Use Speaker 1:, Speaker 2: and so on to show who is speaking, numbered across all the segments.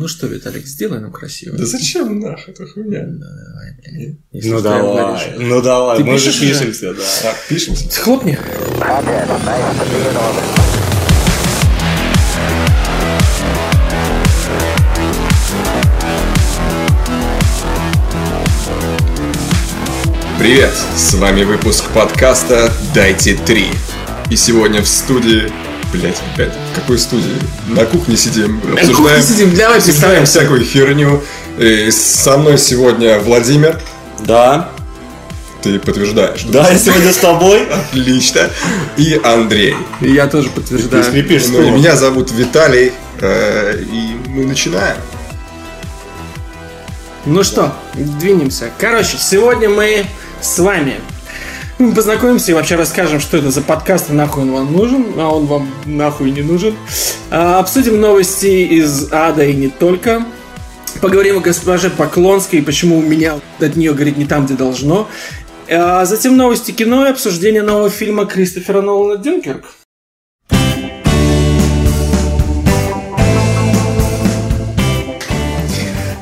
Speaker 1: Ну что, Виталик, сделай нам красиво.
Speaker 2: Да зачем нахуй эта хуйня?
Speaker 1: Ну давай, блядь.
Speaker 2: Нет.
Speaker 1: Если
Speaker 3: Ну
Speaker 1: уж ты говоришь.
Speaker 3: давай, ну давай,
Speaker 1: Ты
Speaker 3: мы же
Speaker 1: пишешь же?
Speaker 3: пишемся, да.
Speaker 2: Так, пишемся.
Speaker 1: Схлопни.
Speaker 2: Привет, с вами выпуск подкаста «Дайте три». И сегодня в студии... Блять, опять, в какой студии? На кухне сидим, обсуждаем,
Speaker 1: Сидим, давай
Speaker 2: обсуждаем
Speaker 1: представим.
Speaker 2: всякую херню. И со мной сегодня Владимир.
Speaker 3: Да,
Speaker 2: Ты подтверждаешь. что
Speaker 3: да, я сегодня с тобой.
Speaker 2: Отлично. И Андрей.
Speaker 1: И Я тоже
Speaker 3: Ты
Speaker 1: подтверждаю.
Speaker 3: скрипишь
Speaker 2: Ну, и
Speaker 3: слово.
Speaker 2: меня зовут Виталий, э, и мы начинаем.
Speaker 4: Ну что, двинемся. Короче, сегодня мы с вами познакомимся и вообще расскажем, что это за подкаст и нахуй он вам нужен, а он вам нахуй не нужен. А, обсудим новости из ада и не только. Поговорим о госпоже Поклонской и почему у меня от нее горит не там, где должно. А, затем новости кино и обсуждение нового фильма Кристофера Нолана «Дюнкерк».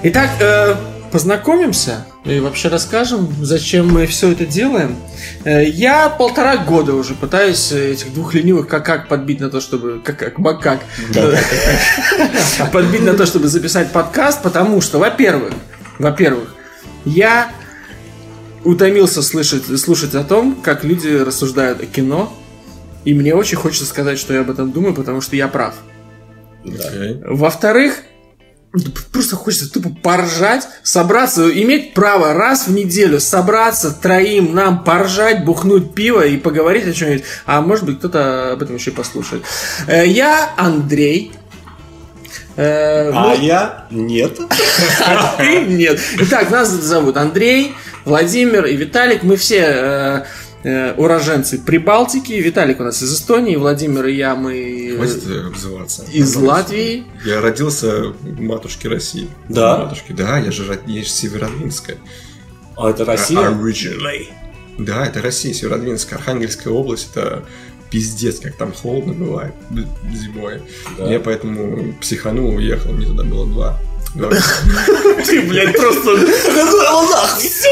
Speaker 4: Итак, э, познакомимся и вообще расскажем, зачем мы все это делаем. Э, я полтора года уже пытаюсь э, этих двух ленивых какак подбить на то, чтобы... Какак, макак. Подбить на то, чтобы записать подкаст, потому что, во-первых, во-первых, я утомился слышать, слушать о том, как люди рассуждают о кино, и мне очень хочется сказать, что я об этом думаю, потому что я прав.
Speaker 2: Окей.
Speaker 4: Во-вторых, ну, просто хочется тупо поржать, собраться, иметь право раз в неделю собраться троим нам поржать, бухнуть пиво и поговорить о чем-нибудь. А может быть, кто-то об этом еще и послушает. Э, Я Андрей. Э,
Speaker 3: А
Speaker 4: ну,
Speaker 3: я? Нет.
Speaker 4: а ты нет. Итак, нас зовут Андрей, Владимир и Виталик. Мы все э, э, уроженцы Прибалтики. Виталик у нас из Эстонии, Владимир и я мы
Speaker 2: Хватит э, обзываться.
Speaker 4: из
Speaker 2: Пожалуйста.
Speaker 4: Латвии.
Speaker 2: Я родился в матушке России.
Speaker 3: Да?
Speaker 2: В Матушке. Да, я же, род- я же северодвинская.
Speaker 3: А это Россия?
Speaker 2: Originally. Да, это Россия, Северодвинская, Архангельская область, это пиздец, как там холодно бывает б- зимой.
Speaker 3: Да.
Speaker 2: Я поэтому психанул, уехал, мне тогда было два. Два года.
Speaker 4: Ты, блядь, просто...
Speaker 3: Ну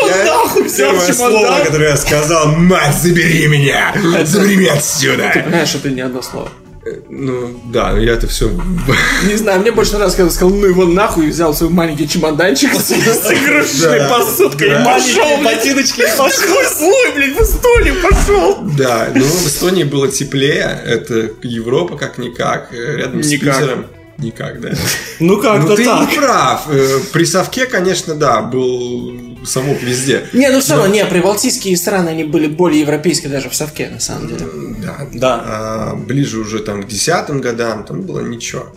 Speaker 2: Я- Первое слово, которое я сказал, мать, забери меня! Забери меня отсюда!
Speaker 4: Понимаешь, что ты не одно слово.
Speaker 2: Э, Ну, да, ну я это все...
Speaker 4: Не знаю, мне больше нравится, когда он сказал, ну его нахуй, и взял свой маленький чемоданчик с с игрушечной
Speaker 2: Да.
Speaker 4: посудкой
Speaker 2: Да.
Speaker 4: и пошел, блядь,
Speaker 3: ботиночки и пошел.
Speaker 4: такой злой, блядь, в Эстонию пошел.
Speaker 2: Да, ну в Эстонии было теплее, это Европа как-никак, э, рядом с
Speaker 4: Никак.
Speaker 2: Питером. Никак, да.
Speaker 3: Ну
Speaker 2: Ну
Speaker 3: как-то
Speaker 2: ты
Speaker 3: так.
Speaker 2: не прав. Э, При совке, конечно, да, был совок везде.
Speaker 4: Не, ну все равно, не, прибалтийские страны, они были более европейские даже в совке, на самом деле.
Speaker 2: Да.
Speaker 3: Да.
Speaker 2: А, ближе уже там к десятым годам, там было ничего.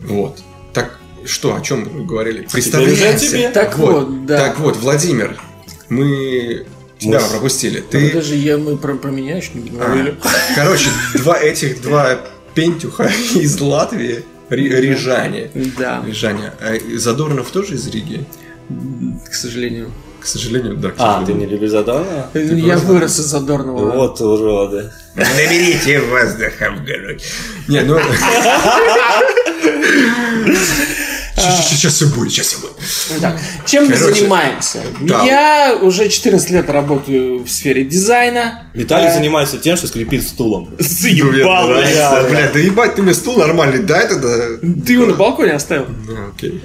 Speaker 2: Вот. Так что, о чем мы говорили? Представляемся.
Speaker 3: тебе.
Speaker 4: Так вот, да.
Speaker 2: Так вот, Владимир, мы тебя
Speaker 3: Мы с-
Speaker 2: пропустили.
Speaker 4: Там
Speaker 2: Ты,
Speaker 4: Даже я, мы про, про меня еще не
Speaker 2: а,
Speaker 4: говорили.
Speaker 2: короче, два этих два пентюха из Латвии, ри- рижане.
Speaker 4: Да,
Speaker 2: Рижане. А Задорнов тоже из Риги?
Speaker 4: к сожалению.
Speaker 2: К сожалению, да. к
Speaker 3: А, ты
Speaker 2: сожалению.
Speaker 3: не любишь задание?
Speaker 4: Я
Speaker 2: просто-
Speaker 4: вырос из Задорного.
Speaker 3: Вот уроды.
Speaker 2: Наберите воздуха в грудь. Не, ну... Сейчас все будет, сейчас все будет.
Speaker 4: Итак, чем мы
Speaker 2: Короче,
Speaker 4: занимаемся?
Speaker 2: да.
Speaker 4: Я уже 14 лет работаю в сфере дизайна.
Speaker 3: Виталик
Speaker 4: Э,
Speaker 3: занимается тем, что скрипит стулом.
Speaker 4: Заебал,
Speaker 3: да.
Speaker 2: Бля, да ебать, ты мне стул нормальный дай тогда.
Speaker 4: Ты его на балконе оставил?
Speaker 2: Ну, окей.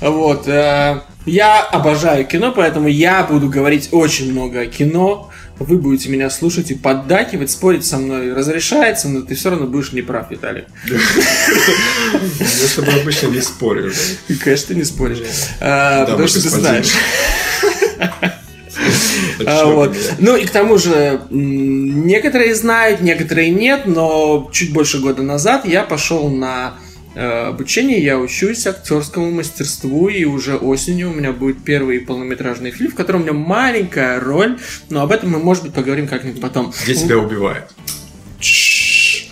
Speaker 4: Вот. э, Я обожаю кино, поэтому я буду говорить очень много о кино. Вы будете меня слушать и поддакивать, спорить со мной разрешается, но ты все равно будешь не прав, Виталик.
Speaker 2: Я с тобой обычно не спорю. блин.
Speaker 4: И, конечно, ты не споришь. А,
Speaker 2: Да, мой
Speaker 4: потому что ты
Speaker 2: господин.
Speaker 4: знаешь. А,
Speaker 2: Чё,
Speaker 4: вот.
Speaker 2: блядь.
Speaker 4: Ну и к тому же, м, некоторые знают, некоторые нет, но чуть больше года назад я пошел на э, обучение, я учусь актерскому мастерству, и уже осенью у меня будет первый полнометражный фильм, в котором у меня маленькая роль, но об этом мы, может быть, поговорим как-нибудь потом.
Speaker 2: Где тебя убивают?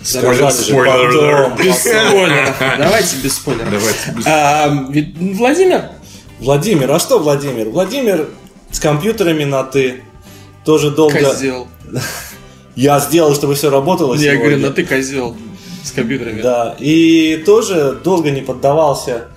Speaker 3: Заражали же потом.
Speaker 2: alert.
Speaker 4: Без спойлеров. Давайте без спойлеров.
Speaker 2: Давайте. без-
Speaker 4: А, Ви- Владимир,
Speaker 3: Владимир, а что Владимир? Владимир с компьютерами на «ты». Тоже долго...
Speaker 4: козел.
Speaker 3: Я сделал, чтобы все работало
Speaker 4: Я
Speaker 3: сегодня.
Speaker 4: говорю, ну ты козел с компьютерами.
Speaker 3: Да, и тоже долго не поддавался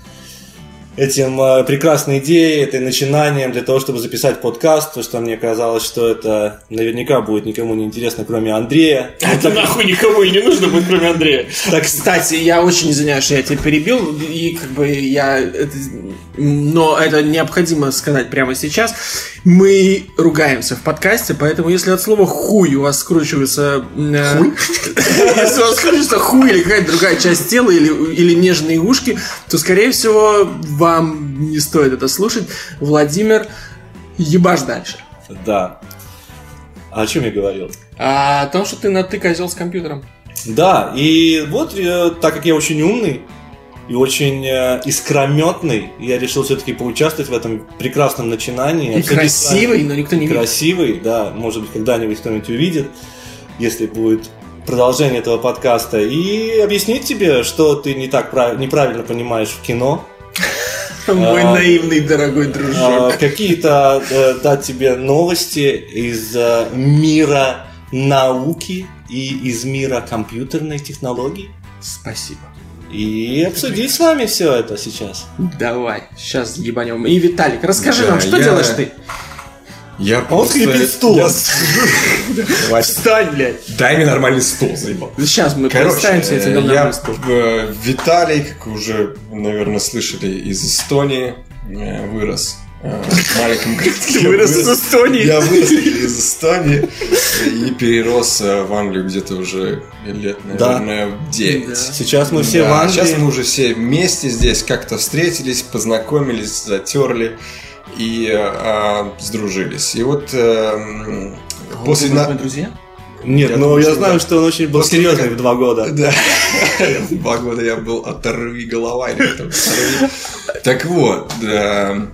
Speaker 3: этим э, прекрасной идеей, этой начинанием для того, чтобы записать подкаст, потому что мне казалось, что это наверняка будет никому не интересно, кроме Андрея.
Speaker 4: Это нахуй никому и не нужно будет, кроме Андрея.
Speaker 3: Так,
Speaker 4: Кстати, я очень извиняюсь, что я тебя перебил, и как бы я... это- но это необходимо сказать прямо сейчас. Мы ругаемся в подкасте, поэтому если от слова «хуй» у вас скручивается... Хуй? Если у вас скручивается хуй или какая-то другая часть тела, или, или нежные ушки, то, скорее всего, вам не стоит это слушать. Владимир, ебашь дальше.
Speaker 3: да. А о чем я говорил?
Speaker 4: А, о том, что ты на «ты» козел с компьютером.
Speaker 3: Да, и вот э, так как я очень умный и очень э, искрометный, я решил все-таки поучаствовать в этом прекрасном начинании.
Speaker 4: И
Speaker 3: Обсудить с вами-
Speaker 4: красивый, но никто не видит.
Speaker 3: красивый, да, может быть, когда-нибудь кто-нибудь увидит, если будет продолжение этого подкаста, и объяснить тебе, что ты не так прав- неправильно понимаешь в кино,
Speaker 4: Мой
Speaker 3: А.
Speaker 4: наивный дорогой дружок.
Speaker 3: а, какие-то э, дать тебе новости из э, мира науки и из мира компьютерной технологии,
Speaker 2: А.
Speaker 4: Спасибо.
Speaker 3: и обсудить с вами все это сейчас.
Speaker 4: Давай, сейчас ебанем. И Виталик, расскажи
Speaker 2: Да,
Speaker 4: нам, что
Speaker 2: я-
Speaker 4: делаешь ты?
Speaker 2: Я
Speaker 3: А он
Speaker 2: просто...
Speaker 3: скрипит стулом.
Speaker 2: Я с- Давай,
Speaker 4: Встань, блядь.
Speaker 2: Дай мне нормальный стул, заебал.
Speaker 4: Сейчас мы
Speaker 2: Короче,
Speaker 4: представим себе
Speaker 2: э,
Speaker 4: тебя на
Speaker 2: я,
Speaker 4: стул.
Speaker 2: э, Виталий, как уже, наверное, слышали, из Эстонии э, вырос э, в маленьком городке.
Speaker 4: Ты вырос из Эстонии.
Speaker 2: Я вырос из Эстонии и перерос э, в Англию где-то уже лет,
Speaker 3: Да.
Speaker 2: наверное, в 9.
Speaker 4: Да.
Speaker 3: Сейчас мы все
Speaker 2: Да,
Speaker 3: в Англии.
Speaker 2: Сейчас мы уже все вместе здесь как-то встретились, познакомились, затерли и э, а, сдружились. И вот э, м, после...
Speaker 4: А, Вы
Speaker 2: на-
Speaker 4: мои друзья?
Speaker 3: Нет,
Speaker 2: Я
Speaker 3: но
Speaker 2: думаю,
Speaker 3: я
Speaker 2: что
Speaker 3: знаю,
Speaker 2: да.
Speaker 3: что он очень был
Speaker 2: После-
Speaker 3: серьезный в два года.
Speaker 2: Да. Два года я был оторви голова. или как там, «Оторви». Так вот, да,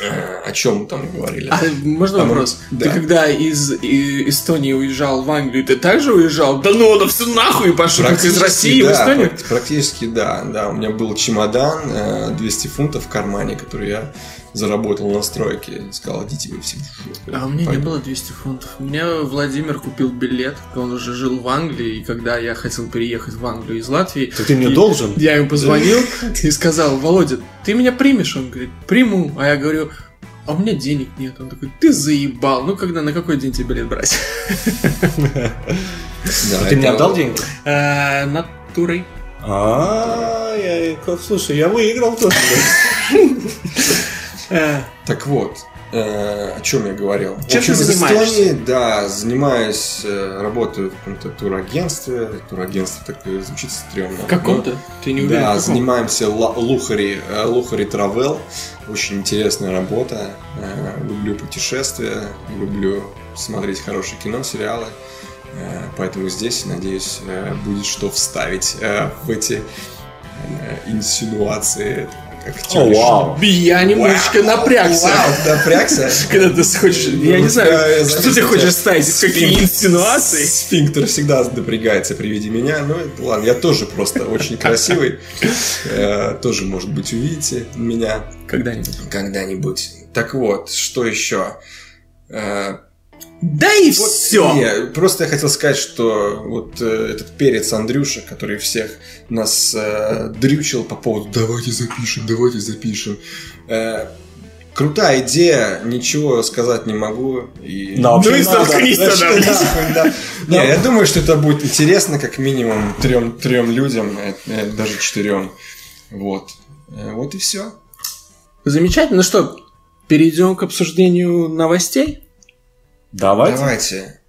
Speaker 2: э, о чем мы там говорили?
Speaker 4: А, можно
Speaker 2: Там-
Speaker 4: вопрос?
Speaker 2: да.
Speaker 4: Ты когда из э, Эстонии уезжал в Англию, ты также уезжал? Да ну, да все нахуй пошел, как ты из
Speaker 2: Практически,
Speaker 4: России в
Speaker 2: да,
Speaker 4: Эстонию?
Speaker 2: практи- Практически, да. Да, у меня был чемодан, э, 200 фунтов в кармане, который я заработал на стройке. Сказал, идите вы все в жопу».
Speaker 4: А у меня не
Speaker 2: Пойду.
Speaker 4: было 200 фунтов. У меня Владимир купил билет, он уже жил в Англии, и когда я хотел переехать в Англию из Латвии,
Speaker 3: Так ты мне
Speaker 4: И-
Speaker 3: должен.
Speaker 4: Я ему позвонил и сказал, Володя, ты меня примешь? Он говорит, приму. А я говорю, а у меня денег нет. Он такой, ты заебал. Ну, когда, на какой день тебе билет брать?
Speaker 2: Да,
Speaker 3: А ты мне
Speaker 2: это-
Speaker 3: отдал деньги?
Speaker 4: Э, Натурой.
Speaker 3: А, я, как- слушай, я выиграл тоже.
Speaker 4: Э,
Speaker 2: Так вот, э, о чем я говорил?
Speaker 4: Чем
Speaker 2: в общем,
Speaker 4: ты
Speaker 2: из
Speaker 4: занимаешься?
Speaker 2: Эстонии, да, занимаюсь, э, работаю в каком-то турагентстве. Турагентство так э, звучит стрёмно.
Speaker 4: В каком-то? Ты не
Speaker 2: Ну,
Speaker 4: уверен? в
Speaker 2: да,
Speaker 4: каком?
Speaker 2: занимаемся ла- лухари, э, лухари travel. Очень интересная работа. Э, Люблю путешествия, люблю смотреть хорошее кино, сериалы. Э, Поэтому здесь, надеюсь, э, будет что вставить э, в эти э, инсинуации.
Speaker 3: О,
Speaker 2: актёришки.
Speaker 3: вау.
Speaker 4: Я немножечко
Speaker 2: Вау,
Speaker 4: напрягся.
Speaker 2: вау, напрягся?
Speaker 4: Когда ты хочешь, э, я не
Speaker 2: Ну, Да,
Speaker 4: знаю, что
Speaker 2: я заметил
Speaker 4: ты
Speaker 2: тебя.
Speaker 4: хочешь ставить, здесь какие инсинуации.
Speaker 2: Сфинктер всегда напрягается при виде меня. Ну, это ладно, я тоже просто очень красивый. Э, Тоже, может быть, увидите меня
Speaker 4: Когда-нибудь.
Speaker 2: когда-нибудь. Так вот, что еще? Э,
Speaker 4: Да и
Speaker 2: вот
Speaker 4: все.
Speaker 2: не, просто я хотел сказать, что вот э, этот перец Андрюша, который всех нас э, дрючил по поводу «давайте запишем, давайте запишем». Э, крутая идея, ничего сказать не могу. И...
Speaker 3: Да, вообще
Speaker 4: Ну и
Speaker 3: не надо.
Speaker 4: заткнись
Speaker 3: Да
Speaker 4: тогда,
Speaker 3: что
Speaker 4: блядь.
Speaker 2: Нахуй, да. Не, я думаю, что это будет интересно как минимум трем, трем людям, э, э, даже четырем. Вот. Э, Вот и все.
Speaker 4: Замечательно. Ну что, перейдем к обсуждению новостей?
Speaker 3: Давайте.
Speaker 2: Давайте.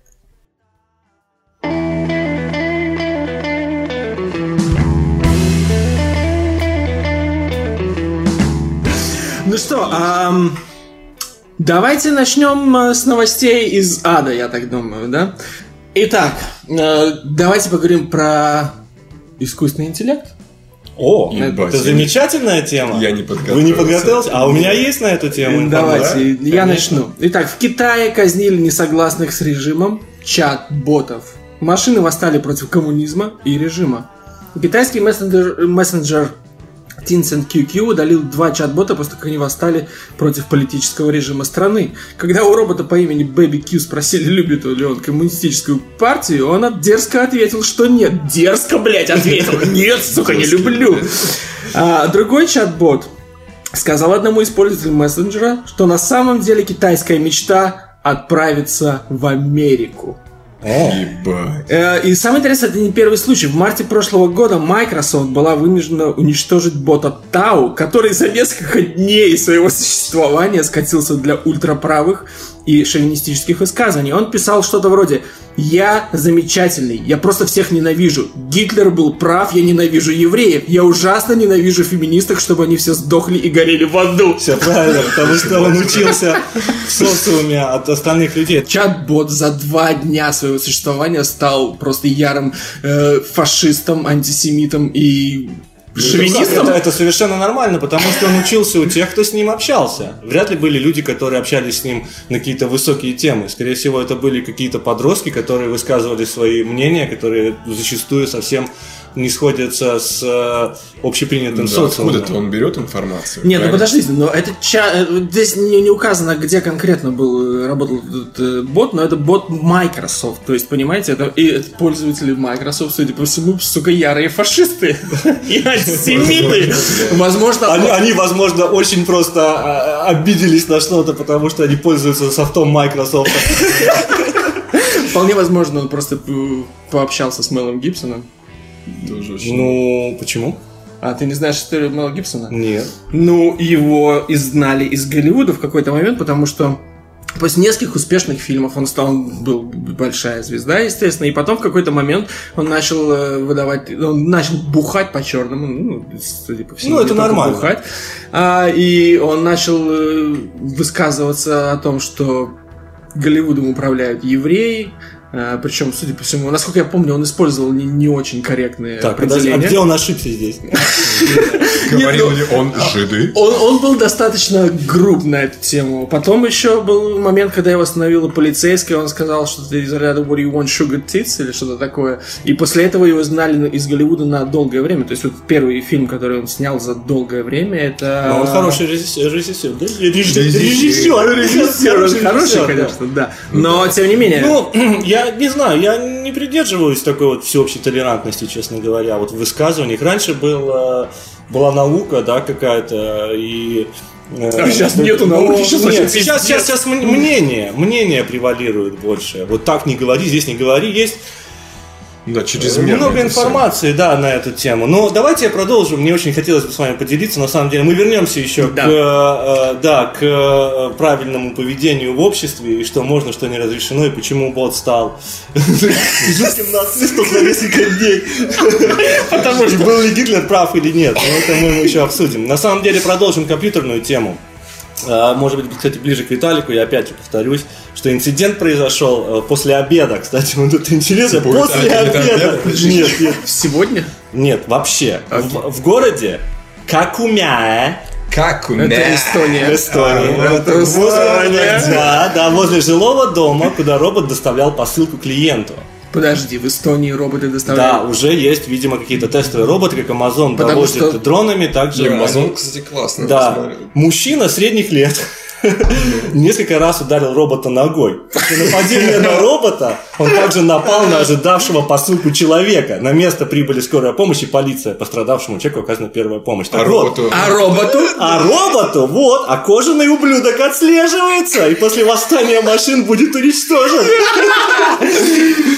Speaker 4: Ну что, ам, давайте начнем э, с новостей из ада, я так думаю, да? Итак, э, давайте поговорим про искусственный интеллект.
Speaker 3: О,
Speaker 2: Ебать,
Speaker 3: это
Speaker 2: я не-
Speaker 3: замечательная тема.
Speaker 2: Я не подготовился.
Speaker 3: Вы не подготовились? А у меня есть на эту тему
Speaker 4: давайте,
Speaker 3: информация.
Speaker 4: я начну. Итак, в Китае казнили несогласных с режимом чат-ботов. Машины восстали против коммунизма и режима. Китайский мессенджер, мессенджер Tencent QQ удалил два чат-бота, после того, как они восстали против политического режима страны. Когда у робота по имени Baby Q спросили, любит ли он коммунистическую партию, он от- дерзко ответил, что нет. Дерзко, блядь, ответил. Нет, сука, не люблю. А, другой чат-бот сказал одному из пользователей мессенджера, что на самом деле китайская мечта отправиться в Америку.
Speaker 2: Ебать.
Speaker 4: Э, И самое интересное, это не первый случай. В марте прошлого года Microsoft была вынуждена уничтожить бота Тау, который за несколько дней своего существования скатился для ультраправых и шовинистических высказываний. Он писал что-то вроде «Я замечательный, я просто всех ненавижу. Гитлер был прав, я ненавижу евреев. Я ужасно ненавижу феминисток, чтобы они все сдохли и горели в аду».
Speaker 3: Все правильно, потому что он учился в социуме от остальных людей.
Speaker 4: Чат-бот за два дня своего существования стал просто ярым э, фашистом, антисемитом и Ну, шовинистом.
Speaker 3: Ну, Это, это совершенно нормально, потому что он учился у тех, кто с ним общался. Вряд ли были люди, которые общались с ним на какие-то высокие темы. Скорее всего, это были какие-то подростки, которые высказывали свои мнения, которые зачастую совсем не сходятся с э, общепринятым
Speaker 2: Да,
Speaker 3: социумом.
Speaker 2: откуда-то он берет информацию?
Speaker 4: Нет, ну
Speaker 2: правильно?
Speaker 4: подождите, но это ча- э, здесь не, не указано, где конкретно был э, работал этот э, бот, но это бот Microsoft, то есть понимаете, это и это пользователи Microsoft, судя по всему, сука ярые фашисты и антисемиты. Возможно,
Speaker 3: Они, они, возможно, очень просто а, а, обиделись на что-то, потому что они пользуются софтом Microsoft.
Speaker 4: вполне возможно, он просто э, пообщался с Мелом Гибсоном.
Speaker 2: Тоже очень-
Speaker 3: Ну, почему?
Speaker 4: А ты не знаешь историю Мела Гибсона?
Speaker 3: Нет.
Speaker 4: Ну, его изгнали из Голливуда в какой-то момент, потому что после нескольких успешных фильмов он стал, он был большая звезда, естественно, и потом в какой-то момент он начал э, выдавать, он начал бухать по-черному, ну, судя по всему.
Speaker 3: Ну, это
Speaker 4: не только
Speaker 3: нормально.
Speaker 4: Бухать. А, и он начал э, высказываться о том, что Голливудом управляют евреи, причем, судя по всему, насколько я помню, он использовал не, не очень корректные
Speaker 3: Так, подожди,
Speaker 4: определения.
Speaker 3: а где он ошибся здесь?
Speaker 2: Говорил ли
Speaker 3: ну,
Speaker 2: он
Speaker 3: а,
Speaker 2: жиды?
Speaker 4: Он, он был достаточно груб на эту тему. Потом еще был момент, когда его остановила полицейская, он сказал что-то из ряда «What do you want, sugar tits?» или что-то такое. И после этого его знали на- из Голливуда на долгое время. То есть вот первый фильм, который он снял за долгое время, это...
Speaker 3: Но Ну, он хороший режиссер, режиссер, да? Режиссер,
Speaker 2: Режиссер.
Speaker 3: режиссер,
Speaker 4: а. Режиссер, он
Speaker 3: режиссер,
Speaker 4: хороший,
Speaker 3: да.
Speaker 4: конечно, да. Но, тем не менее...
Speaker 3: Ну, я не знаю, я не придерживаюсь такой вот всеобщей толерантности, честно говоря, вот в высказываниях. Раньше была, была наука, да, какая-то, и... э, ну,
Speaker 4: А сейчас нету науки, сейчас
Speaker 3: нет,
Speaker 4: вообще
Speaker 3: сейчас,
Speaker 4: пиздец.
Speaker 3: сейчас, сейчас м- мнение, мнение превалирует больше. Вот так не говори, здесь не говори, есть
Speaker 2: Да, через
Speaker 3: много информации, да, на эту тему. Но давайте я продолжу. Мне очень хотелось бы с вами поделиться. На самом деле, мы вернемся еще
Speaker 4: Да.
Speaker 3: к, э, э, да, к э, правильному поведению в обществе и что можно, что не разрешено и почему бот стал жутким нацистом за несколько дней. Потому что был ли Гитлер прав или нет. Но это мы еще обсудим. На самом деле, продолжим компьютерную тему. А, Может быть, кстати, ближе к Виталику, я опять же повторюсь, что инцидент произошел э, после обеда, кстати, вот это интересно,
Speaker 2: Типа,
Speaker 3: после
Speaker 2: Виталик, это
Speaker 3: обеда.
Speaker 2: обед?
Speaker 3: Нет, нет,
Speaker 4: Сегодня?
Speaker 3: нет, вообще,
Speaker 2: А
Speaker 4: Окей.
Speaker 3: в, в городе Какумяе,
Speaker 2: Как у
Speaker 4: Это Эстония.
Speaker 3: Эстония,
Speaker 2: А,
Speaker 3: это
Speaker 4: Эстония.
Speaker 3: да, да, возле жилого дома, куда робот доставлял посылку клиенту.
Speaker 4: Подожди, в Эстонии роботы
Speaker 3: Да,
Speaker 4: доставляют...
Speaker 3: уже есть, видимо, какие-то тестовые роботы, как Amazon
Speaker 4: Потому
Speaker 3: довозит
Speaker 4: что-
Speaker 3: дронами, также они-
Speaker 2: Amazon, кстати, классно.
Speaker 3: Да,
Speaker 2: посмотрел.
Speaker 3: мужчина средних лет несколько раз ударил робота ногой. После нападения на робота он также напал на ожидавшего посылку человека. На место прибыли скорая помощь и полиция. Пострадавшему человеку оказана первая помощь.
Speaker 2: А
Speaker 3: Так вот,
Speaker 2: роботу
Speaker 4: А роботу?
Speaker 3: а роботу, вот, а кожаный ублюдок отслеживается, и после восстания машин будет уничтожен.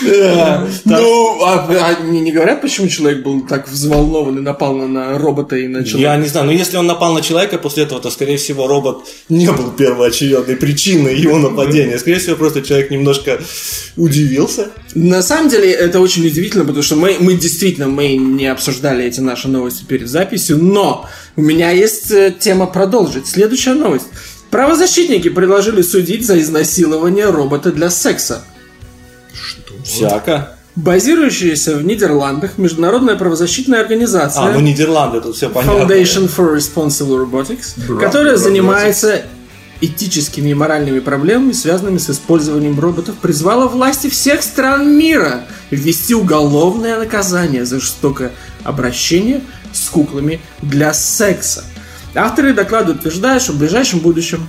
Speaker 3: Да, так
Speaker 4: Ну, а, а не, не говорят, почему человек был так взволнован и напал на, на робота и начал...
Speaker 3: Ну, Я не знаю, но если он напал на человека, после этого, то, скорее всего, робот не был первоочередной причиной его нападения. Скорее всего, просто человек немножко удивился.
Speaker 4: На самом деле это очень удивительно, потому что мы, мы действительно мы не обсуждали эти наши новости перед записью, но у меня есть э, тема продолжить. Следующая новость. Правозащитники предложили судить за изнасилование робота для секса.
Speaker 3: Всяко.
Speaker 4: Базирующаяся в Нидерландах международная правозащитная организация...
Speaker 3: А, ну Нидерланды, тут все понятно.
Speaker 4: Foundation for Responsible Robotics,
Speaker 2: Браво,
Speaker 4: которая
Speaker 2: браво,
Speaker 4: занимается этическими и моральными проблемами, связанными с использованием роботов, призвала власти всех стран мира ввести уголовное наказание за жестокое обращение с куклами для секса. Авторы доклада утверждают, что в ближайшем будущем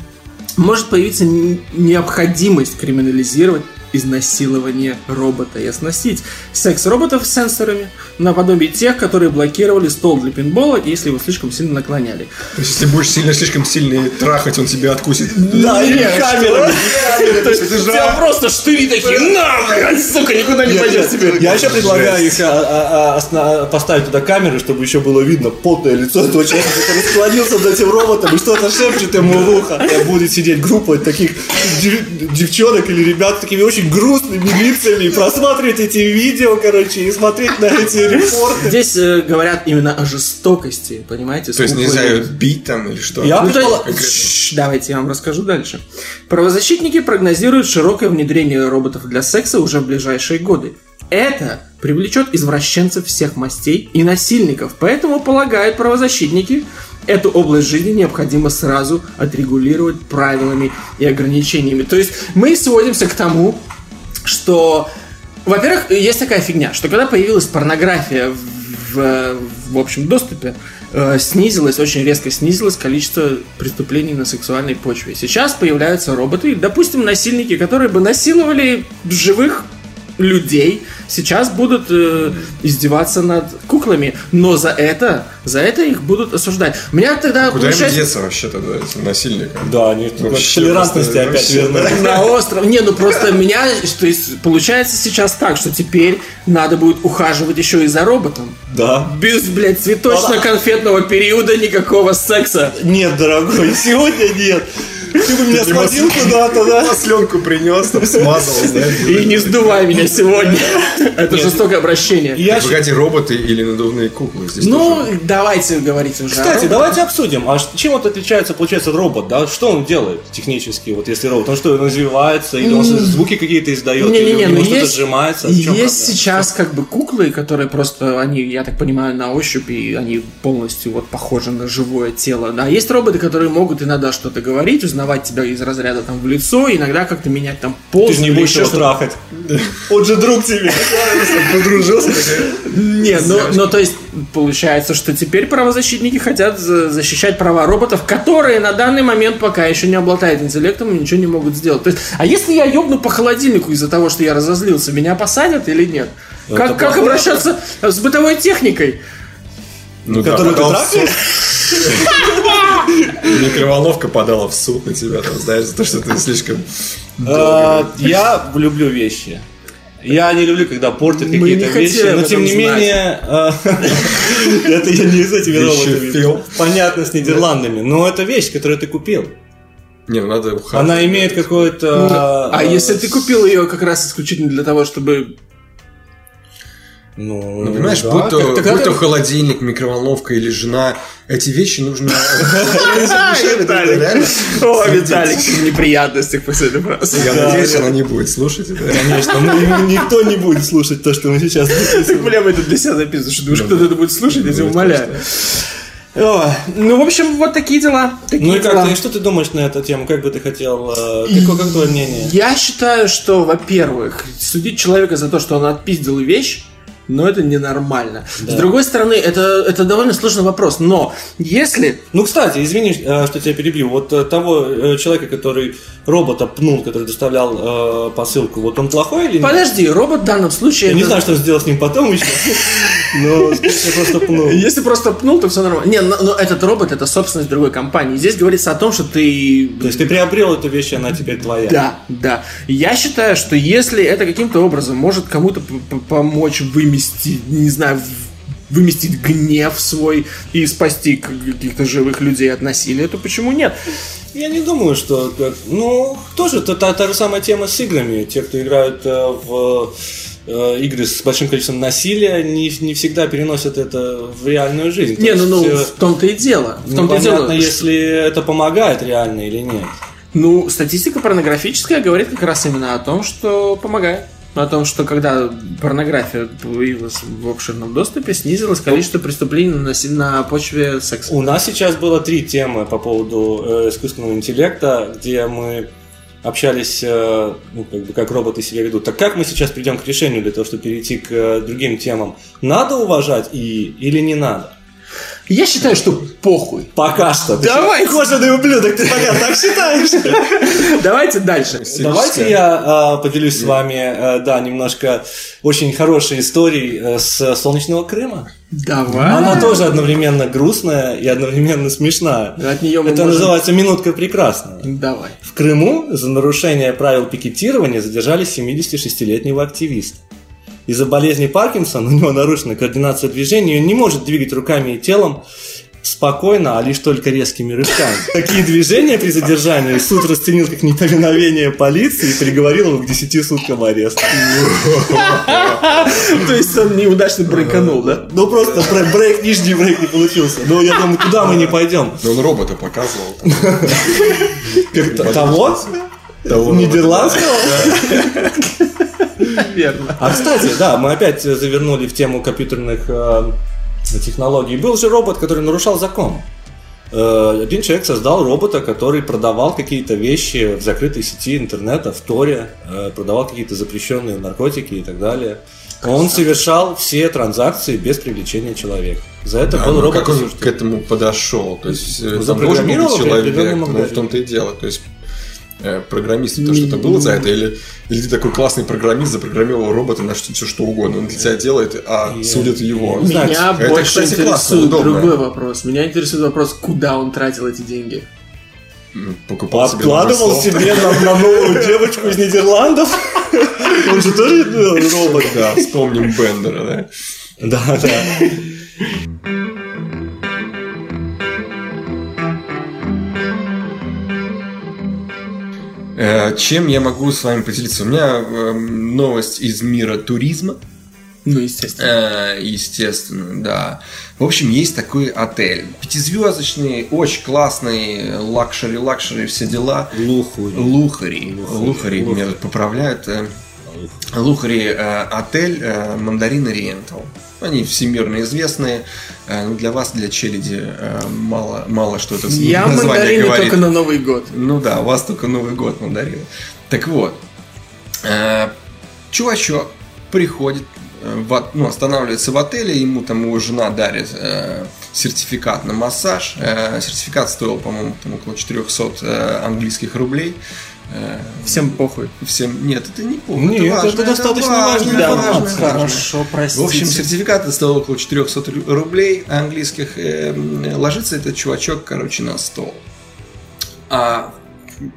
Speaker 4: может появиться н- необходимость криминализировать изнасилование робота и оснастить секс роботов с сенсорами наподобие тех, которые блокировали стол для пинбола, если его слишком сильно наклоняли.
Speaker 2: То есть, если будешь сильно, слишком сильно трахать, он тебя откусит.
Speaker 3: Да, и камерами.
Speaker 4: То есть у тебя просто штыри такие, на, блядь, сука, никуда не
Speaker 3: Я,
Speaker 4: пойдешь теперь.
Speaker 3: я еще предлагаю их а, а, а, осна- поставить туда камеры, чтобы еще было видно потное лицо этого человека, который склонился над этим роботом и что-то шепчет ему в ухо. И будет сидеть группа таких дев- девчонок или ребят с такими очень грустными лицами и просматривать эти видео, короче, и смотреть на эти репорты.
Speaker 4: Здесь э, говорят именно о жестокости, понимаете?
Speaker 2: То есть,
Speaker 4: скупой.
Speaker 2: нельзя ее бить там или что?
Speaker 3: Я
Speaker 4: Ну, то есть-
Speaker 3: предполагаю-
Speaker 4: Шш, Давайте я вам расскажу дальше. Правозащитники прогнозируют широкое внедрение роботов для секса уже в ближайшие годы. Это привлечет извращенцев всех мастей и насильников, поэтому, полагают правозащитники, эту область жизни необходимо сразу отрегулировать правилами и ограничениями. То есть мы сводимся к тому, что, во-первых, есть такая фигня, что когда появилась порнография в, в- в общем доступе, э, снизилось, очень резко снизилось количество преступлений на сексуальной почве. Сейчас появляются роботы, допустим, насильники, которые бы насиловали живых людей, сейчас будут э, издеваться над куклами, но за это, за это их будут осуждать. У меня тогда
Speaker 2: Куда им
Speaker 4: получается-
Speaker 2: деться вообще тогда, этим насильникам?
Speaker 3: Да, они к
Speaker 2: Вообще
Speaker 3: толерантности
Speaker 2: просто,
Speaker 3: опять
Speaker 2: вообще,
Speaker 3: вернулись.
Speaker 4: На остров. Не, ну просто меня, то есть, получается сейчас так, что теперь надо будет ухаживать еще и за роботом.
Speaker 3: Да.
Speaker 4: Без, блядь, цветочно-конфетного периода никакого секса.
Speaker 3: Нет, дорогой, сегодня нет. Ты бы меня
Speaker 2: Ты не
Speaker 3: сводил
Speaker 2: мог-
Speaker 3: куда-то, да?
Speaker 2: Масленку принес, там смазал,
Speaker 4: И
Speaker 2: знаешь.
Speaker 4: не сдувай меня сегодня. Это жестокое обращение.
Speaker 3: Я щ-
Speaker 2: Погоди, роботы или надувные куклы здесь
Speaker 4: Ну,
Speaker 2: тоже.
Speaker 4: давайте говорить уже. о
Speaker 3: Кстати,
Speaker 4: роботах.
Speaker 3: давайте обсудим, а ш- чем вот отличается, получается, робот, да? Что он делает технически, вот если робот? Он что, он развивается, или он
Speaker 4: М.
Speaker 3: звуки какие-то издает, или
Speaker 4: Не-не-не,
Speaker 3: у него
Speaker 4: ну
Speaker 3: что-то
Speaker 4: есть-
Speaker 3: сжимается? В
Speaker 4: Есть
Speaker 3: чем проблема?
Speaker 4: сейчас как бы куклы, которые просто, они, я так понимаю, на ощупь, и они полностью вот похожи на живое тело. Да, есть роботы, которые могут иногда что-то говорить, узнавать тебя из разряда там в лицо, иногда как-то менять там пол.
Speaker 3: Ты же не будешь его трахать. Он же друг тебе.
Speaker 2: Подружился, такая,
Speaker 4: Не, ну, ну, то есть получается, что теперь правозащитники хотят за- защищать права роботов, которые на данный момент пока еще не обладают интеллектом и ничего не могут сделать. То есть, а если я ёбну по холодильнику из-за того, что я разозлился, меня посадят или нет?
Speaker 3: Это
Speaker 4: Как, как
Speaker 3: плохо.
Speaker 4: обращаться с бытовой техникой?
Speaker 2: Ну да,
Speaker 3: Который ты
Speaker 2: подал в суд.
Speaker 3: трахаешь?
Speaker 2: Микроволновка подала в суд на тебя, там, знаешь, за то, что ты слишком...
Speaker 3: Э, Я люблю вещи. Я не люблю, когда портят
Speaker 4: Мы
Speaker 3: какие-то
Speaker 4: не хотели
Speaker 3: вещи,
Speaker 4: об
Speaker 3: но
Speaker 4: этом
Speaker 3: тем не
Speaker 4: знать.
Speaker 3: менее... э, Это я не с этими
Speaker 2: Вещи
Speaker 3: роботами.
Speaker 2: фил.
Speaker 3: Понятно, с Нидерландами. Но это вещь, которую ты купил.
Speaker 2: Не, ну надо ухаживать.
Speaker 3: Она имеет какое-то...
Speaker 4: а
Speaker 3: э,
Speaker 4: если ты купил ее как раз исключительно для того, чтобы...
Speaker 3: Ну,
Speaker 2: Ну, понимаешь,
Speaker 3: да,
Speaker 2: будь, то,
Speaker 3: как- тогда
Speaker 2: будь то
Speaker 3: ты-
Speaker 2: холодильник, микроволновка или жена, эти вещи нужно...
Speaker 4: Виталик.
Speaker 2: Реально?
Speaker 4: О, Виталик, в неприятностях после этой фразы.
Speaker 2: Я
Speaker 3: Да,
Speaker 2: надеюсь,
Speaker 3: да.
Speaker 2: она не будет слушать. это.
Speaker 3: Конечно, мы- мы- никто не будет слушать то, что мы сейчас
Speaker 4: Так, бля, мы это для себя записываем, что думаешь, кто-то это будет слушать, я тебя
Speaker 2: Ну,
Speaker 4: умоляю. Ой, Ну, в общем, вот такие дела. Такие
Speaker 3: Ну и как
Speaker 4: дела.
Speaker 3: ты, что ты думаешь на эту тему? Как бы ты хотел, э, какое, как твое мнение?
Speaker 4: Я считаю, что, во-первых, судить человека за то, что он отпиздил вещь, но это ненормально. С другой стороны, это, это довольно сложный вопрос. Но если
Speaker 3: Ну, кстати, извини, э, что тебя перебью. Вот э, того э, человека, который робота пнул, который доставлял э, посылку, вот он плохой или нет?
Speaker 4: Подожди, робот в данном случае.
Speaker 3: Я не
Speaker 4: это-
Speaker 3: знаю, что он сделал с ним потом еще, но я просто пнул.
Speaker 4: Если просто пнул, то все нормально. Не, но, но этот робот это собственность другой компании. Здесь говорится о том, что ты.
Speaker 3: То есть ты приобрел эту вещь, и она теперь твоя.
Speaker 4: Да, да. Я считаю, что если это каким-то образом может кому-то п- п- помочь выместить, не знаю, в- выместить гнев свой и спасти к- каких-то живых людей от насилия, то почему нет?
Speaker 3: Я не думаю, что... как- Ну, тоже та, та, та же самая тема с играми. Те, кто играют э, в э, игры с большим количеством насилия, не, не всегда переносят это в реальную жизнь. То
Speaker 4: Не, ну, ну,
Speaker 3: есть,
Speaker 4: в том-то и дело.
Speaker 3: э,
Speaker 4: В том-то и дело.
Speaker 3: непонятно, если это помогает реально или нет.
Speaker 4: Ну, статистика порнографическая говорит как раз именно о том, что помогает. О том, что когда порнография появилась в обширном доступе, снизилось количество преступлений на, наси- на почве секса.
Speaker 3: У нас сейчас было три темы по поводу э, искусственного интеллекта, где мы общались, э, ну, как бы, как роботы себя ведут. Так как мы сейчас придем к решению для того, чтобы перейти к э, другим темам? Надо уважать и или не надо?
Speaker 4: Я считаю, что похуй.
Speaker 3: Пока что. Ты
Speaker 4: Давай.
Speaker 3: что, Кожаный ублюдок, ты пока так считаешь?
Speaker 4: Давайте дальше.
Speaker 3: Давайте я э, поделюсь с вами, э, да, немножко очень хорошей историей э, с Солнечного Крыма. Она
Speaker 4: Давай.
Speaker 3: тоже одновременно грустная и одновременно смешная.
Speaker 4: От нее мы
Speaker 3: Это
Speaker 4: можем-
Speaker 3: называется «Минутка прекрасная».
Speaker 4: Давай.
Speaker 3: В Крыму за нарушение правил пикетирования задержали 76-летнего активиста. Из-за болезни Паркинсона у него нарушена координация движений, и он не может двигать руками и телом спокойно, а лишь только резкими рывками. Такие движения при задержании суд расценил как неповиновение полиции и приговорил его к 10 суткам ареста.
Speaker 4: То есть он неудачно брейканул, да?
Speaker 3: Ну просто бре- брейк, нижний брейк не получился. Ну я думаю, куда мы не пойдем?
Speaker 2: Ну, он робота показывал.
Speaker 3: Как т- того? Нидерландского?
Speaker 4: Верно.
Speaker 3: А кстати, да, мы опять э, завернули в тему компьютерных э, технологий. Был же робот, который нарушал закон. Э, Один человек создал робота, который продавал какие-то вещи в закрытой сети интернета, в Торе, э, продавал какие-то запрещенные наркотики и так далее. Он совершал все транзакции без привлечения человека. За это
Speaker 2: Да,
Speaker 3: был
Speaker 2: ну,
Speaker 3: робот.
Speaker 2: как он
Speaker 3: осужден.
Speaker 2: к этому подошел? То есть э, там
Speaker 3: запрограммировал
Speaker 2: должен был быть
Speaker 3: при
Speaker 2: человек,
Speaker 3: определенном
Speaker 2: ну, в
Speaker 3: алгоритме.
Speaker 2: том-то и дело. То есть э, программисту то что-то было за это, или, или ты такой классный программист, запрограммировал робота на все что угодно, он для тебя делает, а
Speaker 3: И-
Speaker 2: судят его.
Speaker 3: Не знаю,
Speaker 4: Меня
Speaker 2: это,
Speaker 4: больше
Speaker 2: кстати, классно,
Speaker 4: интересует
Speaker 2: удобно.
Speaker 4: другой вопрос. Меня интересует вопрос, куда он тратил эти деньги.
Speaker 2: М, Покупал себе
Speaker 3: Подкладывал
Speaker 2: новый софт.
Speaker 3: себе на, на новую девочку из Нидерландов. Он же тоже э, робот.
Speaker 2: Да, вспомним Бендера, да.
Speaker 3: Да, да.
Speaker 2: Э, Чем я могу с вами поделиться? У меня эм, новость из мира туризма.
Speaker 4: Ну, естественно.
Speaker 2: Э, Естественно, да. В общем, есть такой отель. Пятизвездочный, очень классный, лакшери-лакшери, все дела.
Speaker 3: Глухую.
Speaker 2: Лухари.
Speaker 3: Лухари.
Speaker 2: Лухари, меня
Speaker 3: Лухари.
Speaker 2: тут поправляют. э. Лухари э, отель э, Мандарин Ориентал. Они всемирно известные. Э, ну, Для вас, для челяди, э, мало, мало что это с-
Speaker 4: Я
Speaker 2: название
Speaker 4: мандарины
Speaker 2: говорит.
Speaker 4: только на Новый год.
Speaker 2: Ну да, у вас только Новый год мандарины. Так вот, э, чувачок приходит, э, в от- ну, останавливается в отеле, ему там его жена дарит э, сертификат на массаж. Э, сертификат стоил, по-моему, там около 400 э, английских рублей. Э,
Speaker 4: Всем похуй.
Speaker 2: всем... Нет, это не плохо.
Speaker 3: Нет,
Speaker 2: важно,
Speaker 3: это достаточно важно.
Speaker 2: это
Speaker 3: Да,
Speaker 2: важно,
Speaker 3: вот,
Speaker 2: это важно.
Speaker 4: Хорошо, простите.
Speaker 2: В общем, сертификат стоил около 400 ру- рублей английских. Э, м, Ложится этот чувачок, короче, на стол. А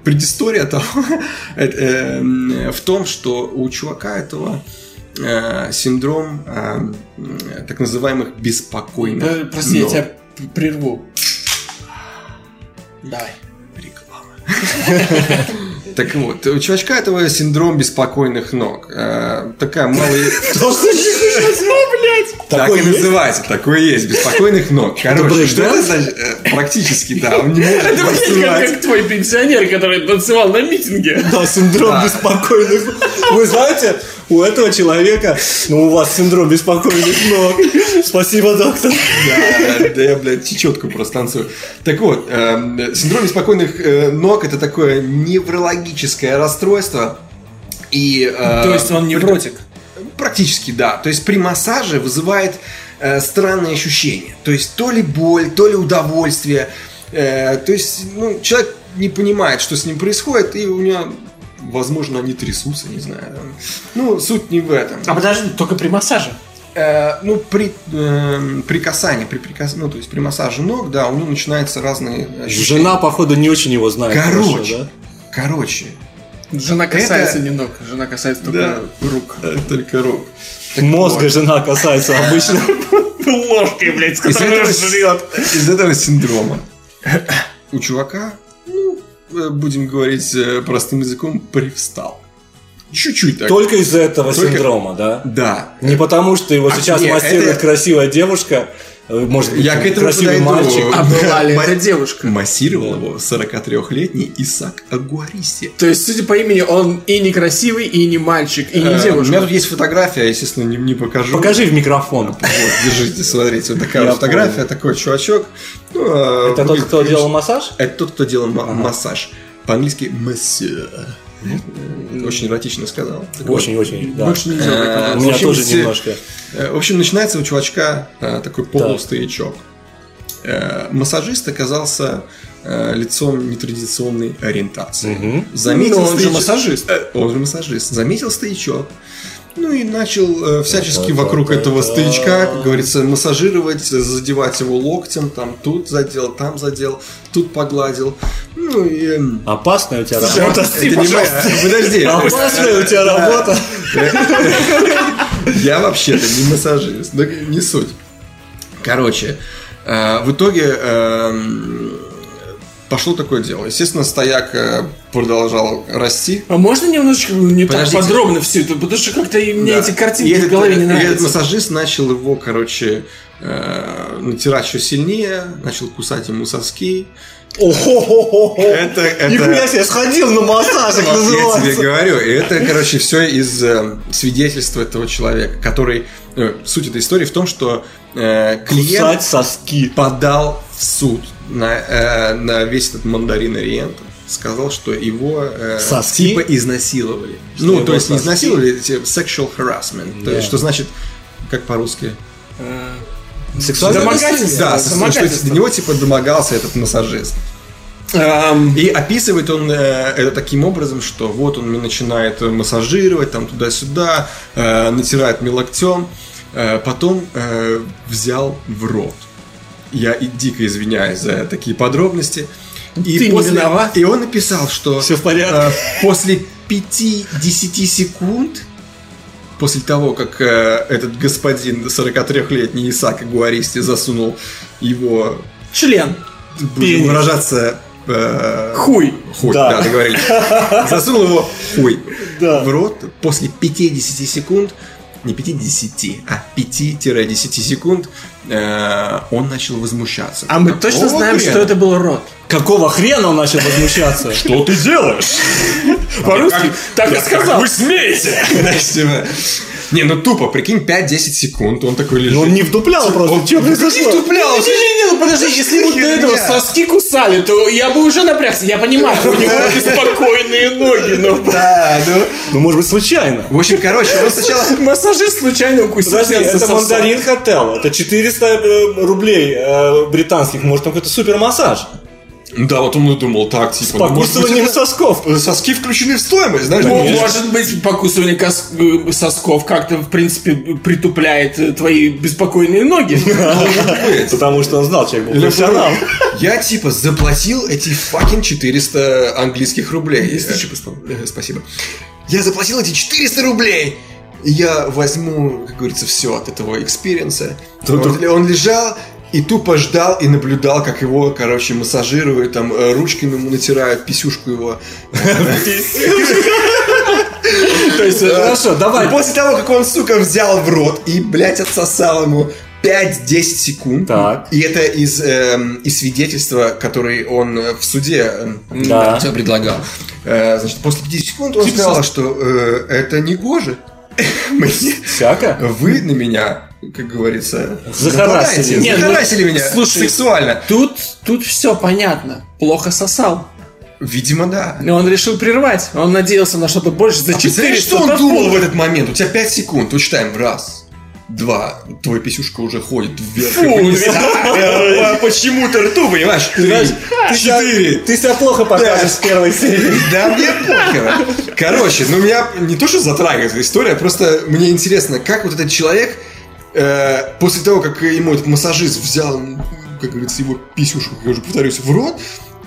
Speaker 2: предыстория того э, э, м, в том, что у чувака этого э, синдром э, м, так называемых беспокойных.
Speaker 4: Э, Прости, я
Speaker 2: ног.
Speaker 4: тебя п- прерву. Давай.
Speaker 2: Реклама. Так вот, у чувачка этого синдром беспокойных ног. Э, Такая малая... Так
Speaker 3: Такой
Speaker 2: и
Speaker 3: есть?
Speaker 2: называется, такое есть, беспокойных ног. Короче,
Speaker 3: брейк,
Speaker 2: что
Speaker 3: да?
Speaker 2: это значит? Э, Практически, да, он не может
Speaker 4: Это блядь, как,
Speaker 2: танцевать.
Speaker 4: как твой пенсионер, который танцевал на митинге.
Speaker 3: Да, синдром
Speaker 2: Да.
Speaker 3: беспокойных. Вы знаете, у этого человека, ну у вас синдром беспокойных ног. Спасибо, доктор.
Speaker 2: Да, да я, блядь, чечетку просто танцую. Так вот, эм, синдром беспокойных э, ног это такое неврологическое расстройство. И, э, при- Практически, да. То есть при массаже вызывает э, странные ощущения. То есть то ли боль, то ли удовольствие. Э, то есть ну, человек не понимает, что с ним происходит, и у него, возможно, они трясутся, не знаю. Ну, суть не в этом.
Speaker 4: А подожди, только при массаже.
Speaker 2: Э, ну, при, э, при касании, при, прикас... ну, то есть при массаже ног, да, у него начинаются разные ощущения.
Speaker 3: Жена, походу, не очень его знает.
Speaker 2: Короче.
Speaker 3: хорошо, да?
Speaker 2: Короче,
Speaker 4: Жена касается не ног, жена касается
Speaker 2: да,
Speaker 4: только...
Speaker 2: рук. Только рук.
Speaker 3: Мозга жена касается обычно.
Speaker 4: Ложкой, блядь, с
Speaker 2: Из этого, из этого синдрома. У чувака, ну, э, будем говорить э, простым языком, привстал. Чуть-чуть так.
Speaker 3: Только из-за этого
Speaker 2: Только-
Speaker 3: синдрома, да?
Speaker 2: Да.
Speaker 3: Не потому, что его
Speaker 2: А,
Speaker 3: сейчас
Speaker 2: нет,
Speaker 3: массирует
Speaker 2: это-
Speaker 3: красивая девушка, э, может быть,
Speaker 2: Я к
Speaker 3: там
Speaker 2: этому
Speaker 3: красивый
Speaker 2: подойду.
Speaker 3: мальчик.
Speaker 4: А была ли
Speaker 2: Ма-
Speaker 4: это девушка?
Speaker 2: Массировал его 43-летний Исаак Агуариси.
Speaker 4: То есть, судя по имени, он и некрасивый, и не мальчик, и
Speaker 2: Э,
Speaker 4: не
Speaker 2: У меня
Speaker 4: девушка.
Speaker 2: тут есть фотография, я, естественно, не, не покажу.
Speaker 3: Покажи в микрофон.
Speaker 2: Вот, держите, смотрите, вот такая
Speaker 3: Я
Speaker 2: фотография,
Speaker 3: понял.
Speaker 2: такой чувачок. Ну, э,
Speaker 3: Это тот,
Speaker 2: выглядит,
Speaker 3: кто
Speaker 2: конечно,
Speaker 3: делал массаж?
Speaker 2: Это тот, кто делал ма- массаж. По-английски «monsieur».
Speaker 3: Ну,
Speaker 2: Э, Очень эротично сказал. Так вот.
Speaker 3: Очень-очень, да.
Speaker 4: Больше нельзя
Speaker 2: Э,
Speaker 4: рекомендовать.
Speaker 3: У
Speaker 2: в
Speaker 3: меня
Speaker 2: общем,
Speaker 3: тоже
Speaker 2: все-
Speaker 3: немножко.
Speaker 2: Э, В общем, начинается у чувачка э, такой полустоячок. Э, массажист оказался э, лицом нетрадиционной ориентации.
Speaker 3: Мгм.
Speaker 2: Заметил
Speaker 4: Ну, он же
Speaker 2: стояч-
Speaker 4: массажист.
Speaker 2: Э, Он же массажист. Заметил стоячок. Ну и начал э, всячески
Speaker 3: Да-да-да-да.
Speaker 2: вокруг этого стоячка, как говорится, массажировать, э, задевать его локтем, там тут задел, там задел, тут погладил. Ну и... эм,
Speaker 3: Опасная у тебя
Speaker 4: Слушай,
Speaker 3: работа.
Speaker 4: прости,
Speaker 2: это не моя-
Speaker 4: пожалуйста.
Speaker 2: Подожди.
Speaker 4: А
Speaker 3: Опасная у тебя работа.
Speaker 2: Я вообще-то не массажист, но не суть. Короче, э, в итоге эм, пошло такое дело. Естественно, стояк э, продолжал расти.
Speaker 4: А можно немножечко не
Speaker 2: Подождите.
Speaker 4: так подробно все это? Потому что как-то и мне
Speaker 2: Да.
Speaker 4: эти картинки
Speaker 2: И
Speaker 4: в
Speaker 2: этот,
Speaker 4: голове не
Speaker 2: э, и этот
Speaker 4: нравятся.
Speaker 2: массажист начал его, короче, э, натирать еще сильнее, начал кусать ему соски.
Speaker 3: Охо-хо-хо-хо.
Speaker 2: Это, это-
Speaker 3: Нихуя себе, сходил на массажик,
Speaker 2: Вот я тебе
Speaker 3: называется.
Speaker 2: говорю, и это, короче, все из э, свидетельства этого человека, который... э, суть этой истории в том, что э, клиент...
Speaker 3: Кусать соски.
Speaker 2: подал в суд на, э, на весь этот мандарин Ориента. Сказал, что его э,
Speaker 3: Соски?
Speaker 2: типа изнасиловали.
Speaker 3: Что
Speaker 2: ну,
Speaker 3: его
Speaker 2: то есть не
Speaker 3: соски?
Speaker 2: изнасиловали, типа sexual harassment. То
Speaker 3: Да.
Speaker 2: есть, что значит, как по-русски?
Speaker 4: Э,
Speaker 3: Сексуальное
Speaker 4: Домогательство.
Speaker 2: Да,
Speaker 4: Домогательство.
Speaker 2: что до него типа домогался этот массажист.
Speaker 4: эм,
Speaker 2: И описывает он э, это таким образом, что вот он мне начинает массажировать, там туда-сюда, э, натирает мне локтем, э, потом э, взял в рот. Я и дико извиняюсь за такие подробности. И,
Speaker 4: Ну, Ты не виноват.
Speaker 2: и он написал, что
Speaker 3: Все в порядке.
Speaker 2: э, после 5-10 секунд, после того, как э, этот господин 43-летний Исаак Гуаристи засунул его,
Speaker 4: член.
Speaker 2: будем выражаться, э,
Speaker 4: Хуй.
Speaker 2: Хуй,
Speaker 3: Да.
Speaker 2: да, договорились. Засунул его хуй
Speaker 3: Да.
Speaker 2: в рот после 50 секунд, не 50, а 5-10 секунд э, он начал возмущаться.
Speaker 4: А мы точно
Speaker 2: Какого
Speaker 4: знаем,
Speaker 2: хрена?
Speaker 4: что это был рот.
Speaker 2: А
Speaker 3: Какого хрена он начал возмущаться? Что ты делаешь?
Speaker 4: По-русски так и сказал.
Speaker 3: смеете?
Speaker 2: Подожди, вы. Не, ну тупо, прикинь, 5-10 секунд, он такой лежит.
Speaker 3: Ну, Он не вдуплял просто. Что произошло?
Speaker 4: Не-не-не, ну подожди, если бы до
Speaker 2: Херня.
Speaker 4: этого соски кусали, то я бы уже напрягся. Я понимаю, у него беспокойные ноги, но...
Speaker 2: Да, ну.
Speaker 3: Ну, может быть, случайно.
Speaker 2: В общем, короче, он сначала...
Speaker 4: Массажист случайно укусил.
Speaker 3: Подожди,
Speaker 4: член
Speaker 3: это
Speaker 4: сосок.
Speaker 3: мандарин хотел. Это 400 рублей э, британских. Может, там какой-то супермассаж.
Speaker 2: Ну Да, вот он и думал так, типа...
Speaker 3: С
Speaker 2: ну, может быть,
Speaker 3: покусыванием
Speaker 2: это-
Speaker 3: сосков.
Speaker 2: Соски включены в стоимость, знаешь?
Speaker 4: Ну,
Speaker 2: ну,
Speaker 4: может быть, покусывание кос- э, сосков как-то, в принципе, притупляет э, твои беспокойные ноги.
Speaker 3: Потому что он знал, человек был профессионал.
Speaker 2: Я типа заплатил эти факин 400 английских рублей. Если чё, пос- э, Спасибо. Я заплатил эти 400 рублей. И Я возьму, как говорится, все от этого экспириенса.
Speaker 3: Тут-
Speaker 2: Он, он лежал и тупо ждал и наблюдал, как его, короче, массажируют, там э, ручками ему натирают, писюшку его.
Speaker 4: То есть, э,
Speaker 3: Хорошо,
Speaker 2: И
Speaker 3: давай.
Speaker 2: после того, как он, сука, взял в рот и, блядь, отсосал ему 5-10 секунд.
Speaker 3: Так.
Speaker 2: И это из, эм, из свидетельства, который он э, в суде эм,
Speaker 3: Да.
Speaker 2: всё предлагал. Э, значит, после 50 секунд он
Speaker 4: А? Типа
Speaker 2: сказал, что э, это не гоже. Мне-
Speaker 3: Всяко.
Speaker 2: Вы на меня, как говорится,
Speaker 3: Захарасили.
Speaker 2: нападаете,
Speaker 4: Не, ну,
Speaker 2: захарасили меня
Speaker 4: слушай.
Speaker 2: сексуально.
Speaker 4: Тут, тут все понятно. Плохо сосал.
Speaker 2: Видимо, да.
Speaker 4: Но он решил прервать. Он надеялся на что-то больше. За
Speaker 2: А представляешь,
Speaker 4: 400
Speaker 2: что он
Speaker 4: тонн
Speaker 2: думал
Speaker 4: пол-
Speaker 2: в этот момент? У тебя 5 секунд, вычитаем. Раз, два, твой писюшка уже ходит вверх. и
Speaker 4: Фу,
Speaker 2: вниз.
Speaker 4: да.
Speaker 2: А Почему ты рту, понимаешь?
Speaker 3: Знаешь,
Speaker 2: Три,
Speaker 3: ты себя-
Speaker 2: четыре.
Speaker 3: Ты себя плохо покажешь в первой серии.
Speaker 2: Да мне похер. Короче, ну меня не то, что затрагивает эта история, а просто мне интересно, как вот этот человек э, после того, как ему этот массажист взял, ну, как говорится, его писюшку, я уже повторюсь, в рот,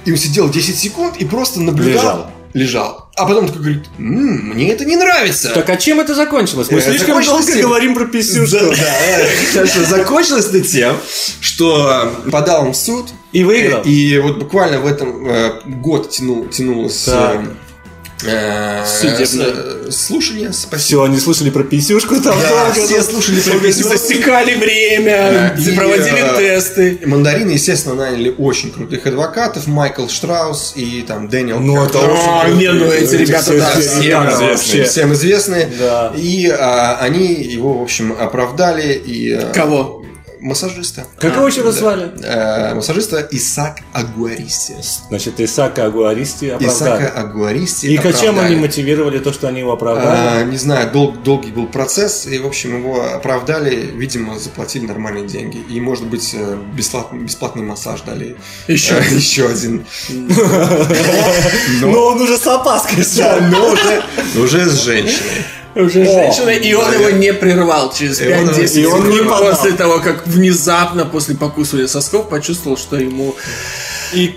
Speaker 2: и он сидел 10 секунд и просто наблюдал.
Speaker 3: Лежал.
Speaker 2: Лежал. А потом такой говорит, «М, мне это не нравится.
Speaker 3: Так а чем это закончилось? Мы
Speaker 2: Э,
Speaker 3: слишком
Speaker 2: закончилось
Speaker 3: долго
Speaker 2: тем-
Speaker 3: говорим про
Speaker 2: Да,
Speaker 3: писюшку. э.
Speaker 2: да. Хорошо, закончилось это тем, что подал он в суд, э,
Speaker 3: И выиграл.
Speaker 2: и вот буквально в этом э, год тянул, тянулось
Speaker 3: Так.
Speaker 2: э, э,
Speaker 4: Судебное.
Speaker 2: с- слушание, спасибо.
Speaker 3: Все, они слушали про писюшку там ну.
Speaker 2: Да,
Speaker 3: долго.
Speaker 2: все слушали про песню.
Speaker 4: Засекали время,
Speaker 2: Да, и,
Speaker 4: проводили
Speaker 2: э,
Speaker 4: тесты.
Speaker 2: Мандарины, естественно, наняли очень крутых адвокатов. Майкл Штраус и там Дэниел
Speaker 3: Ну,
Speaker 2: Кэр-
Speaker 3: это
Speaker 4: А,
Speaker 3: очень
Speaker 4: не, ну эти ребята,
Speaker 3: все
Speaker 4: да,
Speaker 3: известные,
Speaker 4: все,
Speaker 3: да,
Speaker 4: да.
Speaker 3: вообще.
Speaker 2: Всем известные.
Speaker 3: Да.
Speaker 2: И а, они его, в общем, оправдали. И, а,
Speaker 4: Кого?
Speaker 2: массажиста.
Speaker 3: Как
Speaker 2: А,
Speaker 3: его еще
Speaker 2: да.
Speaker 3: назвали?
Speaker 2: Э, Массажиста Исаак Агуаристи.
Speaker 3: Значит, Исака Агуаристи
Speaker 2: Исаака
Speaker 3: оправдали.
Speaker 2: Агуаристи
Speaker 3: И чем
Speaker 2: оправдали.
Speaker 3: они мотивировали то, что они его оправдали?
Speaker 2: А, не знаю, дол- долгий был процесс, и, в общем, его оправдали, видимо, заплатили нормальные деньги. И, может быть, э, бесплатный, бесплатный массаж дали.
Speaker 4: Еще.
Speaker 2: Э, еще один.
Speaker 3: Но он уже с опаской
Speaker 2: Да,
Speaker 3: стал.
Speaker 2: но уже, уже с женщиной.
Speaker 4: Уже
Speaker 3: О,
Speaker 4: женщина, и он его
Speaker 2: наверное.
Speaker 4: не прервал через
Speaker 2: И он-
Speaker 4: 5-10
Speaker 2: и он
Speaker 3: не
Speaker 4: секунд
Speaker 3: подал.
Speaker 4: после того, как внезапно после покусывания сосков почувствовал, что ему...
Speaker 3: И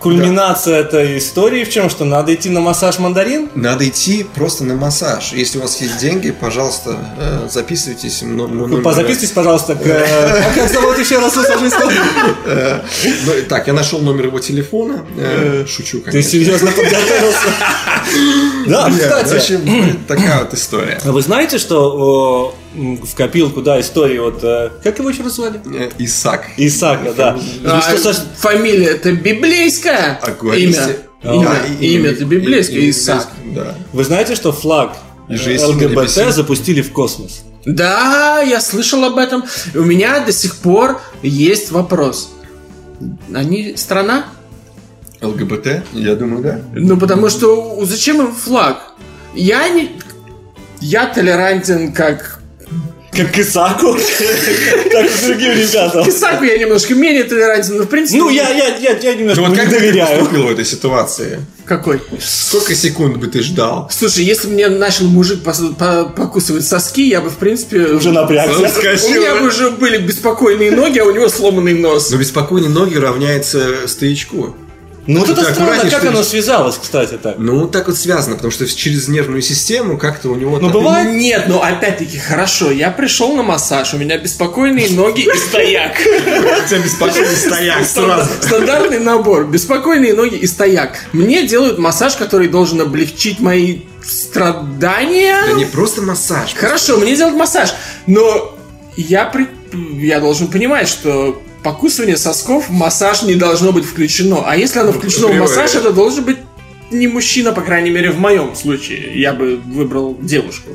Speaker 3: кульминация этой истории в чем? Что надо идти на массаж мандарин?
Speaker 2: Надо идти просто на массаж. Если у вас есть деньги, пожалуйста, э, записывайтесь. но- но-
Speaker 3: Ну,
Speaker 2: но-
Speaker 3: Позаписывайтесь, пожалуйста, к... э, а Как зовут еще раз массажиста?
Speaker 2: Э, ну, так, я нашел номер его телефона. Э, Шучу,
Speaker 3: Ты
Speaker 2: конечно.
Speaker 3: серьезно подготовился? Да,
Speaker 2: Нет, в
Speaker 3: кстати.
Speaker 2: общем, блин, такая вот история.
Speaker 3: А Вы знаете, что э, м, в копилку, да, истории вот... э, Как его еще назвали?
Speaker 2: Э, Исаак.
Speaker 3: Исака, да.
Speaker 2: Ну,
Speaker 4: А,
Speaker 3: Что со-
Speaker 4: фамилия это библейская?
Speaker 2: Агуаристи.
Speaker 4: Имя.
Speaker 3: А,
Speaker 4: Имя.
Speaker 2: А, Да, и-
Speaker 4: Имя
Speaker 2: и-
Speaker 4: это библейское,
Speaker 2: и-
Speaker 4: Исаак.
Speaker 2: Да.
Speaker 3: Вы знаете, что флаг
Speaker 2: И
Speaker 3: э,
Speaker 2: же есть
Speaker 3: ЛГБТ
Speaker 2: написано.
Speaker 3: запустили в космос?
Speaker 4: Да, я слышал об этом. У меня до сих пор есть вопрос. Они страна?
Speaker 2: ЛГБТ, я думаю, да.
Speaker 4: Ну, потому что у- зачем им флаг? Я не... Я толерантен как...
Speaker 3: Как к Исаку, так и к другим ребятам.
Speaker 4: К Исааку я немножко менее толерантен, но в принципе...
Speaker 3: Ну, я, я, я, я немножко
Speaker 2: Ну вот
Speaker 3: не
Speaker 2: как бы ты
Speaker 3: доверяю.
Speaker 2: поступил в этой ситуации?
Speaker 4: Какой?
Speaker 2: Сколько секунд бы ты ждал?
Speaker 4: Слушай, если бы мне начал мужик пос- по- покусывать соски, я бы, в принципе...
Speaker 3: Уже
Speaker 2: Ну,
Speaker 3: напрягся.
Speaker 4: У меня бы
Speaker 2: скажи.
Speaker 4: уже были беспокойные ноги, а у него сломанный нос.
Speaker 2: Но беспокойные Ну, ноги равняется стоячку.
Speaker 3: Ну, вот
Speaker 2: Ты
Speaker 3: это странно,
Speaker 2: аккуратнее,
Speaker 3: как
Speaker 2: что ли?
Speaker 3: оно связалось, кстати, так.
Speaker 2: Ну, так вот связано, потому что через нервную систему как-то у него...
Speaker 3: Ну,
Speaker 2: там-
Speaker 3: бывает. Давай.
Speaker 4: Нет, ну опять-таки, хорошо, я пришел на массаж, у меня беспокойные ноги и стояк.
Speaker 2: У тебя беспокойный стояк сразу.
Speaker 4: Ну, Стандартный набор. Беспокойные ноги и стояк. Мне делают массаж, который должен облегчить мои страдания.
Speaker 2: Да не просто массаж.
Speaker 4: Хорошо, мне делают массаж, но я, при- я должен понимать, что покусывание сосков в массаж не должно быть включено. А если оно включено в
Speaker 2: априори.
Speaker 4: массаж, это должен быть не мужчина, по крайней мере, в моем случае. Я бы выбрал девушку.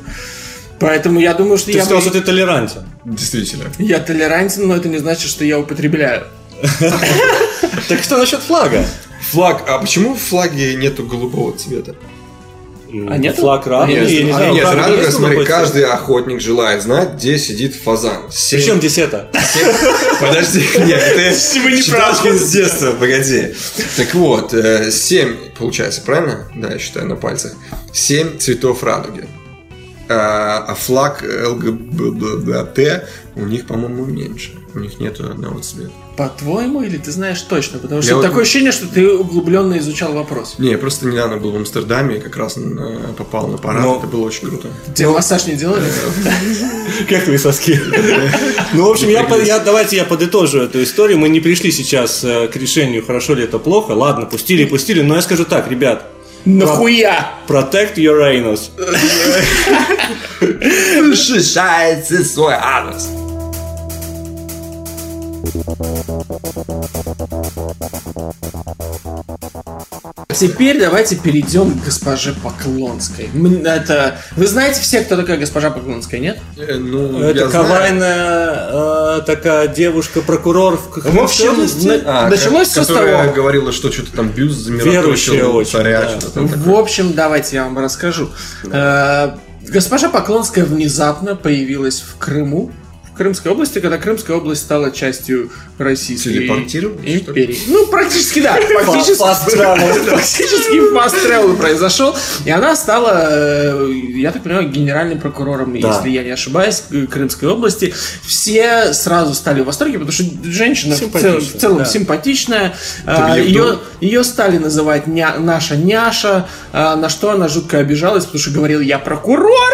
Speaker 4: Поэтому я думаю, что
Speaker 3: Ты
Speaker 4: я,
Speaker 3: сказал,
Speaker 4: бы-
Speaker 3: что ты толерантен.
Speaker 2: Действительно.
Speaker 4: я толерантен, но это не значит, что я употребляю.
Speaker 3: Так что насчет флага?
Speaker 2: Флаг. А почему в флаге нету голубого цвета?
Speaker 3: А
Speaker 4: нету?
Speaker 3: Флаг раны.
Speaker 4: Нет,
Speaker 3: я не
Speaker 4: а
Speaker 3: знаю,
Speaker 2: Нет,
Speaker 3: правда,
Speaker 2: радуга,
Speaker 3: есть
Speaker 2: смотри,
Speaker 3: голубой цвет?
Speaker 2: каждый охотник желает знать, где сидит фазан. Семь-
Speaker 3: Причем десята?
Speaker 2: Семь- Подожди, нет, ты читал с детства, погоди. Так вот, 7, получается, правильно? Да, я считаю на пальцах. 7 цветов радуги. А а флаг ЛГБТ у них, по-моему, меньше. У них нету одного цвета.
Speaker 4: По-твоему, или ты знаешь точно? Потому
Speaker 2: Я
Speaker 4: что
Speaker 2: вот-
Speaker 4: такое ощущение, что ты углубленно изучал вопрос.
Speaker 2: Не, я просто недавно был в Амстердаме и как раз э, попал на парад.
Speaker 3: Но-
Speaker 2: Это было очень круто.
Speaker 4: Тебе массаж не делали?
Speaker 3: Как твои соски? Ну, в общем, я, по- я- давайте я подытожу эту историю. Мы не пришли сейчас э, к решению, хорошо ли это плохо. Ладно, пустили, и пустили. Но я скажу так, ребят.
Speaker 4: Нахуя?
Speaker 3: Protect your anus.
Speaker 2: Шишается свой адрес.
Speaker 4: ну, Теперь давайте перейдем к госпоже Поклонской. М, Это... Вы знаете все, кто такая госпожа Поклонская, нет?
Speaker 2: Ну, я знаю.
Speaker 3: Это кавайная э, такая девушка-прокурор в
Speaker 4: В общем,
Speaker 3: Херсонской
Speaker 4: на-
Speaker 2: А,
Speaker 4: началось
Speaker 2: ко-
Speaker 4: все с
Speaker 2: которая
Speaker 4: того.
Speaker 2: говорила, что что-то там бюст
Speaker 3: Верующая
Speaker 2: замироточил,
Speaker 3: очень,
Speaker 2: царя,
Speaker 3: да.
Speaker 2: что-то там
Speaker 4: Ну, В общем, давайте я вам расскажу. Э, Госпожа Поклонская внезапно появилась в Крыму, в Крымской области, когда Крымская область стала частью Российской
Speaker 2: Телепортировалась, что ли?
Speaker 4: империи. Ну, практически да. Фактически. Фактически fast travel произошел, и она стала, э, я так понимаю, генеральным прокурором,
Speaker 3: Да.
Speaker 4: если я не ошибаюсь, к- Крымской области. Все сразу стали в восторге, потому что женщина в
Speaker 3: Симпатичная,
Speaker 4: целом, в целом
Speaker 3: да.
Speaker 4: симпатичная. А,
Speaker 2: бьёт
Speaker 4: Ее,
Speaker 2: дур.
Speaker 4: ее стали называть ня- наша няша, а, на что она жутко обижалась, потому что говорила, я прокурор,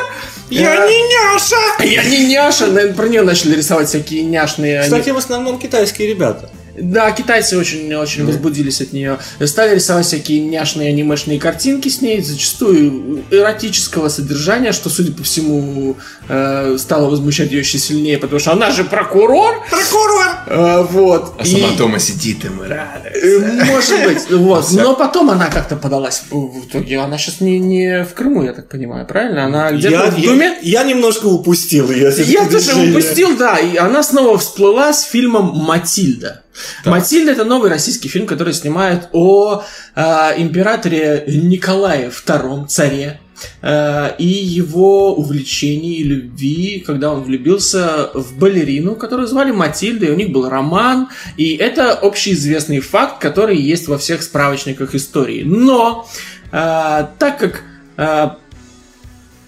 Speaker 4: я не
Speaker 3: няша!
Speaker 4: я не няша, Наверное, про нее начали рисовать всякие няшные. они-
Speaker 3: Кстати, в основном китайские ребята.
Speaker 4: Да, китайцы очень-очень
Speaker 2: Да.
Speaker 4: возбудились от нее. Стали рисовать всякие няшные анимешные картинки с ней, зачастую эротического содержания, что, судя по всему, э, стало возмущать ее еще сильнее, потому что она же прокурор. Прокурор! вот.
Speaker 2: А
Speaker 4: И-
Speaker 2: сама дома сидит и мы рады.
Speaker 4: Э, Может быть, вот. Но потом она как-то подалась в в итоге. Она сейчас не, не в Крыму, я так понимаю, правильно? Она где-то
Speaker 3: Я,
Speaker 4: в
Speaker 3: я-
Speaker 4: Думе.
Speaker 3: я немножко упустил ее. с
Speaker 4: Я
Speaker 3: этого
Speaker 4: тоже
Speaker 3: движения.
Speaker 4: упустил, да. И она снова всплыла с фильмом «Матильда». «Матильда» — это новый российский фильм, который снимают о э, императоре Николае II, царе, э, и его увлечении и любви, когда он влюбился в балерину, которую звали Матильда, и у них был роман. И это общеизвестный факт, который есть во всех справочниках истории. Но э, так как э,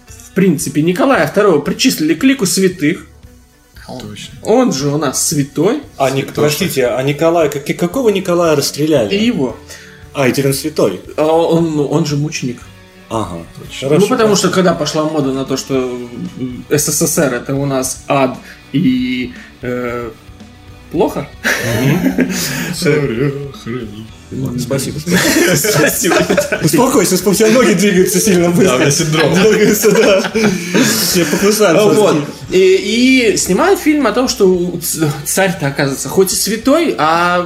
Speaker 4: в принципе, Николая II причислили к лику святых.
Speaker 1: Точно.
Speaker 4: Он же у нас святой,
Speaker 3: А, Ник- простите, а Николая, как- какого Николая
Speaker 4: и
Speaker 3: расстреляли?
Speaker 4: его.
Speaker 3: А, и теперь он святой.
Speaker 4: А Он, он же мученик.
Speaker 3: Ага,
Speaker 4: ну, потому что когда пошла мода на то, что м, СССР это у нас ад и э, плохо.
Speaker 3: Спасибо.
Speaker 4: Спасибо.
Speaker 3: Успокойся, у тебя ноги двигаются сильно быстро.
Speaker 2: Да, у меня синдром.
Speaker 3: Двигаются, да. Я покусаю.
Speaker 4: Вот. И, и снимают фильм о том, что ц- царь-то, оказывается, хоть и святой, а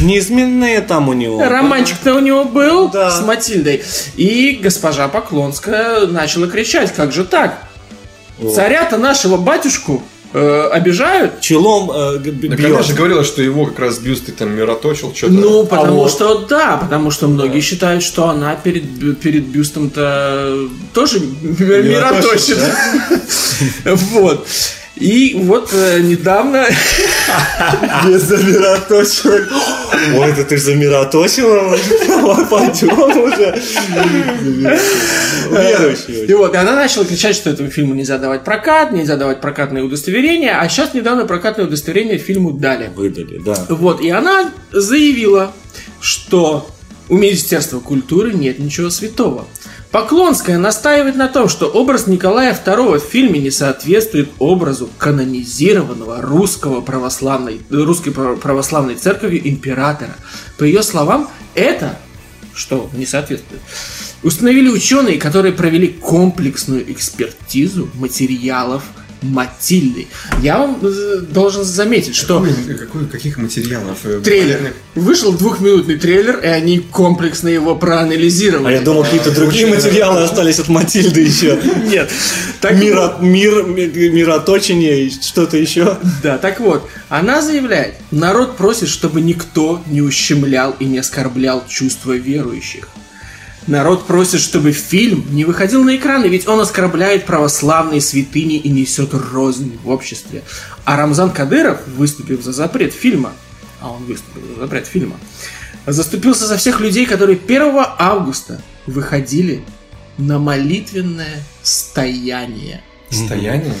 Speaker 3: Неизменные там у него.
Speaker 4: Романчик-то у него был
Speaker 3: Да.
Speaker 4: с Матильдой. И госпожа Поклонская начала кричать, как же так?
Speaker 3: О.
Speaker 4: Царя-то нашего батюшку э, обижают.
Speaker 3: Челом э, г-
Speaker 2: Так она же
Speaker 3: бьет.
Speaker 2: говорила, что его как раз бюст ты там мироточил, что-то.
Speaker 4: Ну, потому
Speaker 3: вот.
Speaker 4: что да, потому что многие считают, что она перед, бю- перед бюстом-то тоже м- мироточит. Вот. И вот э, недавно
Speaker 3: Без замироточила. Ой, это ты ж замироточила. Пойдем уже. Э, Верующий.
Speaker 4: И вот, и она начала кричать, что этому фильму нельзя давать прокат, нельзя давать прокатные удостоверения, а сейчас недавно прокатное удостоверение фильму дали.
Speaker 3: Выдали, да.
Speaker 4: Вот, и она заявила, что у Министерства культуры нет ничего святого. Поклонская настаивает на том, что образ Николая II в фильме не соответствует образу канонизированного русского православной, русской прав- православной церковью императора. По ее словам, это что не соответствует. Установили ученые, которые провели комплексную экспертизу материалов Матильды. Я вам э, должен заметить, что
Speaker 2: Какой- какой- каких материалов? э,
Speaker 4: Трейлер. Вышел двухминутный трейлер, и они комплексно его
Speaker 3: А
Speaker 4: проанализировали.
Speaker 3: я думал, какие-то другие материалы остались от Матильды еще.
Speaker 4: Нет. Так
Speaker 3: Миро- мир, ми- мироточение и что-то еще.
Speaker 4: Да, так вот, она заявляет, народ просит, чтобы никто не ущемлял и не оскорблял чувства верующих. Народ просит, чтобы фильм не выходил на экраны, ведь он оскорбляет православные святыни и несет рознь в обществе. А Рамзан Кадыров, выступив за запрет фильма, а он выступил за запрет фильма, заступился за всех людей, которые 1 августа выходили на молитвенное стояние.
Speaker 2: Состояние?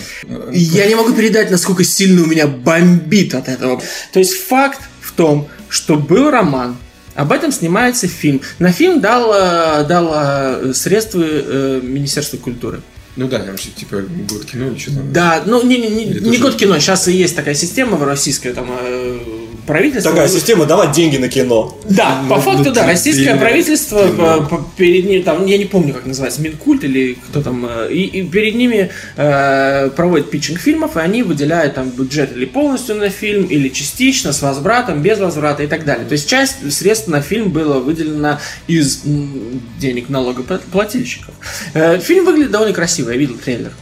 Speaker 4: И Я не могу передать, насколько сильно у меня бомбит от этого. То есть факт в том, что был роман, об этом снимается фильм. На фильм дало, дало средства э, Министерства культуры.
Speaker 2: Ну да, там же типа год кино или что там.
Speaker 4: Да, ну не, не, не,
Speaker 2: Или
Speaker 4: не
Speaker 2: тоже-
Speaker 4: год кино, сейчас и есть такая система российская, там э, правительство.
Speaker 3: Такая система, давать деньги на кино.
Speaker 4: Да, по
Speaker 2: Ну,
Speaker 4: факту,
Speaker 2: ну,
Speaker 4: да,
Speaker 2: ты-
Speaker 4: российское
Speaker 2: ты-
Speaker 4: правительство
Speaker 2: ты-
Speaker 4: э, по- перед ним, там, я не помню, как называется, Минкульт или кто там, э, и, и перед ними э, проводят питчинг фильмов, и они выделяют там бюджет или полностью на фильм, или частично, с возвратом, без возврата и так далее. То есть часть средств на фильм было выделено из м, денег налогоплательщиков. Э, фильм выглядит довольно красиво, я видел трейлер.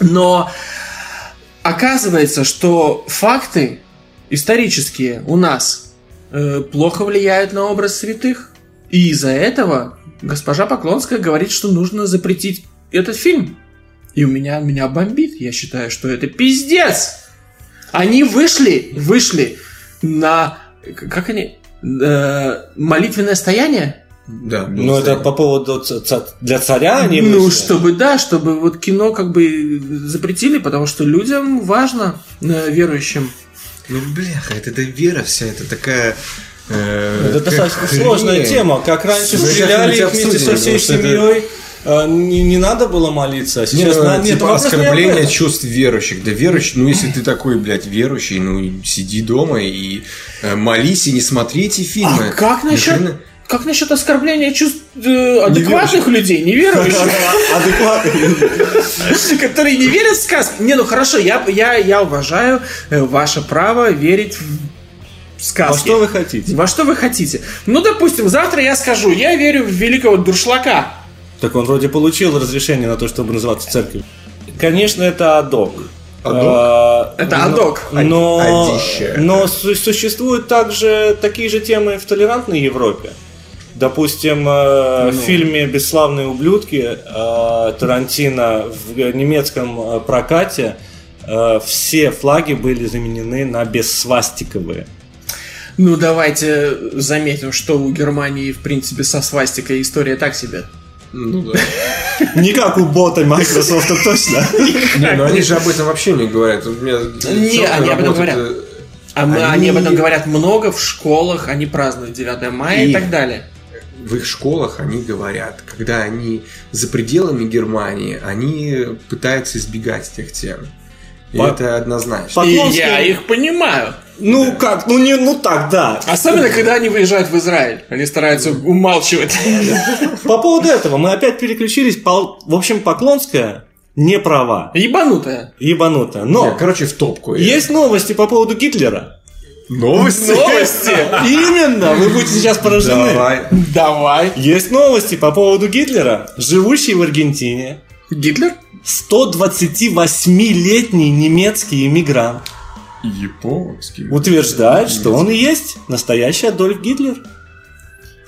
Speaker 4: Но оказывается, что факты исторические у нас э, плохо влияют на образ святых. И из-за этого госпожа Поклонская говорит, что нужно запретить этот фильм. И у меня, меня бомбит. Я считаю, что это пиздец. Они вышли, вышли на... к- Как они? Э, молитвенное стояние?
Speaker 2: Да, было
Speaker 3: Ну, это
Speaker 2: состояние.
Speaker 3: по поводу ц- ц- для царя они
Speaker 4: ну,
Speaker 3: вышли.
Speaker 4: чтобы, да, чтобы вот кино как бы запретили, потому что людям важно, э, верующим.
Speaker 2: Ну, бляха, это, да вера вся, это такая... э,
Speaker 3: Это
Speaker 2: как
Speaker 3: достаточно
Speaker 2: хрень.
Speaker 3: сложная тема. Как раньше
Speaker 2: Слушай,
Speaker 3: стреляли
Speaker 2: мы
Speaker 3: их вместе
Speaker 2: обсудим,
Speaker 3: со
Speaker 2: потому
Speaker 3: всей
Speaker 2: что это-
Speaker 3: семьей. э, не, не надо было молиться, а сейчас
Speaker 2: Нет,
Speaker 3: надо.
Speaker 2: типа
Speaker 3: вопрос не об
Speaker 2: оскорбление
Speaker 3: этом.
Speaker 2: чувств верующих. Да верующий, ну если ты такой, блядь, верующий, ну и сиди дома и э, молись и не смотри эти фильмы.
Speaker 4: А как
Speaker 2: Ни
Speaker 4: насчет,
Speaker 2: хрена-
Speaker 4: как насчет оскорбления чувств э, адекватных людей, неверующих,
Speaker 3: Адекватно.
Speaker 4: которые не верят в сказки? Не, ну хорошо, я, я, я уважаю э, ваше право верить в
Speaker 3: А
Speaker 4: сказки.
Speaker 3: что вы хотите?
Speaker 4: Во что вы хотите? Ну, допустим, завтра я скажу, я верю в великого дуршлака.
Speaker 3: Так он вроде получил разрешение на то, чтобы называться церковью. Конечно, это А, ну, адок. Адок?
Speaker 4: Это адок.
Speaker 3: Но,
Speaker 2: Адище.
Speaker 3: но су- существуют также такие же темы в толерантной Европе. Допустим, э, в фильме «Бесславные ублюдки» э, Тарантино в немецком э, прокате э, все флаги были заменены на бессвастиковые.
Speaker 4: Ну, давайте заметим, что у Германии, в принципе, со свастикой история так себе.
Speaker 2: Ну да.
Speaker 3: Не как у бота Microsoft точно.
Speaker 2: Не, ну они же об этом вообще не говорят. У меня э, чёрная
Speaker 4: они об этом
Speaker 2: работа,
Speaker 4: говорят.
Speaker 2: это-
Speaker 4: А мы-
Speaker 2: Они-
Speaker 4: они... об этом говорят много в школах, они празднуют 9 мая и,
Speaker 2: И-
Speaker 4: так далее.
Speaker 2: в их школах они говорят, когда они за пределами Германии, они пытаются избегать этих тем. И
Speaker 3: По-
Speaker 2: это однозначно.
Speaker 3: по-
Speaker 4: И
Speaker 3: Поклонские-
Speaker 4: я их понимаю.
Speaker 3: Ну как, ну не, ну так, да.
Speaker 4: Особенно, когда они выезжают в Израиль. Они стараются умалчивать.
Speaker 3: По поводу этого мы опять переключились. Пол- В общем, Поклонская не права.
Speaker 4: Ебанутая.
Speaker 3: Ебанутая.
Speaker 2: Не,
Speaker 3: Но
Speaker 2: короче, в топку. я.
Speaker 3: есть новости по поводу Гитлера.
Speaker 2: новости?
Speaker 4: Новости!
Speaker 3: Именно, вы будете сейчас поражены.
Speaker 2: Давай.
Speaker 4: Давай.
Speaker 3: Есть новости по поводу Гитлера. Живущий в Аргентине
Speaker 4: Гитлер?
Speaker 3: 128-летний немецкий иммигрант
Speaker 2: Японский.
Speaker 3: утверждает, что он и есть настоящий Адольф Гитлер.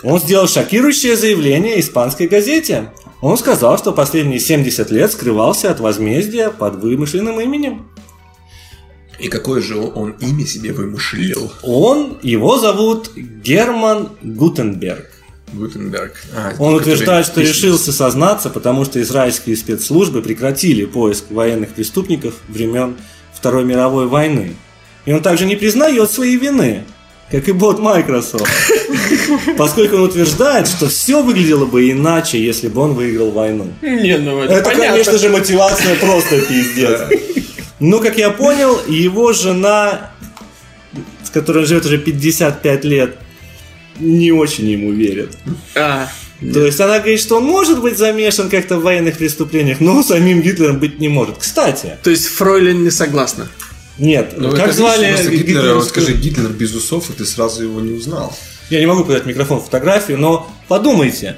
Speaker 3: Он сделал шокирующее заявление испанской газете. Он сказал, что последние 70 лет скрывался от возмездия под вымышленным именем.
Speaker 2: И какое же он имя себе вымышлил?
Speaker 3: Он, его зовут Герман Гутенберг.
Speaker 2: Гутенберг. А,
Speaker 3: Он
Speaker 2: который
Speaker 3: утверждает, что
Speaker 2: пишет.
Speaker 3: решился сознаться, потому что израильские спецслужбы прекратили поиск военных преступников времен Второй мировой войны. И он также не признает своей вины, как и бот Microsoft, поскольку он утверждает, что все выглядело бы иначе, если бы он выиграл войну.
Speaker 4: Не, ну это,
Speaker 3: Это,
Speaker 4: понятно.
Speaker 3: конечно же, мотивация просто пиздец. Ну, как я понял, его жена, с которой он живет уже 55 лет, не очень ему верит.
Speaker 4: А,
Speaker 3: То есть она говорит, что он может быть замешан как-то в военных преступлениях, но самим Гитлером быть не может. Кстати,
Speaker 4: то есть Фройлен не согласна.
Speaker 3: нет,
Speaker 2: Ну,
Speaker 3: как
Speaker 2: это
Speaker 3: звали
Speaker 2: просто Гитлера? Вот
Speaker 3: гитлеровскую-
Speaker 2: скажи, Гитлер без усов, и ты сразу его не узнал.
Speaker 3: Я не могу подать микрофон фотографию, но подумайте.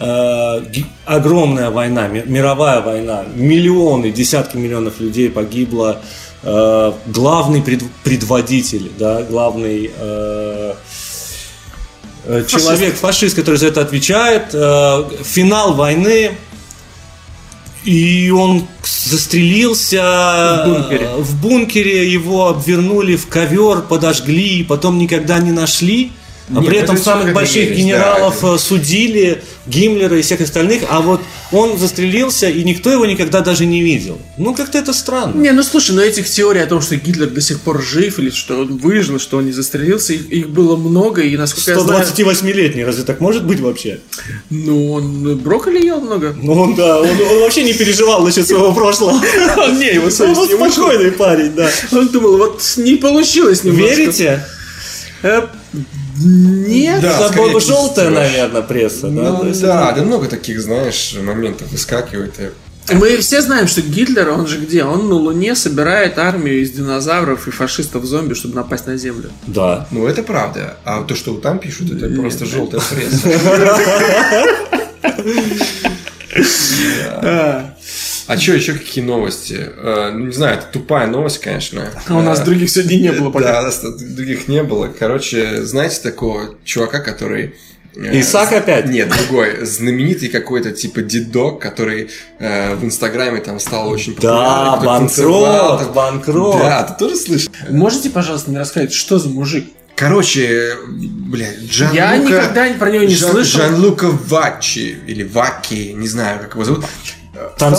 Speaker 3: э, ги- Огромная война, ми- мировая война, миллионы, десятки миллионов людей погибло. э, Главный пред- предводитель, да, главный э, э, человек, фашист, который за это отвечает. э, Финал войны. И он застрелился
Speaker 4: В бункере.
Speaker 3: э, в бункере, его обвернули в ковер, подожгли, и потом никогда не нашли. А
Speaker 4: Ну,
Speaker 2: Нет,
Speaker 3: при этом
Speaker 2: это
Speaker 3: самых
Speaker 2: всё
Speaker 3: больших
Speaker 2: как есть,
Speaker 3: генералов
Speaker 2: да.
Speaker 3: э, судили, Гиммлера и всех остальных, а вот он застрелился, и никто его никогда даже не видел. Ну, как-то это странно.
Speaker 4: Не, ну слушай, но этих теорий о том, что Гитлер до сих пор жив, или что он выжил, что он не застрелился, их, их было много, и насколько я знаю...
Speaker 3: 128-летний, разве так может быть вообще?
Speaker 4: Ну, он брокколи ел много.
Speaker 3: Ну, он, да, он, он вообще не переживал насчет своего прошлого.
Speaker 4: Он не, его
Speaker 3: Он
Speaker 4: совесть не
Speaker 3: был
Speaker 4: мучила.
Speaker 3: спокойный парень, да.
Speaker 4: Он думал, вот не получилось немножко.
Speaker 3: Верите?
Speaker 4: Э, Нет.
Speaker 2: Да,
Speaker 3: Да,
Speaker 2: скорее,
Speaker 3: желтая,
Speaker 2: чувствуешь.
Speaker 3: наверное, пресса, да?
Speaker 2: Ну
Speaker 3: то есть
Speaker 2: да, да много таких, знаешь, моментов выскакивает. и-
Speaker 4: Мы все знаем, что Гитлер, он же где? Он на Луне собирает армию из динозавров и фашистов-зомби, чтобы напасть на Землю.
Speaker 3: Да.
Speaker 2: Ну это правда. А то, что там пишут, это просто желтая пресса. А что еще какие новости? Э, ну, Не знаю, это тупая новость, конечно.
Speaker 4: А у нас
Speaker 2: Э,
Speaker 4: других сегодня не было пока.
Speaker 2: Да, у нас тут других не было. Короче, знаете такого чувака, который... э,
Speaker 3: Исаак опять?
Speaker 2: Нет, другой. Знаменитый какой-то типа дедок, который э, в Инстаграме там стал очень
Speaker 3: Да,
Speaker 2: популярным. кто-то танцевал,
Speaker 3: банкрот,
Speaker 2: там-
Speaker 3: банкрот.
Speaker 2: Да, ты тоже слышал?
Speaker 4: Можете, пожалуйста, мне рассказать, что за мужик?
Speaker 2: Короче, бля, Джан
Speaker 4: Я
Speaker 2: Лука-
Speaker 4: никогда про него не
Speaker 2: Жан-
Speaker 4: слышал.
Speaker 2: Жан-Лука Вачи, или Ваки, не знаю, как его зовут. Э, стал популярным,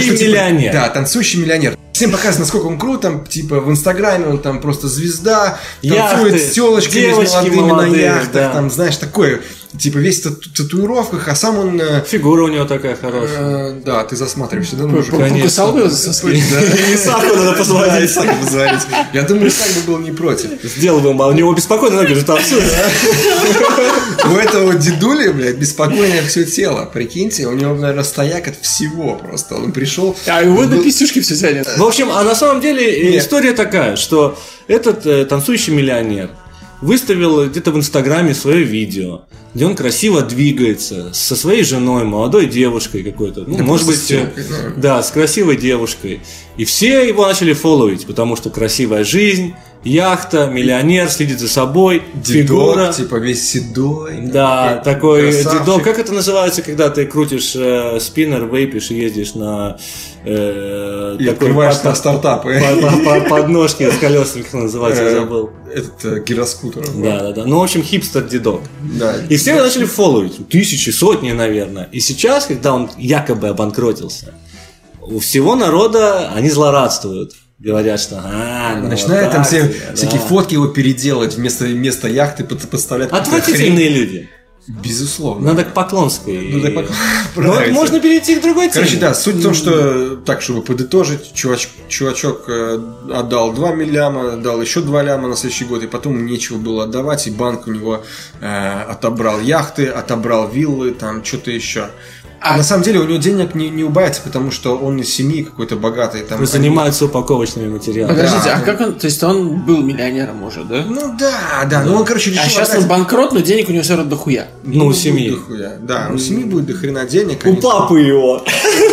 Speaker 2: что, типа,
Speaker 3: миллионер.
Speaker 2: Да, танцующий миллионер. Всем показывают, насколько он крут, там, типа, в Инстаграме он там просто звезда, танцует
Speaker 3: Яхты,
Speaker 2: с телочками, с
Speaker 3: девочки
Speaker 2: молодыми
Speaker 3: молодые,
Speaker 2: на яхтах,
Speaker 3: да.
Speaker 2: там, знаешь, такое, типа, весь в тату- татуировках, а сам он... э,
Speaker 3: Фигура у него такая хорошая.
Speaker 2: э, да, ты засматриваешься, да,
Speaker 4: П-
Speaker 2: мужик?
Speaker 4: п-
Speaker 3: конечно.
Speaker 4: Покусал бы за соски?
Speaker 2: Да.
Speaker 3: Исаку надо
Speaker 2: Да,
Speaker 3: позвонить.
Speaker 2: Исаак позвонить. Я думаю, Исаак бы был не против.
Speaker 3: Сделал бы, а у него беспокойно ноги же танцуют.
Speaker 2: У этого дедули, блядь, беспокойное все тело. Прикиньте, у него, наверное, стояк от всего просто. Он пришел...
Speaker 4: А его
Speaker 2: Ну,
Speaker 4: до писюшки все Ну, тянет.
Speaker 3: В общем, а на самом деле э,
Speaker 2: Нет.
Speaker 3: история такая, что этот э, танцующий миллионер выставил где-то в Инстаграме свое видео, где он красиво двигается со своей женой, молодой девушкой какой-то, ну,
Speaker 2: просто
Speaker 3: может быть,
Speaker 2: с
Speaker 3: э,
Speaker 2: телкой, ну.
Speaker 3: да, с красивой девушкой. И все его начали фолловить, потому что красивая жизнь, яхта, миллионер следит за собой, фигура.
Speaker 2: Дедок, типа, весь седой.
Speaker 3: Да, такой
Speaker 2: красавчик.
Speaker 3: дедок. Как это называется, когда ты крутишь э, спиннер, вейпишь и ездишь на э,
Speaker 2: И
Speaker 3: такой
Speaker 2: открываешь
Speaker 3: под-
Speaker 2: на стартапы.
Speaker 3: под- под- подножки с колесами, как называется, я
Speaker 2: Э,
Speaker 3: забыл.
Speaker 2: Этот э, гироскутер.
Speaker 3: Да, да, да. Ну, в общем, хипстер дедок.
Speaker 2: Да.
Speaker 3: И все его начали фолловить. Тысячи, сотни, наверное. И сейчас, когда он якобы обанкротился, у всего народа они злорадствуют. Говорят, что а, ну,
Speaker 2: Начинает
Speaker 3: вот
Speaker 2: там
Speaker 3: так
Speaker 2: все
Speaker 3: тебе, да».
Speaker 2: всякие фотки его переделать вместо, вместо яхты, под- подставлять... какую-то
Speaker 3: Отвратительные люди.
Speaker 2: хрень. Безусловно.
Speaker 3: Надо к Поклонской.
Speaker 2: Надо пока-
Speaker 3: Ну,
Speaker 2: Правильно.
Speaker 3: можно перейти к другой теме.
Speaker 2: Короче, да, суть в том, что, так, чтобы подытожить, чувач- чувачок э, отдал 2 милляма, дал еще 2 ляма на следующий год, и потом ему нечего было отдавать, и банк у него э, отобрал яхты, отобрал виллы, там что-то еще. А на самом деле у него денег не, не убавится, потому что он из семьи какой-то богатой. Там,
Speaker 3: Вы занимаются упаковочными материалами.
Speaker 4: Подождите, а
Speaker 2: да.
Speaker 4: как он... То есть он был миллионером уже, да?
Speaker 2: Ну да, да, ну он, короче, решил...
Speaker 4: А сейчас он
Speaker 2: отдать.
Speaker 4: банкрот, но денег у него все равно дохуя.
Speaker 3: Ну, у семьи.
Speaker 2: Дохуя. Да, у семьи будет дохрена денег.
Speaker 3: У
Speaker 2: они-
Speaker 3: папы его,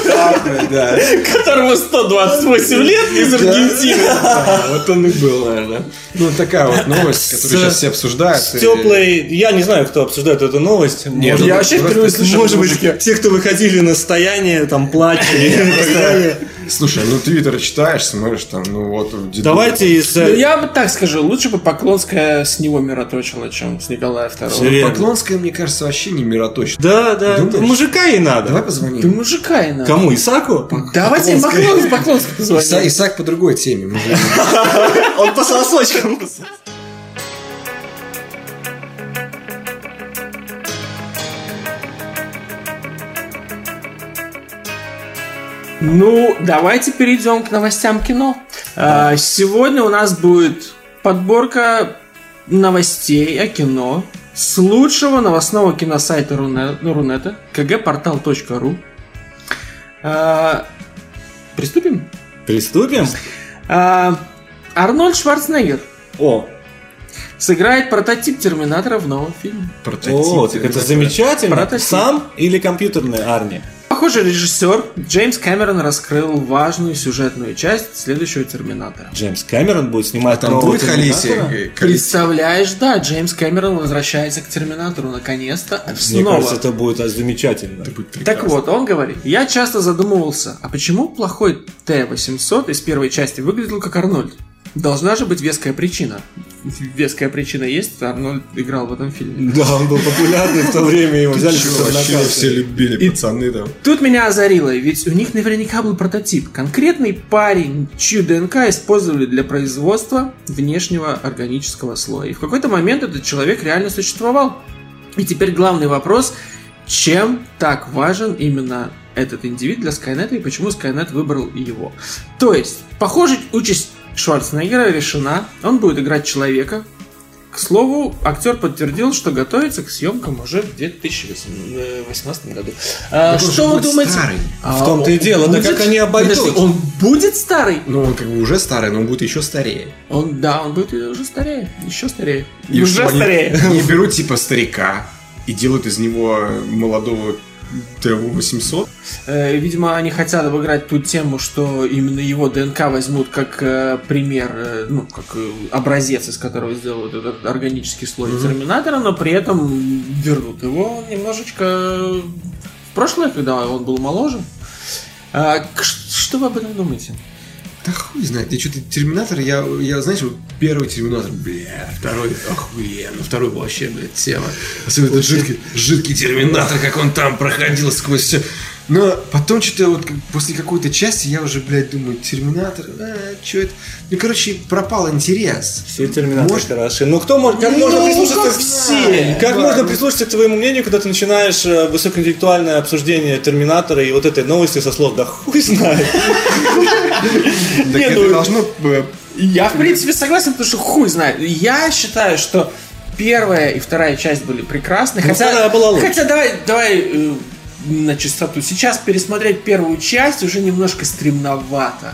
Speaker 2: Папы, да.
Speaker 4: Которому 128 лет из
Speaker 2: Да. Да, Вот он и был, наверное. Ну, такая вот новость, которую сейчас все обсуждают.
Speaker 3: с теплой... Я не знаю, кто обсуждает эту новость.
Speaker 2: Нет, ну,
Speaker 3: может,
Speaker 4: Я вообще
Speaker 2: Просто-
Speaker 4: впервые слышу
Speaker 3: может
Speaker 4: о
Speaker 3: быть,
Speaker 4: мужике.
Speaker 3: те, кто выходили на стояние, там, плачи и так далее.
Speaker 2: Слушай, ну твиттер читаешь, смотришь там, ну вот... дедуль.
Speaker 3: Давайте из... э,
Speaker 4: Ну, я бы так скажу, лучше бы Поклонская с него мироточила, чем с Николая
Speaker 3: Все
Speaker 4: Второго.
Speaker 3: верно.
Speaker 2: Поклонская, мне кажется, вообще не мироточна.
Speaker 3: Да, да,
Speaker 2: Думаешь?
Speaker 3: мужика ей
Speaker 2: Давай
Speaker 3: надо.
Speaker 4: Ты
Speaker 2: позвоним.
Speaker 4: мужика и надо.
Speaker 3: Кому, Исаку?
Speaker 4: Давайте им Поклон- Поклонскую
Speaker 2: Иса-
Speaker 4: позвоним.
Speaker 2: Исаак по другой теме. мы же-
Speaker 3: Он по сосочкам.
Speaker 4: Ну, давайте перейдем к новостям кино. А, Сегодня у нас будет подборка новостей о кино с лучшего новостного киносайта Руне- Рунета kgportal.ru А, Приступим?
Speaker 3: Приступим?
Speaker 4: А, Арнольд Шварценеггер
Speaker 3: О,
Speaker 4: сыграет прототип Терминатора в новом фильме.
Speaker 2: Прототип.
Speaker 3: о, так это замечательно.
Speaker 4: Прототип.
Speaker 3: Сам или компьютерный Арни?
Speaker 4: Похоже, режиссер Джеймс Кэмерон раскрыл важную сюжетную часть следующего Терминатора.
Speaker 3: Джеймс Кэмерон будет
Speaker 2: А
Speaker 3: снимать
Speaker 2: там
Speaker 3: нового
Speaker 2: будет
Speaker 3: «Терминатора»?
Speaker 2: Халисия?
Speaker 4: Представляешь, да, Джеймс Кэмерон возвращается к Терминатору наконец-то
Speaker 3: Мне
Speaker 4: снова.
Speaker 3: кажется, это будет а, замечательно.
Speaker 4: Так вот, он говорит, я часто задумывался, а почему плохой Т-800 из первой части выглядел как Арнольд? Должна же быть веская причина. Веская причина есть, Арнольд играл в этом фильме.
Speaker 3: Да, он был популярный в то время, его взяли как
Speaker 2: Вообще
Speaker 3: однокашника.
Speaker 2: все любили, пацаны там.
Speaker 4: Тут меня озарило, ведь у них наверняка был прототип. Конкретный парень, чью ДНК использовали для производства внешнего органического слоя. И в какой-то момент этот человек реально существовал. И теперь главный вопрос, чем так важен именно этот индивид для Скайнета и почему Скайнет выбрал его. То есть, похоже, участь Шварценеггера решена. Он будет играть человека. К слову, актер подтвердил, что готовится к съемкам уже в 2018 году. А,
Speaker 2: Так он же
Speaker 4: что вы
Speaker 2: будет
Speaker 4: думаете?
Speaker 2: старый.
Speaker 4: А,
Speaker 3: В том-то и
Speaker 4: он
Speaker 3: дело, да
Speaker 4: будет-
Speaker 3: как они обойдут?
Speaker 4: Подожди, он будет старый?
Speaker 2: Ну, он как бы уже старый, но он будет еще старее.
Speaker 4: Он, да, он будет уже старее, еще старее.
Speaker 2: И чтобы они Не берут типа старика и делают из него молодого Т-800.
Speaker 4: Э, Видимо, они хотят обыграть ту тему, что именно его ДНК возьмут как э, пример, э, ну, как э, образец, из которого сделают этот органический слой терминатора, но при этом вернут его немножечко в прошлое, когда он был моложе. А, к- что вы об этом думаете?
Speaker 2: Да хуй знает, я что-то терминатор, я, я, знаешь, вот первый терминатор, бля, второй, охуенно, второй был вообще, блядь, тема. Особенно этот жидкий, жидкий терминатор, как он там проходил сквозь все. Но потом что-то вот как- после какой-то части я уже, блядь, думаю, Терминатор, а, что это? Ну, короче, пропал интерес.
Speaker 3: Все терминаторы
Speaker 2: Может-
Speaker 3: хороши. Но кто может, как
Speaker 2: Ну,
Speaker 3: можно прислушаться
Speaker 2: как знает,
Speaker 3: Как
Speaker 2: да,
Speaker 3: можно
Speaker 2: ну.
Speaker 3: прислушаться к твоему мнению, когда ты начинаешь э, высокоинтеллектуальное обсуждение терминатора и вот этой новости со слов да хуй знает.
Speaker 2: Так
Speaker 4: Не,
Speaker 2: это
Speaker 4: ну-
Speaker 2: должно... э,
Speaker 4: Я, в принципе, согласен, потому что хуй знает. Я считаю, что первая и вторая часть были прекрасны.
Speaker 3: Ну,
Speaker 4: хотя,
Speaker 3: вторая была лучше.
Speaker 4: Хотя давай, давай э, на чистоту. Сейчас пересмотреть первую часть уже немножко стремновато.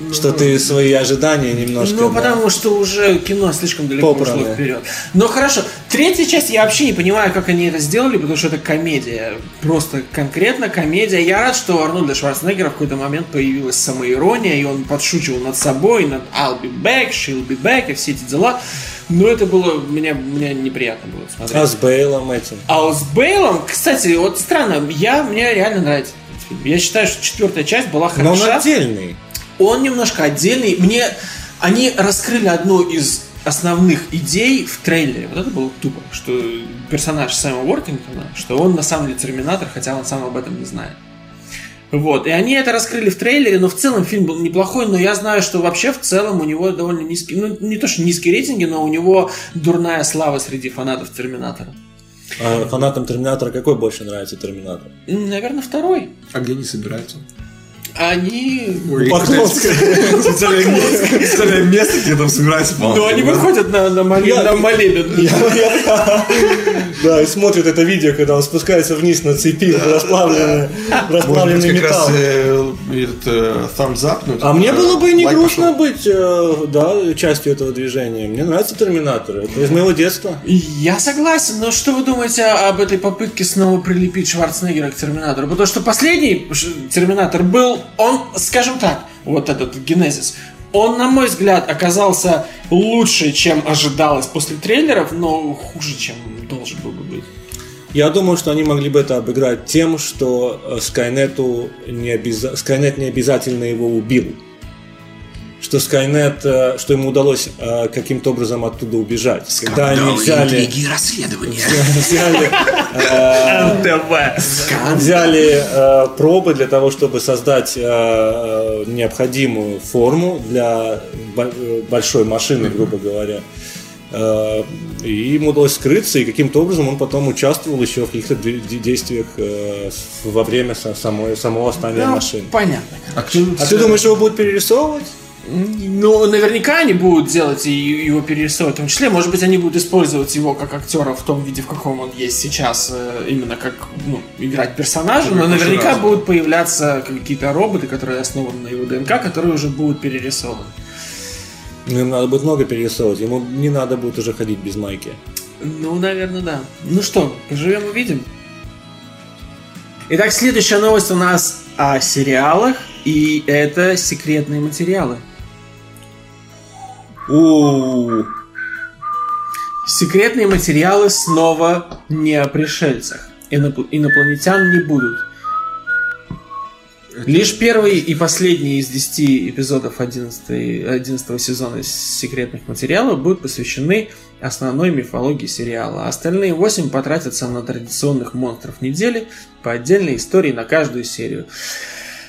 Speaker 2: Ну,
Speaker 3: Что ты свои ожидания немножко.
Speaker 4: Ну,
Speaker 3: да.
Speaker 4: потому что уже кино слишком далеко
Speaker 3: Попрано.
Speaker 4: ушло вперед. Но хорошо, третья часть я вообще не понимаю, как они это сделали, потому что это комедия. Просто конкретно комедия. Я рад, что у Арнольда Шварценеггера в какой-то момент появилась самоирония, и он подшучивал над собой, над I'll be back, she'll be back и все эти дела. Но это было, мне, мне неприятно было смотреть.
Speaker 3: А с Бейлом этим.
Speaker 4: А вот с Бейлом, кстати, вот странно, я, мне реально нравится этот фильм. Я считаю, что четвертая часть была
Speaker 3: Но
Speaker 4: хороша.
Speaker 3: он отдельный.
Speaker 4: Он немножко отдельный. Мне они раскрыли одну из основных идей в трейлере. Вот это было тупо, что персонаж Сэма Уортингтона, что он на самом деле Терминатор, хотя он сам об этом не знает. Вот, и они это раскрыли в трейлере, но в целом фильм был неплохой, но я знаю, что вообще в целом у него довольно низкий, ну не то что низкие рейтинги, но у него дурная слава среди фанатов Терминатора.
Speaker 3: А фанатам Терминатора какой больше нравится Терминатор?
Speaker 4: М, Наверное, второй.
Speaker 2: А где они собираются?
Speaker 4: Они...
Speaker 2: Ой, Специальное место- специальное место, где там собираются
Speaker 4: Ну, они выходят на, на, моле-
Speaker 3: Я-
Speaker 4: на молебен.
Speaker 3: Да, и смотрит это видео, когда он спускается вниз на цепи, расплавленный,
Speaker 2: Может
Speaker 3: расплавленный
Speaker 2: быть, как раз
Speaker 3: металл.
Speaker 2: э, этот э, thumbs up, ну,
Speaker 3: А мне
Speaker 2: э,
Speaker 3: было бы и не
Speaker 2: лайк
Speaker 3: грустно
Speaker 2: пошел.
Speaker 3: быть, э, да, частью этого движения. Мне нравятся Терминаторы. Это из моего детства.
Speaker 4: Я согласен, но что вы думаете об этой попытке снова прилепить Шварценеггера к Терминатору? Потому что последний ш- Терминатор был, он, скажем так, вот этот генезис, он, на мой взгляд, оказался лучше, чем ожидалось после трейлеров, но хуже, чем должен был бы быть.
Speaker 3: Я думаю, что они могли бы это обыграть тем, что э, Скайнету не обяза- Скайнет не обязательно его убил. Что Скайнет, э, что ему удалось э, каким-то образом оттуда убежать. Когда они взяли,
Speaker 1: интриги и расследования.
Speaker 3: взяли, э, взяли э, пробы для того, чтобы создать э, э, необходимую форму для бо- э, большой машины, грубо говоря. Э, И ему удалось скрыться, и каким-то образом он потом участвовал еще в каких-то де- де- действиях э, с- во время со- самой, самого восстания
Speaker 4: Да,
Speaker 3: машин.
Speaker 4: Ну, понятно.
Speaker 2: А кто-нибудь
Speaker 3: А ты думаешь, его будут перерисовывать?
Speaker 4: Ну, наверняка они будут делать и его перерисовывать, в том числе, может быть, они будут использовать его как актера в том виде, в каком он есть сейчас, э, именно как ну, играть персонажа, но
Speaker 2: Как
Speaker 4: наверняка
Speaker 2: персонажа.
Speaker 4: будут появляться какие-то роботы, которые основаны на его ДНК, которые уже будут перерисованы.
Speaker 3: Ну, Им надо будет много перерисовывать, ему не надо будет уже ходить без майки.
Speaker 4: Ну, наверное, да. Ну что, поживем увидим. Итак, следующая новость у нас о сериалах, и это секретные материалы.
Speaker 3: у
Speaker 4: Секретные материалы снова не о пришельцах. Инопл- Инопланетян не будут. Лишь первый и последний из 10 эпизодов 11, 11 сезона секретных материалов будут посвящены основной мифологии сериала. а Остальные 8 потратятся на традиционных монстров недели по отдельной истории на каждую серию.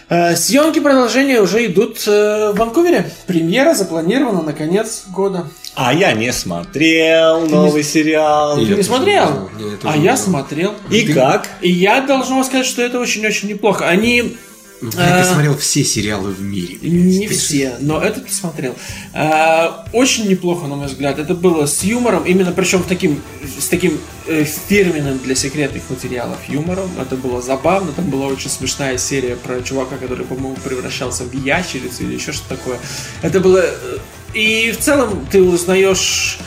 Speaker 4: Э, Съемки продолжения уже идут э, в Ванкувере. Премьера запланирована на конец года.
Speaker 3: А я не смотрел новый сериал.
Speaker 2: И-
Speaker 4: Ты
Speaker 2: Я
Speaker 4: не
Speaker 2: тоже не
Speaker 4: смотрел?
Speaker 2: знал. Не, я тоже
Speaker 4: а
Speaker 2: не
Speaker 4: я
Speaker 2: знал.
Speaker 4: смотрел.
Speaker 3: И как?
Speaker 4: И я должен вам сказать, что это очень-очень неплохо. Они
Speaker 2: Ну, Я
Speaker 4: А.
Speaker 3: Э,
Speaker 2: смотрел все сериалы в мире.
Speaker 4: не
Speaker 2: Ты
Speaker 4: все, но этот посмотрел. А, очень неплохо, на мой взгляд. Это было с юмором, именно причем таким, с таким э, фирменным для секретных материалов юмором. Это было забавно, там была очень смешная серия про чувака, который, по-моему, превращался в ящерицу или еще что-то такое. Это было... э, И в целом ты узнаешь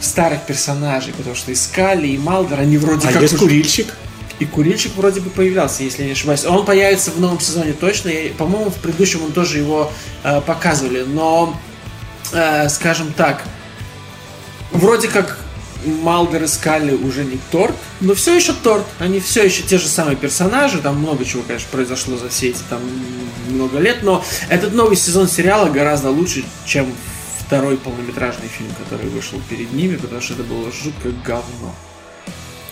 Speaker 4: старых персонажей, потому что и Скали, и Малдер, они вроде
Speaker 3: А
Speaker 4: как...
Speaker 3: есть
Speaker 4: уже-
Speaker 3: курильщик?
Speaker 4: и курильщик вроде бы появлялся, если я не ошибаюсь. Он появится в новом сезоне точно. и, по-моему, в предыдущем он тоже его э, показывали. Но, э, скажем так, вроде как Малдер и Скалли уже не торт, но все еще торт. Они все еще те же самые персонажи. Там много чего, конечно, произошло за все эти там много лет. Но этот новый сезон сериала гораздо лучше, чем второй полнометражный фильм, который вышел перед ними, потому что это было жутко говно.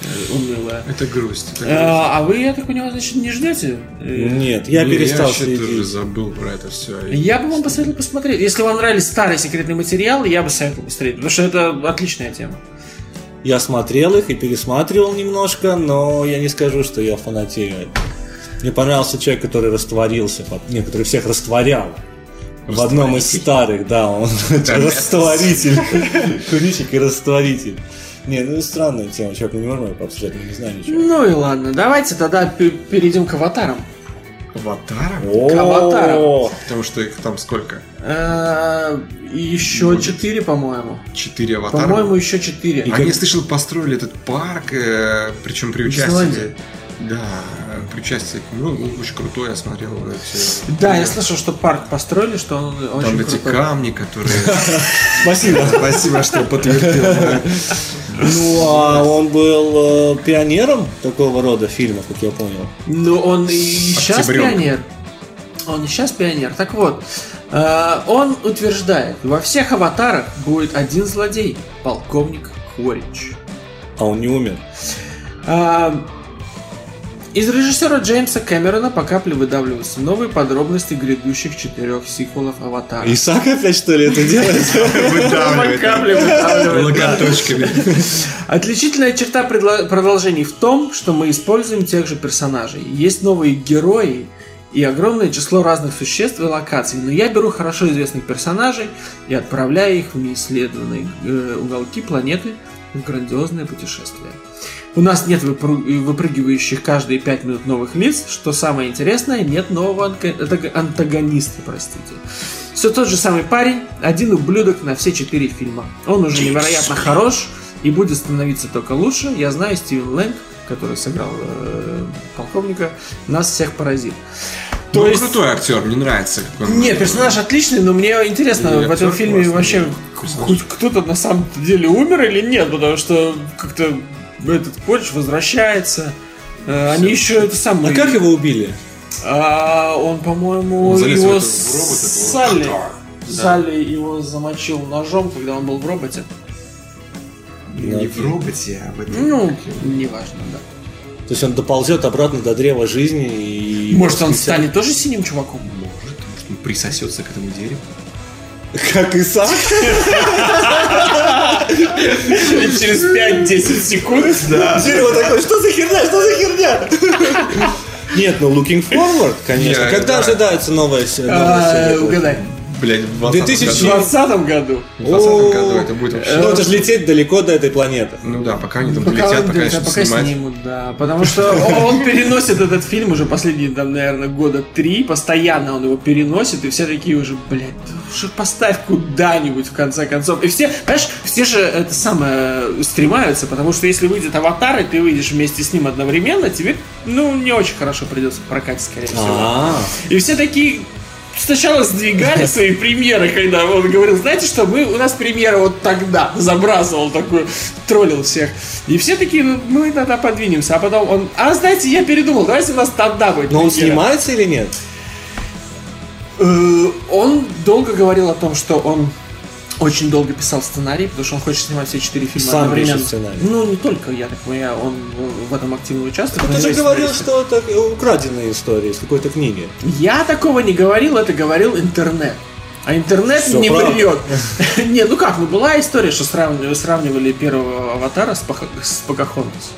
Speaker 4: Э, унылая.
Speaker 2: Это грусть. это грусть.
Speaker 4: А а вы, я так понимаю, значит, не ждете? Э,
Speaker 3: Нет, Э, я
Speaker 2: Ну,
Speaker 3: перестал
Speaker 2: Я вообще тоже
Speaker 3: следить.
Speaker 2: забыл про это все.
Speaker 4: Я бы вам посоветовал посмотреть. Если вам нравились старые секретные материалы, я бы советовал посмотреть, потому что это отличная тема.
Speaker 3: Я смотрел их и пересматривал немножко, но я не скажу, что я фанатею. Мне понравился человек, который растворился, под- не, который всех растворял. В одном из старых, да, он растворитель. Курильщик и растворитель. Не, ну странная тема, человек, мы не можем ее пообсуждать, мы не знаем ничего.
Speaker 4: Ну и ладно, давайте тогда пе- перейдем к аватарам.
Speaker 2: Аватара?
Speaker 3: О,
Speaker 4: аватару.
Speaker 2: Потому что их там сколько?
Speaker 4: Э, Еще
Speaker 2: Будет.
Speaker 4: четыре, по-моему.
Speaker 2: Четыре аватара?
Speaker 4: По-моему, еще
Speaker 2: Они,
Speaker 4: четыре.
Speaker 2: я слышал, построили этот парк, э, причем при
Speaker 4: В
Speaker 2: участии...
Speaker 4: Исландии.
Speaker 2: Да, э, при участии... Ну, очень крутой, я смотрел. э, всё.
Speaker 4: Да, я слышал, что парк построили, что он очень
Speaker 2: Там эти
Speaker 4: крутой.
Speaker 2: камни, которые...
Speaker 3: Спасибо.
Speaker 2: Спасибо, что подтвердил. да.
Speaker 3: Ну, а он был э, пионером такого рода фильмов, как я понял.
Speaker 4: Ну, он и сейчас
Speaker 2: Октябрёк.
Speaker 4: пионер. Он и сейчас пионер. Так вот, э, он утверждает, во всех аватарах будет один злодей, полковник Хорич.
Speaker 3: А он не умер.
Speaker 4: А, Из режиссера Джеймса Кэмерона по капле выдавливаются новые подробности грядущих четырех сиквелов «Аватара».
Speaker 3: Исаак опять, что ли, это делает?
Speaker 2: Выдавливает.
Speaker 4: По капле выдавливает, да.
Speaker 2: Локоточками.
Speaker 4: Отличительная черта предла- продолжений в том, что мы используем тех же персонажей. Есть новые герои и огромное число разных существ и локаций, но я беру хорошо известных персонажей и отправляю их в неисследованные э, уголки планеты в грандиозное путешествие. У нас нет выпру- выпрыгивающих каждые пять минут новых лиц, что самое интересное, нет нового анка- атаг- антагониста, простите. Все тот же самый парень, один ублюдок на все четыре фильма. Он уже невероятно хорош и будет становиться только лучше. Я знаю, Стивен Лэнг, который сыграл э, полковника, нас всех поразит.
Speaker 2: Ну,
Speaker 4: То есть-
Speaker 2: крутой актер, мне нравится. как он-
Speaker 4: Нет, персонаж отличный, но мне интересно,
Speaker 2: И
Speaker 4: в этом
Speaker 2: актер
Speaker 4: фильме
Speaker 2: классный,
Speaker 4: вообще
Speaker 2: да. Персонаж.
Speaker 4: хоть кто-то на самом деле умер или нет, потому что как-то этот кореш возвращается. Э, Они еще это
Speaker 3: А
Speaker 4: самое.
Speaker 3: как его убили?
Speaker 4: А, он, по-моему,
Speaker 2: Он залез в
Speaker 4: его
Speaker 2: этот робот, этого
Speaker 4: Салли.
Speaker 2: актера.
Speaker 4: Салли его замочил ножом, когда он был в роботе.
Speaker 2: Не в роботе, а в этом...
Speaker 4: Ну, неважно, да.
Speaker 3: То есть он доползет обратно до древа жизни и...
Speaker 4: Может, он станет тоже синим чуваком?
Speaker 2: Может, может, он присосется к этому дереву?
Speaker 3: Как Исаак?
Speaker 4: Через 5-10 секунд.
Speaker 3: Да. Дерево такое, что за херня, что за херня? Нет, ну looking forward, конечно.
Speaker 2: Я-
Speaker 3: Когда
Speaker 2: да.
Speaker 3: ожидается новая се-
Speaker 2: Ну,
Speaker 3: новая серия?
Speaker 4: э, Угадай.
Speaker 2: Блять, в
Speaker 3: 2000
Speaker 4: В
Speaker 2: 2020
Speaker 4: 20 году.
Speaker 3: О.
Speaker 2: году это будет вообще...
Speaker 3: Ну это же лететь далеко до этой планеты.
Speaker 2: Ну да, пока они там
Speaker 4: Пока,
Speaker 2: полетят,
Speaker 4: он-
Speaker 2: пока
Speaker 4: да,
Speaker 2: начнут
Speaker 4: пока
Speaker 2: снимать.
Speaker 4: снимут, да. Потому что он переносит этот фильм уже последние, там, наверное, года три. Постоянно он его переносит, и все такие уже, блядь, да уже поставь куда-нибудь в конце концов. И все, понимаешь, все же это самое стремаются, потому что если выйдет аватар, и ты выйдешь вместе с ним одновременно, тебе, ну, не очень хорошо придется в прокате, скорее всего.
Speaker 3: А,
Speaker 4: И все такие сначала сдвигали свои премьеры, когда он говорил, знаете что, мы, у нас премьера вот тогда, забрасывал такую, троллил всех. И все такие, «Ну, мы тогда подвинемся, а потом он, а знаете, я передумал, давайте у нас тогда будет
Speaker 3: но он
Speaker 4: премьера».
Speaker 3: снимается или нет?
Speaker 4: Э, Он долго говорил о том, что он очень долго писал сценарий, потому что он хочет снимать все четыре фильма
Speaker 3: Сам
Speaker 4: одновременно.
Speaker 3: пишет сценарий.
Speaker 4: Ну, не только, я так понимаю, он э, в этом активно участвует. У
Speaker 3: Ты
Speaker 4: него
Speaker 3: же
Speaker 4: есть
Speaker 3: говорил,
Speaker 4: сценаристы.
Speaker 3: что это украденная история из какой-то книги.
Speaker 4: Я такого не говорил, это говорил интернет. А интернет
Speaker 3: Всё
Speaker 4: не
Speaker 3: правда.
Speaker 4: врет. Не, ну как, ну была история, что сравнивали, сравнивали первого аватара с, Паха- с Покахонтас.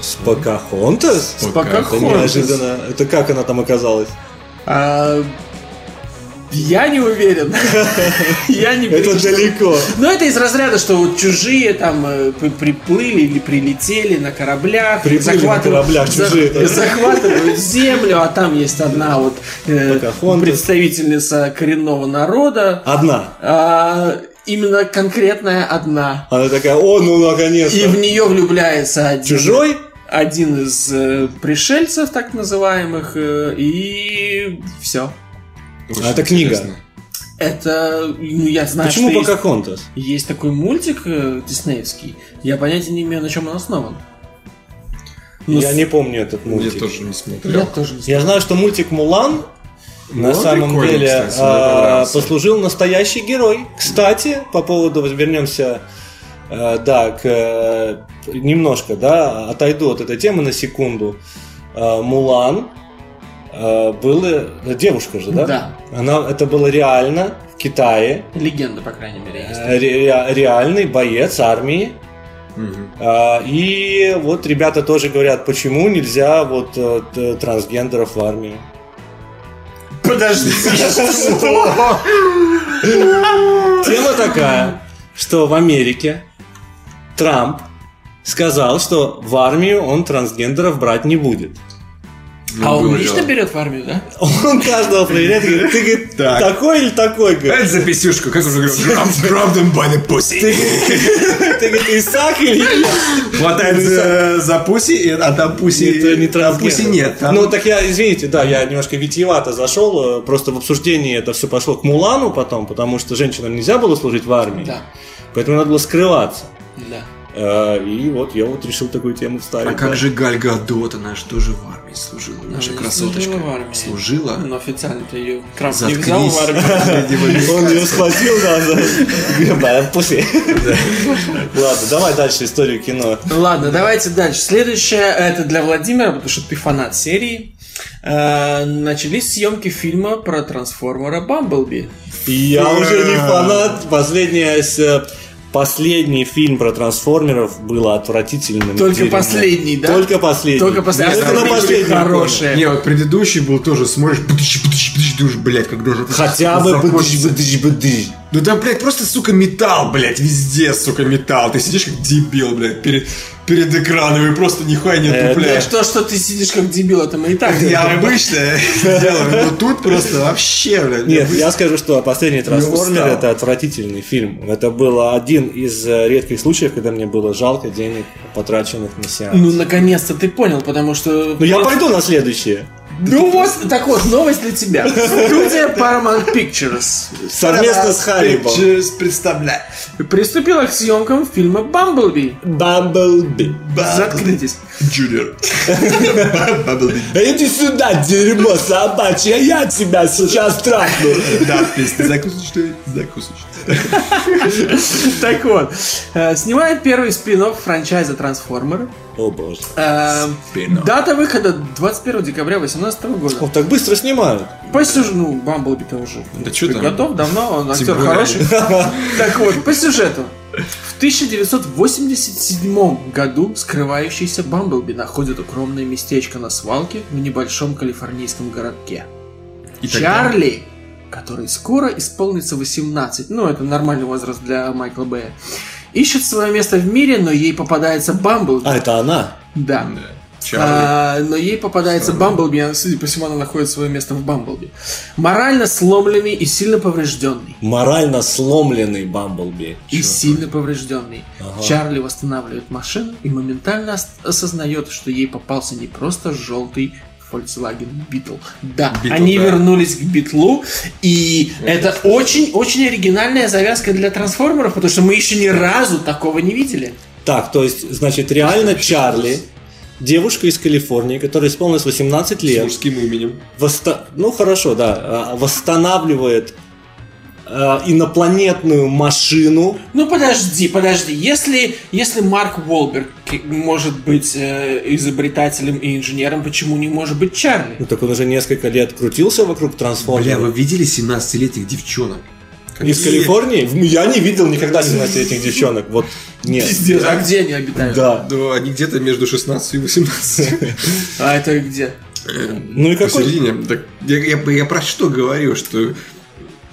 Speaker 3: С Покахонтас?
Speaker 4: С
Speaker 3: Это
Speaker 4: Покахонтас.
Speaker 3: неожиданно. Это как она там оказалась?
Speaker 4: А, я не уверен. Я не
Speaker 3: Это
Speaker 4: перечитал.
Speaker 3: далеко.
Speaker 4: Но это из разряда, что вот чужие там э, при- приплыли или прилетели на кораблях,
Speaker 3: Приплыли на кораблях
Speaker 4: за-
Speaker 3: чужие, да.
Speaker 4: захватывают землю, а там есть одна вот э,
Speaker 3: Покахонтас.
Speaker 4: представительница коренного народа,
Speaker 3: Одна.
Speaker 4: а, именно конкретная одна.
Speaker 3: Она такая, о, ну наконец-то.
Speaker 4: И в нее влюбляется один,
Speaker 3: Чужой?
Speaker 4: один из э, пришельцев, так называемых, э, и все.
Speaker 2: Очень
Speaker 3: А это книга.
Speaker 2: интересно.
Speaker 4: Это, ну, я знаю,
Speaker 3: Почему
Speaker 4: что есть-
Speaker 3: Покахонтас?
Speaker 4: есть, такой мультик э, диснеевский, я понятия не имею, на чем он основан. Ну,
Speaker 3: Я
Speaker 4: с-
Speaker 3: не помню этот
Speaker 2: Я
Speaker 3: мультик.
Speaker 2: тоже не смотрел.
Speaker 4: Я тоже не знаю.
Speaker 3: Я знаю, что мультик Мулан на
Speaker 2: Ну,
Speaker 3: самом
Speaker 2: прикольно,
Speaker 3: деле
Speaker 2: кстати, мне
Speaker 3: а,
Speaker 2: понравился.
Speaker 3: послужил настоящий герой. Кстати, по поводу вернемся, э, да, к э, немножко, да, отойду от этой темы на секунду. Э, Мулан э, была э, девушка же, да?
Speaker 4: Да,
Speaker 3: Она это было реально в Китае.
Speaker 4: легенда, по крайней мере, есть.
Speaker 3: Э, ре- ре- реальный боец армии.
Speaker 2: Мгм.
Speaker 3: А, И вот ребята тоже говорят, почему нельзя вот э, т- трансгендеров в армии.
Speaker 4: Подожди,
Speaker 3: Тема такая, что в Америке Трамп сказал, что в армию он трансгендеров брать не будет.
Speaker 2: Ну,
Speaker 4: А он
Speaker 2: выбрал.
Speaker 4: лично берет в армию, да?
Speaker 3: Он каждого проверяет и говорит, ты говорит,
Speaker 2: Так.
Speaker 3: такой или такой? говорит.
Speaker 2: Это за писюшку, как уже говорил. Grab- grab them by the pussy.
Speaker 3: Ты, ты, говорит, Исаак или я?
Speaker 2: Хватает за, за пуси, а там пуси...
Speaker 3: Это не
Speaker 2: там пуси
Speaker 3: трансгендер.
Speaker 2: нет. Там...
Speaker 3: Ну, так я, извините, да, я немножко витиевато зашел, э, просто в обсуждении это все пошло к Мулану потом, потому что женщинам нельзя было служить в армии,
Speaker 4: Да,
Speaker 3: поэтому надо было скрываться.
Speaker 4: да.
Speaker 3: Э, И вот я вот решил такую тему вставить.
Speaker 2: а
Speaker 3: да.
Speaker 2: как же Галь Гадот, она же тоже в армии служила, наша
Speaker 4: Она не
Speaker 2: красоточка.
Speaker 4: служила в армии.
Speaker 2: Служила?
Speaker 4: Но официально-то ее Трамп не
Speaker 2: Заткнись.
Speaker 4: взял в армию.
Speaker 3: Он ее схватил, да, за гребая пуси. Ладно, давай дальше историю кино.
Speaker 4: Ладно, давайте дальше. Следующее это для Владимира, потому что ты фанат серии. Э, Начались съемки фильма про трансформера Бамблби.
Speaker 3: Я уже не фанат. Последняя с- э, Последний фильм про трансформеров был отвратительным.
Speaker 4: Только
Speaker 3: дерьмом.
Speaker 4: последний, да?
Speaker 3: Ну, Только последний.
Speaker 4: Только после А
Speaker 3: Только на
Speaker 4: остальные были
Speaker 3: последний
Speaker 4: хорошие.
Speaker 2: Не, вот предыдущий был тоже, смотришь, бдыщ, бдыщ, бдыщ, думаешь, блядь, когда же... это
Speaker 3: Хотя бы бдыщ,
Speaker 2: закончится?
Speaker 3: бдыщ, бдыщ.
Speaker 2: Ну там, блядь, просто, сука, металл, блядь, везде, сука, металл. Ты сидишь как дебил, блядь, перед, перед экраном и просто нихуя не
Speaker 3: Э,
Speaker 2: отдупляешь.
Speaker 4: То, что ты сидишь как дебил, это мы и так
Speaker 2: Я
Speaker 4: делаем.
Speaker 2: обычно делаю, но тут просто вообще, блядь.
Speaker 3: Нет, я скажу, что «Последний трансформер» —
Speaker 2: устал.
Speaker 3: это отвратительный фильм. Это был один из э, редких случаев, когда мне было жалко денег, потраченных на сеанс.
Speaker 4: Ну, наконец-то ты понял, потому что...
Speaker 3: Ну, я пойду на следующее.
Speaker 4: Ну вот, так вот, новость для тебя. Студия Paramount Pictures
Speaker 3: Совместно с Харибом.
Speaker 2: Через представляю.
Speaker 4: приступила к съемкам фильма «Бамблби».
Speaker 3: Бамблби.
Speaker 4: Заткнитесь.
Speaker 3: ну.
Speaker 2: Джуниор.
Speaker 3: Иди сюда, дерьмо собачье, я тебя сейчас трахну.
Speaker 2: Да, песня закусочная, закусочная.
Speaker 4: Так вот, э, снимает первый спин франчайза «Трансформеры».
Speaker 3: О боже.
Speaker 4: Э,
Speaker 2: Спин-офф.
Speaker 4: Дата выхода 21 декабря 2018 года.
Speaker 3: О, так быстро снимают.
Speaker 4: По сюжету, ну, Бамблби-то уже
Speaker 2: Да чё там?
Speaker 4: готов давно, он актер
Speaker 2: Тем более.
Speaker 4: хороший.
Speaker 3: А,
Speaker 4: Так вот, по сюжету. В 1987 году скрывающийся Бамблби находит укромное местечко на свалке в небольшом калифорнийском городке.
Speaker 2: И тогда-
Speaker 4: Чарли, который скоро исполнится 18, ну это нормальный возраст для Майкла Бэя, ищет свое место в мире, но ей попадается Бамблби.
Speaker 3: А, это она?
Speaker 4: Да.
Speaker 2: Да, Чарли.
Speaker 4: А, но ей попадается Бамблби, и она, судя по всему, она находит свое место в Бамблби. Морально сломленный и сильно поврежденный.
Speaker 3: Морально сломленный Бамблби.
Speaker 4: И сильно поврежденный.
Speaker 3: Ага.
Speaker 4: Чарли восстанавливает машину и моментально ос- осознает, что ей попался не просто желтый Volkswagen Beetle. Да,
Speaker 2: Beetle,
Speaker 4: они
Speaker 2: да.
Speaker 4: вернулись к Битлу, и это очень-очень оригинальная завязка для трансформеров, потому что мы еще ни разу такого не видели.
Speaker 3: Так, то есть, значит, реально Чарли, девушка из Калифорнии, которая исполнилась 18
Speaker 2: С
Speaker 3: лет,
Speaker 2: мужским именем.
Speaker 3: восста- ну хорошо, да, а, восстанавливает а, инопланетную машину.
Speaker 4: Ну подожди, подожди. Если, если Марк Уолберг к- может быть э, изобретателем и инженером, почему не может быть Чарли?
Speaker 3: Ну так он уже несколько лет крутился вокруг
Speaker 2: Бля, вы
Speaker 3: трансформеров.
Speaker 2: видели 17-летних девчонок?
Speaker 3: Из
Speaker 2: Какие-
Speaker 3: Калифорнии? В- Я не видел никогда 17-летних девчонок. Вот нет.
Speaker 4: Пиздец, а где они обитают?
Speaker 3: Да.
Speaker 2: Да, ну, они где-то между 16 и 18.
Speaker 4: А это где?
Speaker 3: Ну и какой?
Speaker 2: Посередине. Так я, я- я про что говорю, что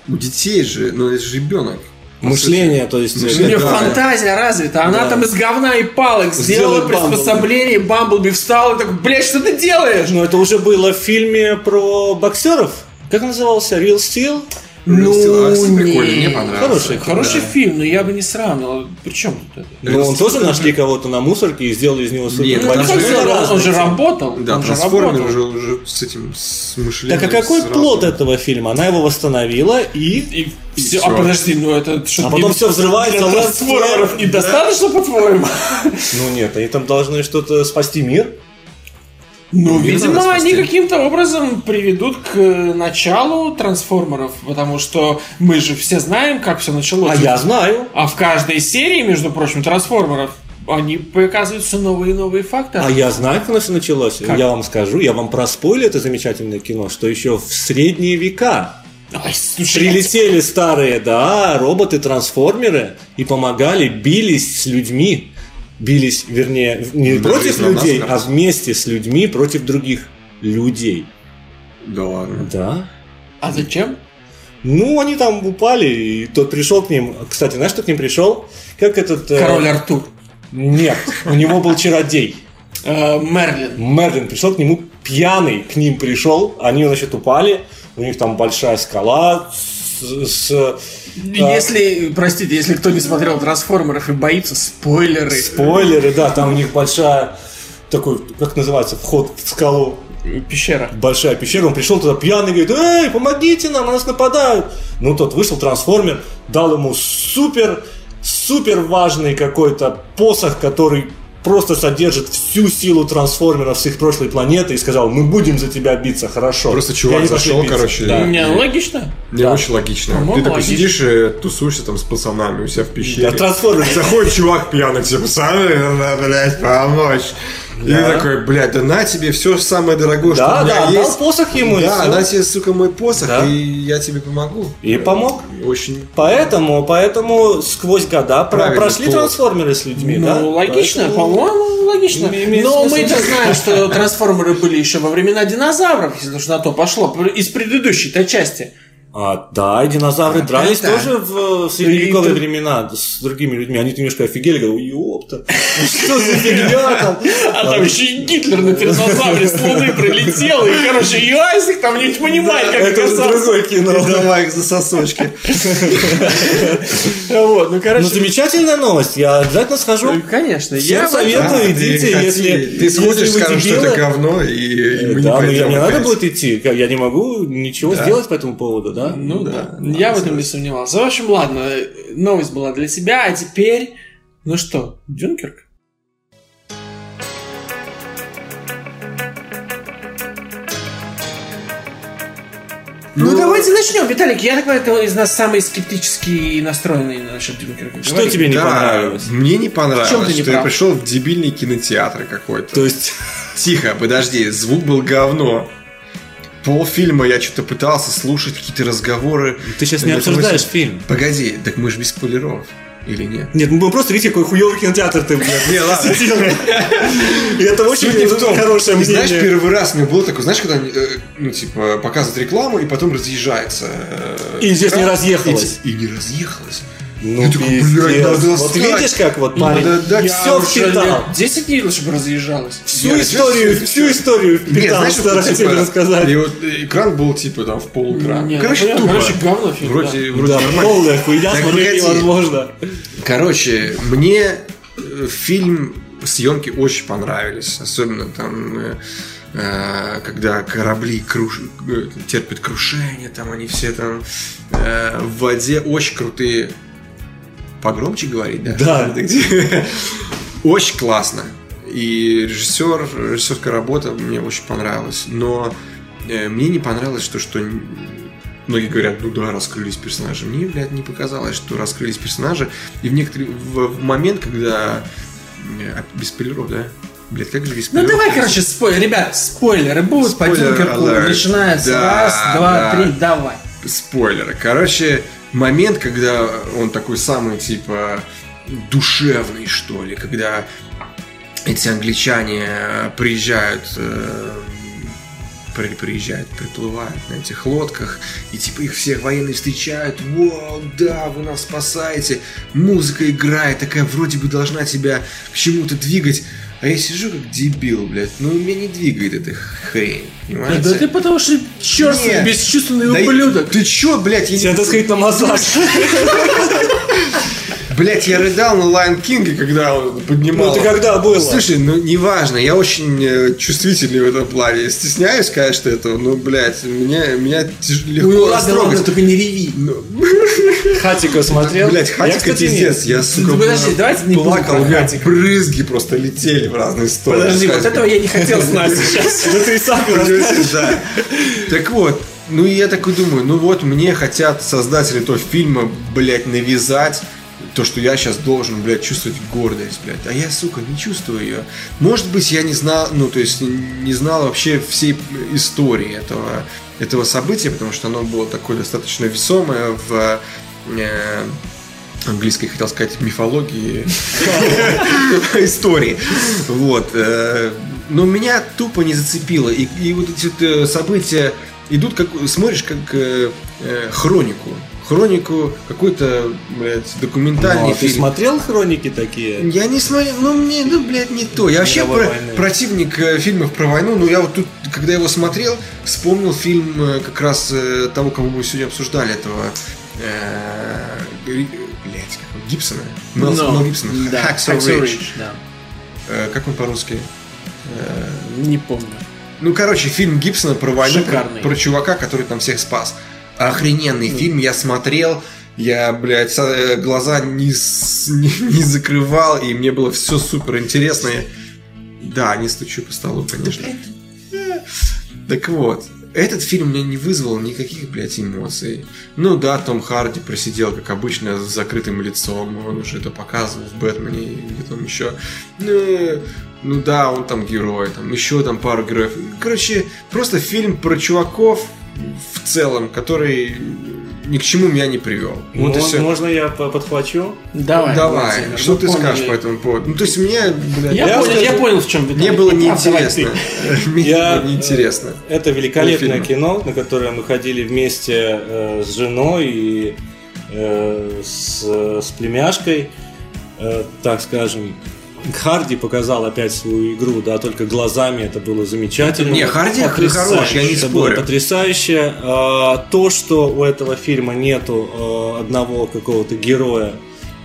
Speaker 2: у детей же, ну это же ребенок.
Speaker 3: Мышление, то есть.
Speaker 4: У нее
Speaker 2: Мышление, Да.
Speaker 4: фантазия развита. Она
Speaker 3: Да.
Speaker 4: там из говна и палок сделала
Speaker 3: Сделай Бамблби.
Speaker 4: приспособление, Бамблби встал и такой, блядь, что ты делаешь?
Speaker 3: Ну это уже было в фильме про боксеров. Как назывался? Real Steel?
Speaker 2: Ну, Стилас, прикольно,
Speaker 4: не.
Speaker 2: мне понравился.
Speaker 3: Хороший,
Speaker 4: Хороший фильм, но я бы не сравнил. Причем тут это?
Speaker 3: Ну, он
Speaker 2: Real
Speaker 3: тоже нашли кого-то на мусорке и сделали из него супер
Speaker 2: Нет,
Speaker 4: Ну,
Speaker 2: Боксер
Speaker 4: как
Speaker 2: это
Speaker 4: сделал? он, же работал.
Speaker 2: Да,
Speaker 4: он же
Speaker 2: трансформер
Speaker 4: работал.
Speaker 2: уже, уже с этим с мышлением.
Speaker 3: Так а какой
Speaker 2: сразу.
Speaker 3: плод этого фильма? Она его восстановила и
Speaker 4: И всё.
Speaker 2: всё.
Speaker 4: А подожди, ну это что?
Speaker 3: А потом все взрывается, а
Speaker 4: Для
Speaker 3: лэп,
Speaker 4: трансформеров
Speaker 3: лэп.
Speaker 4: недостаточно, по-твоему?
Speaker 3: Ну нет, они там должны что-то спасти мир.
Speaker 4: Ну,
Speaker 2: Мир надо
Speaker 4: видимо, они
Speaker 2: спасти.
Speaker 4: каким-то образом приведут к э, началу трансформеров, потому что мы же все знаем, как все началось.
Speaker 3: А я знаю.
Speaker 4: А в каждой серии, между прочим, трансформеров они показывают все новые и новые факты.
Speaker 3: А я знаю, как оно все началось.
Speaker 4: Как?
Speaker 3: Я вам скажу, я вам проспойлю это замечательное кино, что еще в средние века
Speaker 4: Ой, слушай,
Speaker 3: прилетели старые, да, роботы-трансформеры и помогали, бились с людьми. Бились, вернее, не
Speaker 2: Да,
Speaker 3: против
Speaker 2: на нас,
Speaker 3: людей,
Speaker 2: да.
Speaker 3: а вместе с людьми против других людей.
Speaker 2: Да ладно.
Speaker 3: Да.
Speaker 4: А зачем?
Speaker 3: Ну, они там упали, и тот пришел к ним. Кстати, знаешь, кто к ним пришел? Как этот... э,
Speaker 4: Король Артур.
Speaker 3: Нет, у него был чародей.
Speaker 4: Э, Мерлин.
Speaker 3: Мерлин пришел к нему пьяный, к ним пришел, они, значит, упали, у них там большая скала с... с-
Speaker 4: Если, простите, если кто не смотрел трансформеров и боится, спойлеры.
Speaker 3: спойлеры, да, там у них большая такой, как называется, вход в скалу,
Speaker 4: Пещера.
Speaker 3: большая пещера, он пришел туда пьяный, говорит, эй, помогите нам, на нас нападают. Ну, тот вышел, трансформер, дал ему супер, супер важный какой-то посох, который просто содержит всю силу трансформеров с их прошлой планеты и сказал, мы будем за тебя биться, хорошо.
Speaker 2: Просто
Speaker 3: И
Speaker 2: чувак
Speaker 3: они пошли
Speaker 2: зашел,
Speaker 3: биться.
Speaker 2: короче,
Speaker 3: Да.
Speaker 4: Не, логично.
Speaker 2: Не
Speaker 3: Да.
Speaker 2: очень логично.
Speaker 4: По-моему,
Speaker 2: Ты такой
Speaker 4: логично.
Speaker 2: сидишь и тусуешься там с пацанами у себя в
Speaker 3: Да,
Speaker 2: пещере.
Speaker 3: трансформер.
Speaker 2: Заходит чувак пьяный, тебе пацаны, надо, блядь, помочь. И
Speaker 3: Да.
Speaker 2: ты такой, блядь, да на тебе все самое дорогое, что
Speaker 3: Да,
Speaker 2: у меня
Speaker 3: да, дал
Speaker 2: есть.
Speaker 3: посох ему и
Speaker 2: да,
Speaker 3: всё.
Speaker 2: на тебе, сука, мой посох,
Speaker 3: Да.
Speaker 2: и я тебе помогу.
Speaker 3: И помог.
Speaker 2: Очень
Speaker 3: Поэтому, поэтому сквозь года про-
Speaker 2: Правильный
Speaker 3: прошли
Speaker 2: повод.
Speaker 3: трансформеры с людьми,
Speaker 4: Ну,
Speaker 3: да?
Speaker 4: логично,
Speaker 3: Поэтому-
Speaker 4: по-моему, логично.
Speaker 3: М- имеет
Speaker 4: Но
Speaker 3: смысл.
Speaker 4: мы-то знаем, что трансформеры были еще во времена динозавров, если уж на то пошло, из предыдущей-то части.
Speaker 3: А, да, и динозавры дрались
Speaker 4: да.
Speaker 3: тоже в э, средневековые
Speaker 4: И-
Speaker 3: времена с другими людьми. Они немножко офигели, говорят, ёпта, ну что за фигня там?
Speaker 4: А там еще и Гитлер на динозавре с Луны прилетел, и, короче, Юасик там не понимает, как
Speaker 3: Это уже
Speaker 4: оказался.
Speaker 3: другое кино.
Speaker 2: давай их за сосочки.
Speaker 4: Вот, ну,
Speaker 3: Ну,
Speaker 4: короче,
Speaker 3: замечательная новость, я обязательно схожу.
Speaker 4: ну, конечно,
Speaker 3: Всем
Speaker 4: я
Speaker 3: советую.
Speaker 2: Да,
Speaker 3: Ну,
Speaker 2: ты
Speaker 3: идите,
Speaker 2: хоти.
Speaker 3: если-
Speaker 2: Ты сходишь,
Speaker 3: если вы
Speaker 2: скажешь, что
Speaker 3: дебилы.
Speaker 2: это говно, и мы не
Speaker 3: Да, ну я-
Speaker 2: пойдем
Speaker 3: мне надо
Speaker 2: опять.
Speaker 3: будет идти, как- я не могу ничего сделать по этому поводу, да?
Speaker 4: Ну да,
Speaker 2: Да,
Speaker 4: я в этом не сомневался. В общем, ладно, э, новость была для тебя, а теперь, ну что, Дюнкерк? Ну,
Speaker 2: Ну,
Speaker 4: давайте начнем, Виталик. Я так понимаю, ты из нас самый скептически настроенный насчет Дюнкерка.
Speaker 3: Что
Speaker 4: Говори.
Speaker 3: тебе не
Speaker 2: Да,
Speaker 3: понравилось?
Speaker 2: Мне не
Speaker 4: чем ты
Speaker 2: понравилось,
Speaker 4: не
Speaker 2: что я
Speaker 4: прав?
Speaker 2: пришел в дебильный кинотеатр какой-то.
Speaker 3: То есть,
Speaker 2: Тихо, подожди, звук был говно. Полфильма я что-то пытался слушать, какие-то разговоры.
Speaker 3: ты сейчас не
Speaker 2: Ну, это
Speaker 3: обсуждаешь
Speaker 2: мы-
Speaker 3: фильм.
Speaker 2: Погоди, так мы же без спойлеров. Или нет?
Speaker 3: Нет, мы будем просто видеть, какой хуёвый кинотеатр ты, блядь,
Speaker 2: Не, ладно.
Speaker 3: посетил. И это очень
Speaker 2: Суть не в том.
Speaker 3: ну, хорошее
Speaker 2: И знаешь,
Speaker 3: мнение.
Speaker 2: первый раз у меня было такое, знаешь, когда они, э, ну, типа, показывают рекламу и потом разъезжается. э,
Speaker 3: И здесь не
Speaker 2: экран.
Speaker 3: разъехалось.
Speaker 2: И, те- и не разъехалось.
Speaker 3: Ну,
Speaker 2: Я такой,
Speaker 3: пиздец.
Speaker 2: «Блядь, надо
Speaker 3: Вот
Speaker 2: достать».
Speaker 3: видишь, как вот парень
Speaker 2: Надо дать
Speaker 3: все
Speaker 4: Уже
Speaker 3: впитал.
Speaker 4: лет 10 дней лучше бы разъезжалось.
Speaker 3: Всю
Speaker 2: Я
Speaker 3: историю,
Speaker 2: чувствую,
Speaker 3: всю историю
Speaker 2: Не,
Speaker 3: впитал,
Speaker 2: знаешь,
Speaker 3: что
Speaker 2: вот,
Speaker 3: хотели
Speaker 2: типа,
Speaker 3: рассказать.
Speaker 2: И вот э, экран был типа там в полэкрана.
Speaker 4: Не, ну,
Speaker 2: короче,
Speaker 4: понятно,
Speaker 2: тупо.
Speaker 4: короче, говно фильм,
Speaker 2: вроде, вроде
Speaker 3: Да,
Speaker 2: нормально.
Speaker 3: полная хуйня,
Speaker 2: Так,
Speaker 3: смотреть
Speaker 2: погоди.
Speaker 3: невозможно.
Speaker 2: Короче, мне э, фильм съемки очень понравились, особенно там э, э, когда корабли круш- э, терпят крушение, там они все там э, в воде очень крутые. Погромче говорить, да?
Speaker 3: Да.
Speaker 2: Что-то где- Очень классно. И режиссер, режиссерская работа мне очень понравилась. Но э, мне не понравилось то, что н- многие говорят, ну да, раскрылись персонажи. Мне, блядь, не показалось, что раскрылись персонажи. И в некоторый в, в момент, когда... э, а, Без спойлеров, да? Блядь, как же без
Speaker 4: Ну
Speaker 2: спойлеров?
Speaker 4: давай, короче, спой, ребят, спойлеры будут по
Speaker 2: Спойлер
Speaker 4: Дюнкерку.
Speaker 2: alert.
Speaker 4: Начинается.
Speaker 2: Да,
Speaker 4: Раз, два,
Speaker 2: да.
Speaker 4: три, давай.
Speaker 2: спойлеры. Короче, момент, когда он такой самый, типа, душевный, что ли, когда эти англичане э, приезжают, э, при- приезжают, приплывают на этих лодках, и типа их всех военные встречают, вау, да, вы нас спасаете, музыка играет, такая вроде бы должна тебя к чему-то двигать, а я сижу как дебил, блядь, ну меня не двигает эта хрень, понимаете?
Speaker 4: Э, Да ты потому что черт
Speaker 2: Нет.
Speaker 4: бесчувственный
Speaker 2: Да и-
Speaker 4: ублюдок.
Speaker 2: Ты чё, блядь, я не-
Speaker 3: Тебе надо сходить на массаж.
Speaker 2: Блять, я рыдал на Лайн Кинге, когда он поднимал.
Speaker 3: Ну, это когда было?
Speaker 2: Слушай, ну неважно, я очень э, чувствительный в этом плане. Я Стесняюсь, конечно, этого, но, блядь, мне, меня тяж- легко
Speaker 4: Ну ладно,
Speaker 2: растрогать.
Speaker 4: ладно, только не реви.
Speaker 2: Ну,
Speaker 3: Хатика смотрел?
Speaker 2: блядь, хатика
Speaker 3: кстати, нет.
Speaker 2: пиздец, я, сука,
Speaker 4: Ну, подожди,
Speaker 2: бля,
Speaker 4: давайте не будем
Speaker 2: плакал,
Speaker 4: про
Speaker 2: у меня
Speaker 4: Хатика.
Speaker 2: брызги просто летели в разные стороны.
Speaker 4: Подожди, вот
Speaker 2: Сказать,
Speaker 4: этого я не хотел знать сейчас.
Speaker 3: Да ты и сам расскажешь.
Speaker 2: Придётся, да. Так вот, ну и я такой думаю, ну вот мне хотят создатели того фильма, блядь, навязать то, что я сейчас должен, блядь, чувствовать гордость, блядь. А я, сука, не чувствую ее. Может быть, я не знал, ну, то есть, не знал вообще всей истории этого, этого события, потому что оно было такое достаточно весомое в э, английской, хотел сказать, мифологии, истории. Вот. э, Но меня тупо не зацепило. И, и вот эти вот, э, события идут, как смотришь, как э, э, хронику. Хронику какой-то, блядь, документальный
Speaker 3: Ну, а ты
Speaker 2: фильм.
Speaker 3: смотрел хроники такие?
Speaker 2: Я не смотрел, ну мне, ну, блядь, не то. Я вообще
Speaker 3: Мировой
Speaker 2: про-
Speaker 3: войны.
Speaker 2: противник э, фильмов про войну, но я вот тут, когда его смотрел, вспомнил фильм э, как раз э, того, кого мы сегодня обсуждали, этого... э, Ри- блядь, как он, Гибсона?
Speaker 3: Ну,
Speaker 2: Мел,
Speaker 4: Но-
Speaker 2: Мел Гибсона.
Speaker 4: Да,
Speaker 2: Hacksaw
Speaker 4: Hacksaw
Speaker 2: Ridge.
Speaker 4: Ridge, да.
Speaker 2: Э, как он по-русски? Э,
Speaker 4: Не помню.
Speaker 2: ну, короче, фильм Гибсона про войну, про,
Speaker 4: Шикарный.
Speaker 2: про чувака, который там всех спас. Охрененный
Speaker 4: Ну.
Speaker 2: фильм, я смотрел, я, блядь, со- э, глаза не, с- не, не закрывал, и мне было все супер интересно. Да, не стучу по столу, конечно. Так вот, этот фильм меня не вызвал никаких, блядь, эмоций. Ну да, Том Харди просидел, как обычно, с закрытым лицом. Он уже это показывал в Бэтмене и где там еще. Ну, ну да, он там герой, там еще там пару героев. Короче, просто фильм про чуваков в целом, который ни к чему меня не привел. Вот и
Speaker 3: Мо-
Speaker 2: все.
Speaker 3: Можно я по- подхвачу?
Speaker 4: Давай.
Speaker 2: Давай,
Speaker 4: Владимир,
Speaker 2: что
Speaker 4: мы
Speaker 2: ты
Speaker 4: поняли.
Speaker 2: скажешь по этому поводу? Ну, то есть мне, блядь,
Speaker 4: Я,
Speaker 3: Я
Speaker 4: понял,
Speaker 3: скажу-
Speaker 4: я понял, в чем
Speaker 2: мне было неинтересно. Мне
Speaker 3: Я-
Speaker 2: было неинтересно.
Speaker 3: Это великолепное
Speaker 2: Полфильма.
Speaker 3: кино, на которое мы ходили вместе э, с женой и э, с, с племяшкой, Э, так скажем. Харди показал опять свою игру, да, только глазами это было замечательно.
Speaker 2: Не, Харди
Speaker 3: Потрясающе.
Speaker 2: хорош, я не
Speaker 3: это
Speaker 2: спорю.
Speaker 3: Было потрясающе. А, то, что у этого фильма нету э, одного какого-то героя,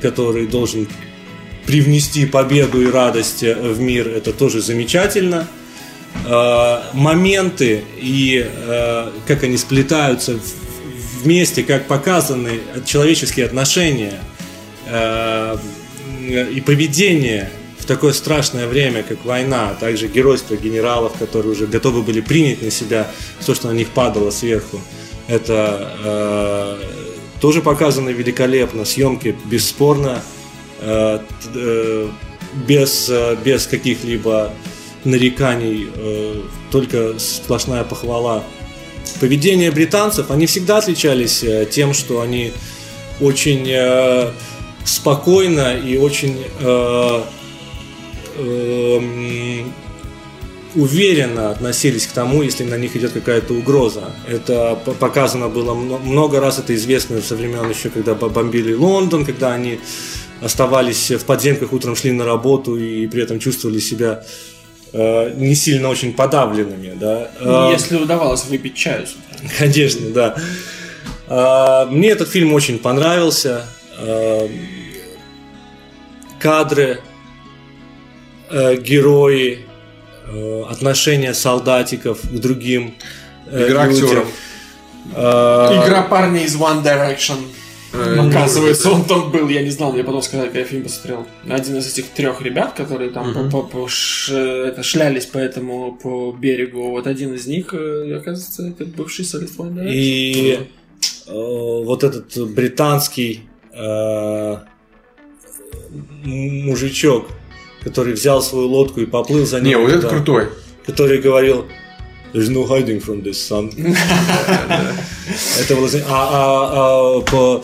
Speaker 3: который должен привнести победу и радость э, в мир, это тоже замечательно. Э, моменты и э, как они сплетаются в- вместе, как показаны человеческие отношения э, и поведение в такое страшное время, как война, а также геройство генералов, которые уже готовы были принять на себя все, что на них падало сверху. Это э, тоже показано великолепно, съемки бесспорно, э, т- э, без, э, без каких-либо нареканий, э, только сплошная похвала. Поведение британцев, они всегда отличались э, тем, что они очень э, спокойно и очень э, эм, уверенно относились к тому, если на них идет какая-то угроза. Это п- показано было мно- много раз, это известно со времен еще, когда бо- бомбили Лондон, когда они оставались в подземках, утром шли на работу и при этом чувствовали себя э, не сильно очень подавленными. Да?
Speaker 4: Ну,
Speaker 3: Э,
Speaker 4: Если удавалось выпить чаю. с утра.
Speaker 3: Конечно, да. А, Мне этот фильм очень понравился. А, Кадры, э, герои, э, отношения солдатиков к другим э,
Speaker 2: Игра
Speaker 3: людям.
Speaker 2: актеров.
Speaker 3: А,
Speaker 4: Игра парня из One Direction. Оказывается, Э, он там был, я не знал, мне потом сказали, когда я фильм посмотрел. Один из этих трех ребят, которые там
Speaker 2: Мгм.
Speaker 4: по- по- по ш- это, шлялись по этому по берегу, вот один из них, э, оказывается, это бывший солист One Direction.
Speaker 3: И э, вот этот британский э, м- мужичок, который взял свою лодку и поплыл за ним.
Speaker 2: Не, вот это
Speaker 3: туда.
Speaker 2: крутой.
Speaker 3: который говорил There's no hiding from this sun. Это было за- а, а, а, по-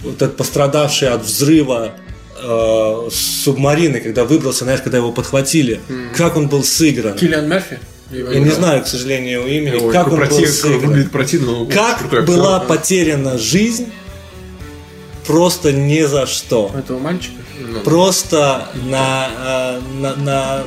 Speaker 3: вот этот пострадавший от взрыва э, субмарины, когда выбрался, знаешь, когда его подхватили, как он был сыгран.
Speaker 4: Киллиан Мерфи?
Speaker 3: Я не знаю, к сожалению, имени,
Speaker 2: Ой,
Speaker 3: как он был
Speaker 2: против-
Speaker 3: сыгран.
Speaker 2: выглядит противно. но
Speaker 3: Как
Speaker 2: ну, крутой актер.
Speaker 3: была потеряна жизнь просто ни за что.
Speaker 4: Этого мальчика?
Speaker 2: Ну,
Speaker 3: просто на, э, на, на-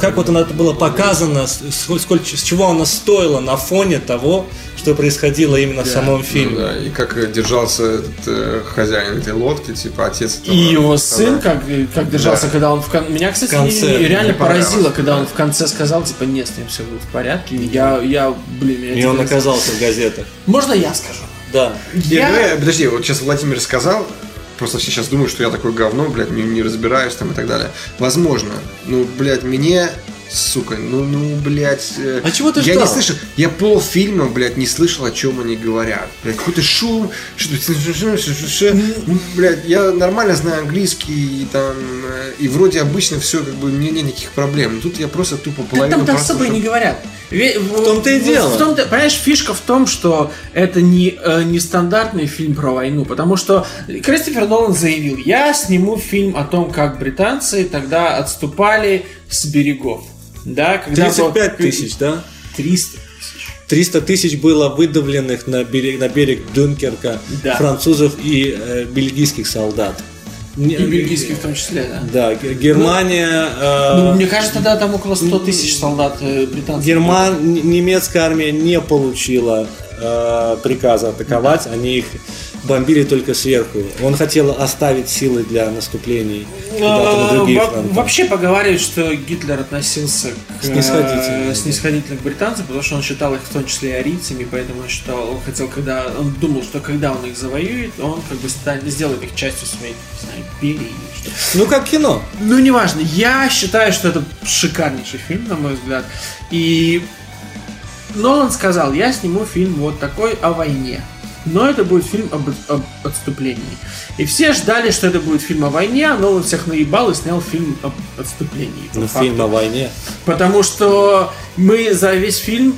Speaker 3: как вот она это было показано, с- сколь- сколь- с чего она стоила на фоне того, что происходило именно в самом
Speaker 2: ну
Speaker 3: фильме.
Speaker 2: да, и как э, держался этот э, хозяин этой лодки, типа отец.
Speaker 4: И
Speaker 2: этого
Speaker 4: его
Speaker 2: пацана.
Speaker 4: сын, как, как держался,
Speaker 2: Да.
Speaker 4: когда он в кон... Меня, кстати,
Speaker 3: В конце.
Speaker 4: не- реально
Speaker 2: Мне понравилось.
Speaker 4: поразило, когда он в конце сказал, типа, нет, с ним все будет в порядке. И Я, я, блин, я
Speaker 3: И он
Speaker 4: теперь-
Speaker 3: оказался в газетах.
Speaker 4: Можно я скажу?
Speaker 3: Да.
Speaker 2: Не, ну, э, подожди, вот сейчас Владимир сказал, просто все сейчас думают, что я такое говно, блядь, не, не разбираюсь там и так далее. Возможно, ну, блядь, мне Сука, ну, ну, блядь. э,
Speaker 5: А чего ты
Speaker 2: Я
Speaker 5: ждал?
Speaker 2: не слышал, я полфильма, блядь, не слышал, о чем они говорят. Блядь, какой-то шум, что-то...
Speaker 4: Ну,
Speaker 2: Ну, Блядь, я нормально знаю английский, и там... э, И вроде обычно все, как бы, мне нет никаких проблем. Тут я просто тупо
Speaker 4: Да
Speaker 2: половину
Speaker 4: там так с
Speaker 2: прослушал.
Speaker 4: тобой не говорят. В
Speaker 3: том-то и дело.
Speaker 4: В том-то, понимаешь, фишка в том, что это не, э, не стандартный фильм про войну, потому что Кристофер Нолан заявил, я сниму фильм о том, как британцы тогда отступали с берегов. Да, когда был-
Speaker 3: 35 тысяч, да?
Speaker 4: 300.
Speaker 3: 300 тысяч было выдавленных на берег, на берег Дюнкерка
Speaker 4: Да.
Speaker 3: французов и э, бельгийских солдат. Не-
Speaker 4: И бельгийских в том числе, да.
Speaker 3: Да, Г- Германия... э,
Speaker 4: Ну, мне кажется, да, там около 100 тысяч солдат э, британцев.
Speaker 3: Герман, н- немецкая армия не получила э, приказа атаковать, они их бомбили только сверху. Он хотел оставить силы для наступлений куда-то на
Speaker 4: Э,
Speaker 3: другие
Speaker 4: во-
Speaker 3: фронты.
Speaker 4: Вообще поговаривают, что Гитлер относился к, э,
Speaker 3: Снисходительно.
Speaker 4: снисходительно к британцам, потому что он считал их в том числе и арийцами, поэтому он считал, он хотел, когда он думал, что когда он их завоюет, он как бы станет, сделает их частью своей не знаю, империи или что.
Speaker 3: Ну как кино.
Speaker 4: Ну, неважно, я считаю, что это шикарнейший фильм, на мой взгляд. И Нолан сказал, я сниму фильм вот такой о войне. Но это будет фильм об, об отступлении. И все ждали, что это будет фильм о войне, а Нолан всех наебал и снял фильм об отступлении. по
Speaker 3: Ну,
Speaker 4: факту.
Speaker 3: фильм о войне.
Speaker 4: Потому что мы за весь фильм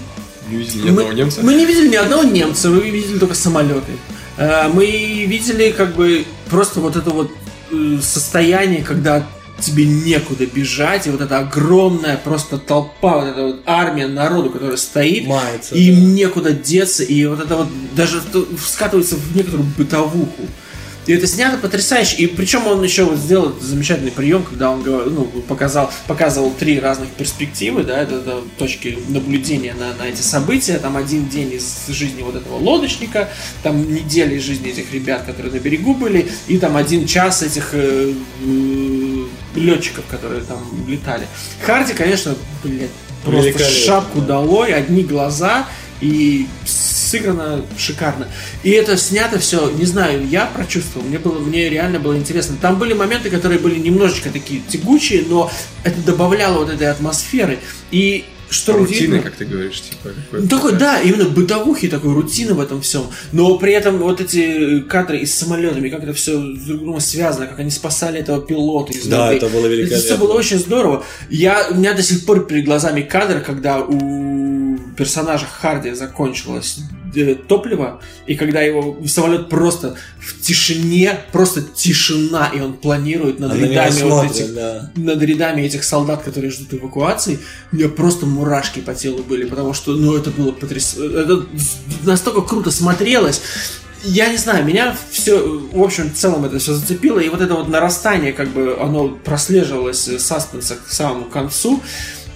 Speaker 2: Не видели ни одного
Speaker 4: мы,
Speaker 2: немца?
Speaker 4: мы не видели ни одного немца, мы видели только самолеты. Э, Мы видели как бы просто вот это вот э, состояние, когда тебе некуда бежать, и вот эта огромная просто толпа, вот эта вот армия народу, которая стоит,
Speaker 3: Мается,
Speaker 4: и им
Speaker 3: да.
Speaker 4: некуда деться, и вот это вот даже в ту- скатывается в некоторую бытовуху. И это снято потрясающе. И причем он еще вот сделал этот замечательный прием, когда он говор- ну, показал, показывал три разных перспективы, да, это, это точки наблюдения на, на эти события. Там один день из жизни вот этого лодочника, там недели из жизни этих ребят, которые на берегу были, и там один час этих э, э, летчиков, которые там летали. Харди, конечно, блядь, просто
Speaker 3: Великолепно,
Speaker 4: шапку
Speaker 3: да.
Speaker 4: долой, одни глаза и сыграно шикарно. И это снято все, не знаю, я прочувствовал, мне было, мне реально было интересно. Там были моменты, которые были немножечко такие тягучие, но это добавляло вот этой атмосферы. И что
Speaker 2: Рутины,
Speaker 4: удивительно,
Speaker 2: как ты говоришь, типа.
Speaker 4: ну,
Speaker 2: какой-то,
Speaker 4: такой, да, именно бытовухи, такой рутины в этом всем. Но при этом вот эти э, кадры и с самолетами, как это все друг другом связано, как они спасали этого пилота из
Speaker 3: Да,
Speaker 4: воды.
Speaker 3: это было великолепно.
Speaker 4: Это все было очень здорово. Я, у меня до сих пор перед глазами кадр, когда у персонажа Харди закончилось э, топливо, и когда его самолет просто в тишине, просто тишина, и он планирует над
Speaker 3: А на него
Speaker 4: рядами вот
Speaker 3: смотрят,
Speaker 4: этих
Speaker 3: да.
Speaker 4: над рядами этих солдат, которые ждут эвакуации, у меня просто мурашки по телу были, потому что, ну, это было потряс... Это настолько круто смотрелось. Я не знаю, меня все, в общем, в целом это все зацепило, и вот это вот нарастание, как бы, оно прослеживалось э, саспенса к самому концу,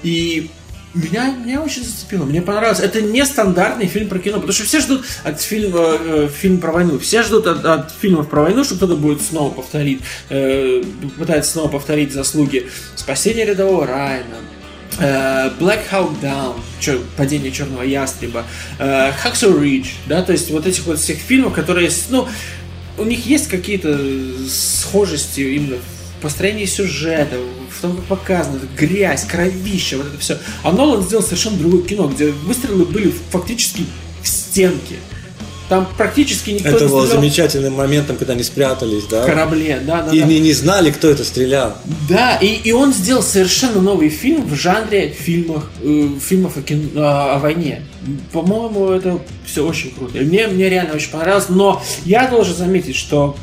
Speaker 4: и меня, меня очень зацепило, мне понравилось. Это не стандартный фильм про кино, потому что все ждут от фильма э, фильм про войну, все ждут от, от фильмов про войну, что кто-то будет снова повторить, э, пытается снова повторить заслуги спасения рядового Райана, э, Black Hawk Down, чё- падение черного ястреба, э, Hacksaw Ridge, да, то есть вот этих вот всех фильмов, которые, с- ну, у них есть какие-то схожести именно в построении сюжета, в том, как показано, грязь, кровища, вот это все. А Нолан сделал совершенно другое кино, где выстрелы были фактически в стенке. Там практически никто
Speaker 3: Это
Speaker 4: не
Speaker 3: было
Speaker 4: стрелял
Speaker 3: замечательным моментом, когда они спрятались, да.
Speaker 4: в корабле, да, да,
Speaker 3: И
Speaker 4: да.
Speaker 3: не, не знали, кто это стрелял.
Speaker 4: Да, и, и он сделал совершенно новый фильм в жанре фильмах, э, фильмов о, кин- э, о войне. По-моему, это все очень круто. И мне, мне реально очень понравилось. Но я должен заметить, что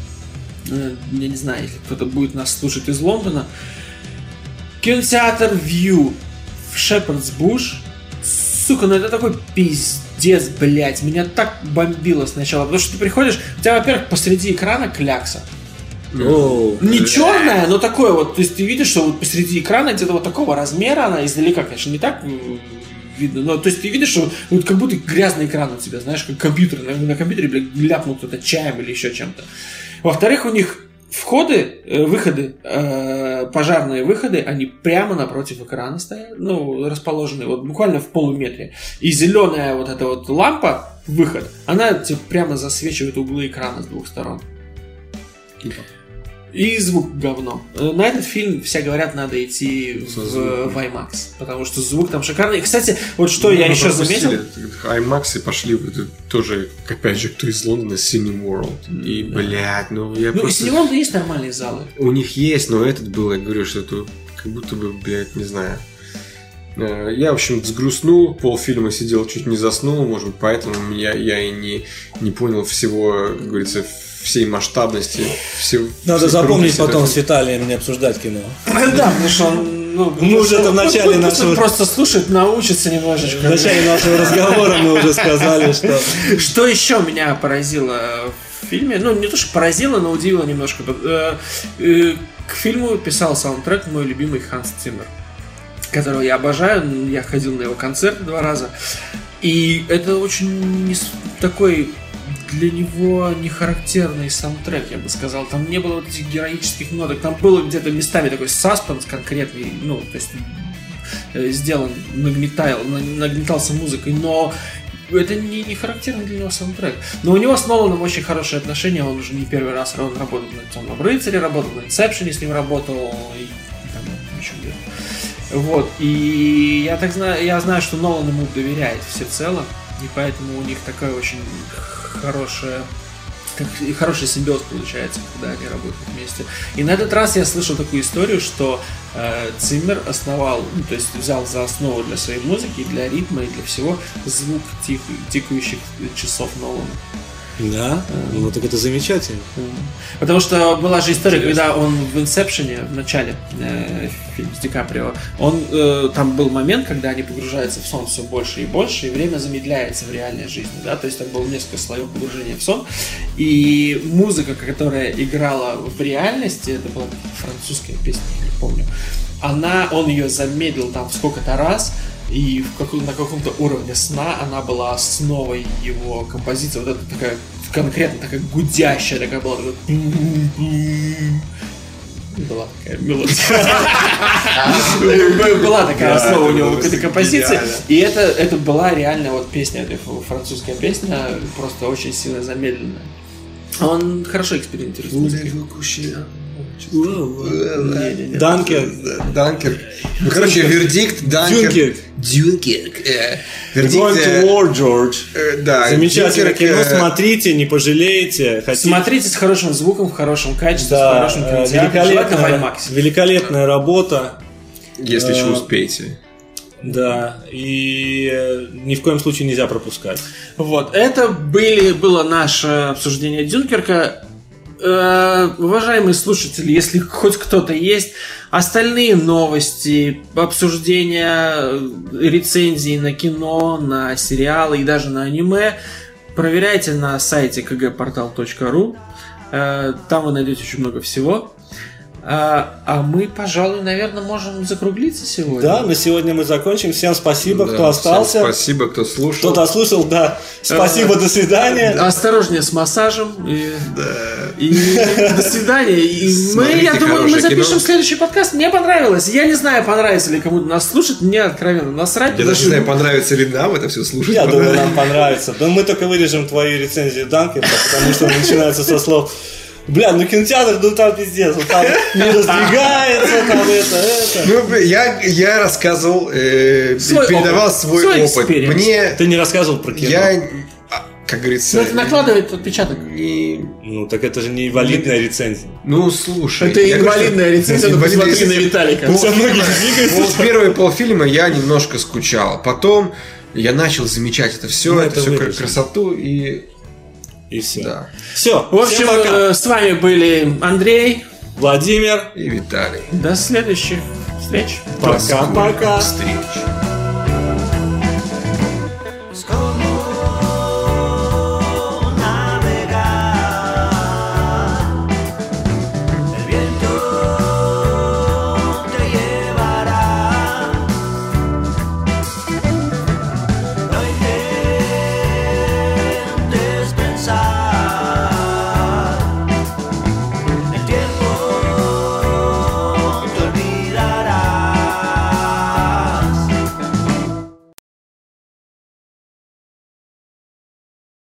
Speaker 4: э, я не знаю, если кто-то будет нас слушать из Лондона, кинотеатр View в Шепардс Буш. Сука, ну это такой пиздец, блядь. Меня так бомбило сначала. Потому что ты приходишь, у тебя, во-первых, посреди экрана клякса.
Speaker 3: Оу.
Speaker 4: Не черная, но такое вот. То есть ты видишь, что вот посреди экрана где-то вот такого размера, она издалека, конечно, не так м, видно, но то есть ты видишь, что вот как будто грязный экран у тебя, знаешь, как компьютер, на, на компьютере, блядь, ляпнул кто-то чаем или еще чем-то. Во-вторых, у них входы, э, выходы, э, пожарные выходы, они прямо напротив экрана стоят, ну, расположены вот буквально в полуметре. И зеленая вот эта вот лампа, выход, она тебе прямо засвечивает углы экрана с двух сторон. И звук говно. Э, На этот фильм все говорят, надо идти
Speaker 2: Со
Speaker 4: в,
Speaker 2: звуком.
Speaker 4: в IMAX, потому что звук там шикарный. И, кстати, вот что
Speaker 3: Ну,
Speaker 4: я
Speaker 2: Ну,
Speaker 4: еще заметил.
Speaker 2: Аймаксы пошли в эту- тоже, опять же, кто из Лондона, Cine World. И, блядь, ну я
Speaker 4: Ну, и
Speaker 2: просто...
Speaker 4: Синемонда есть нормальные залы.
Speaker 2: У них есть, но этот был, я говорю, что это как будто бы, блядь, не знаю. Э, Я, в общем, взгрустнул, полфильма сидел, чуть не заснул, может быть, поэтому я, я и не, не понял всего, как говорится, всей масштабности. всего-
Speaker 3: Надо
Speaker 2: всей
Speaker 3: запомнить
Speaker 2: крутости
Speaker 3: потом
Speaker 2: этого.
Speaker 3: с Виталием не обсуждать кино.
Speaker 4: Да, потому что он... ну,
Speaker 3: Мы уже это в начале
Speaker 4: он
Speaker 3: нашего-
Speaker 4: Просто слушает, научится немножечко.
Speaker 3: В начале нашего разговора мы уже сказали, что
Speaker 4: Что еще меня поразило в фильме? Ну, не то, что поразило, но удивило немножко. Э, э, К фильму писал саундтрек мой любимый Ханс Циммер, которого я обожаю. Я ходил на его концерт два раза. И это очень не с- такой для него не характерный саундтрек, я бы сказал. Там не было вот этих героических ноток. Там было где-то местами такой саспенс конкретный. Ну, то есть э, сделан, нагнетал, на- нагнетался музыкой, но это не, не характерный для него саундтрек. Но у него с Ноланом очень хорошие отношения, он уже не первый раз он работал на «Темном рыцаре», работал на «Инсепшене», с ним работал, и там еще где Вот, и я так знаю, я знаю, что Нолан ему доверяет всецело, и поэтому у них такая очень хорошая как и хороший симбиоз получается, когда они работают вместе. И на этот раз я слышал такую историю, что э, Циммер основал, ну, то есть взял за основу для своей музыки, и для ритма и для всего звук тих- тикающих часов Нолана.
Speaker 3: Да, ну так это замечательно.
Speaker 4: Потому что была же история, когда он в «Инсепшене», в начале э, фильма с Ди Каприо, он, э, там был момент, когда они погружаются в сон все больше и больше, и время замедляется в реальной жизни, да, то есть там было несколько слоев погружения в сон, и музыка, которая играла в реальности, это была французская песня, я не помню, она, он ее замедлил там сколько-то раз, и в каком- на каком-то уровне сна она была основой его композиции. Вот это такая конкретно такая гудящая такая была. такая пум-пум-пум. Была такая мелодия. Была такая
Speaker 2: Да,
Speaker 4: основа у
Speaker 2: это
Speaker 4: него
Speaker 2: было
Speaker 4: в этой
Speaker 2: просто
Speaker 4: композиции.
Speaker 2: гениально.
Speaker 4: И это, это была реально вот песня, это ф- французская песня, просто очень сильно замедленная. А Он хорошо экспериментирует. с музыкой. Э, Не-не-не.
Speaker 3: Данкер,
Speaker 2: Данкер. Ну, короче, вердикт Данкер.
Speaker 3: Дюнкерк.
Speaker 2: Дюнкерк. э,
Speaker 3: Going
Speaker 2: Вердикт.
Speaker 3: to
Speaker 2: э,
Speaker 3: War, Джордж.
Speaker 2: э, Да.
Speaker 3: Замечательное
Speaker 2: Дюнкерк,
Speaker 3: кино,
Speaker 2: э,
Speaker 3: смотрите, не пожалеете. Хотите-
Speaker 4: Смотрите с хорошим звуком, в хорошем качестве, в
Speaker 3: Да,
Speaker 4: хорошем
Speaker 3: э,
Speaker 4: кинотеатре, желательно в
Speaker 3: великолепная,
Speaker 4: IMAX.
Speaker 3: великолепная работа.
Speaker 2: Если
Speaker 3: Э,
Speaker 2: еще успеете.
Speaker 3: Да, и э, ни в коем случае нельзя пропускать.
Speaker 4: Вот, это были, было наше обсуждение Дюнкерка. Э, уважаемые слушатели, если хоть кто-то есть, остальные новости, обсуждения, э, рецензии на кино, на сериалы и даже на аниме проверяйте на сайте kgportal.ru. Э, там вы найдете очень много всего. А, а мы, пожалуй, наверное, можем закруглиться сегодня.
Speaker 3: Да, на сегодня мы закончим. Всем спасибо, А.
Speaker 2: Да,
Speaker 3: кто
Speaker 2: всем
Speaker 3: остался.
Speaker 2: Спасибо, кто слушал.
Speaker 3: Кто-то слушал, да. Спасибо, до свидания.
Speaker 4: Осторожнее с массажем. и-
Speaker 2: Да.
Speaker 4: И до свидания. И мы,
Speaker 2: Смотрите
Speaker 4: я думаю, мы
Speaker 2: хорошее
Speaker 4: запишем
Speaker 2: кино.
Speaker 4: следующий подкаст. Мне понравилось. Я не знаю, понравится ли кому-то нас слушать. Мне откровенно насрать.
Speaker 2: Я
Speaker 4: потому
Speaker 2: даже не
Speaker 4: что- ну,
Speaker 2: знаю, понравится ли нам это все слушать.
Speaker 3: Я думаю,
Speaker 2: понравится.
Speaker 3: нам понравится. Да мы только вырежем твою рецензию Данкерка, потому что она начинается со слов Бля, ну кинотеатр, ну там пиздец, вот там не раздвигается, там это, это.
Speaker 2: Ну, блин, я, я рассказывал, э,
Speaker 4: Свой
Speaker 2: передавал
Speaker 4: опыт.
Speaker 2: свой,
Speaker 4: Свой
Speaker 2: опыт.
Speaker 4: экспириенс.
Speaker 2: Мне,
Speaker 3: Ты не рассказывал про кино?
Speaker 2: я, а, как говорится...
Speaker 4: Ну, это накладывает отпечаток.
Speaker 2: не-
Speaker 3: Ну так это же не валидная рецензия.
Speaker 2: ну, слушай.
Speaker 4: Это
Speaker 2: я говорю,
Speaker 4: инвалидная рецензия, ну
Speaker 2: инвалидная
Speaker 4: посмотри на
Speaker 2: рецензия.
Speaker 4: Виталика.
Speaker 2: Пол-
Speaker 3: Все многие
Speaker 2: пол- первые полфильма я немножко скучал. Потом я начал замечать это все,
Speaker 3: Ну,
Speaker 2: это
Speaker 3: это
Speaker 2: все
Speaker 3: вырежем.
Speaker 2: красоту и...
Speaker 3: И все.
Speaker 2: Да.
Speaker 3: Все,
Speaker 4: В общем, э, с вами были Андрей.
Speaker 3: Владимир,
Speaker 2: И Виталий.
Speaker 4: До следующих встреч.
Speaker 2: До скорых
Speaker 3: пока-пока.
Speaker 2: Встреч.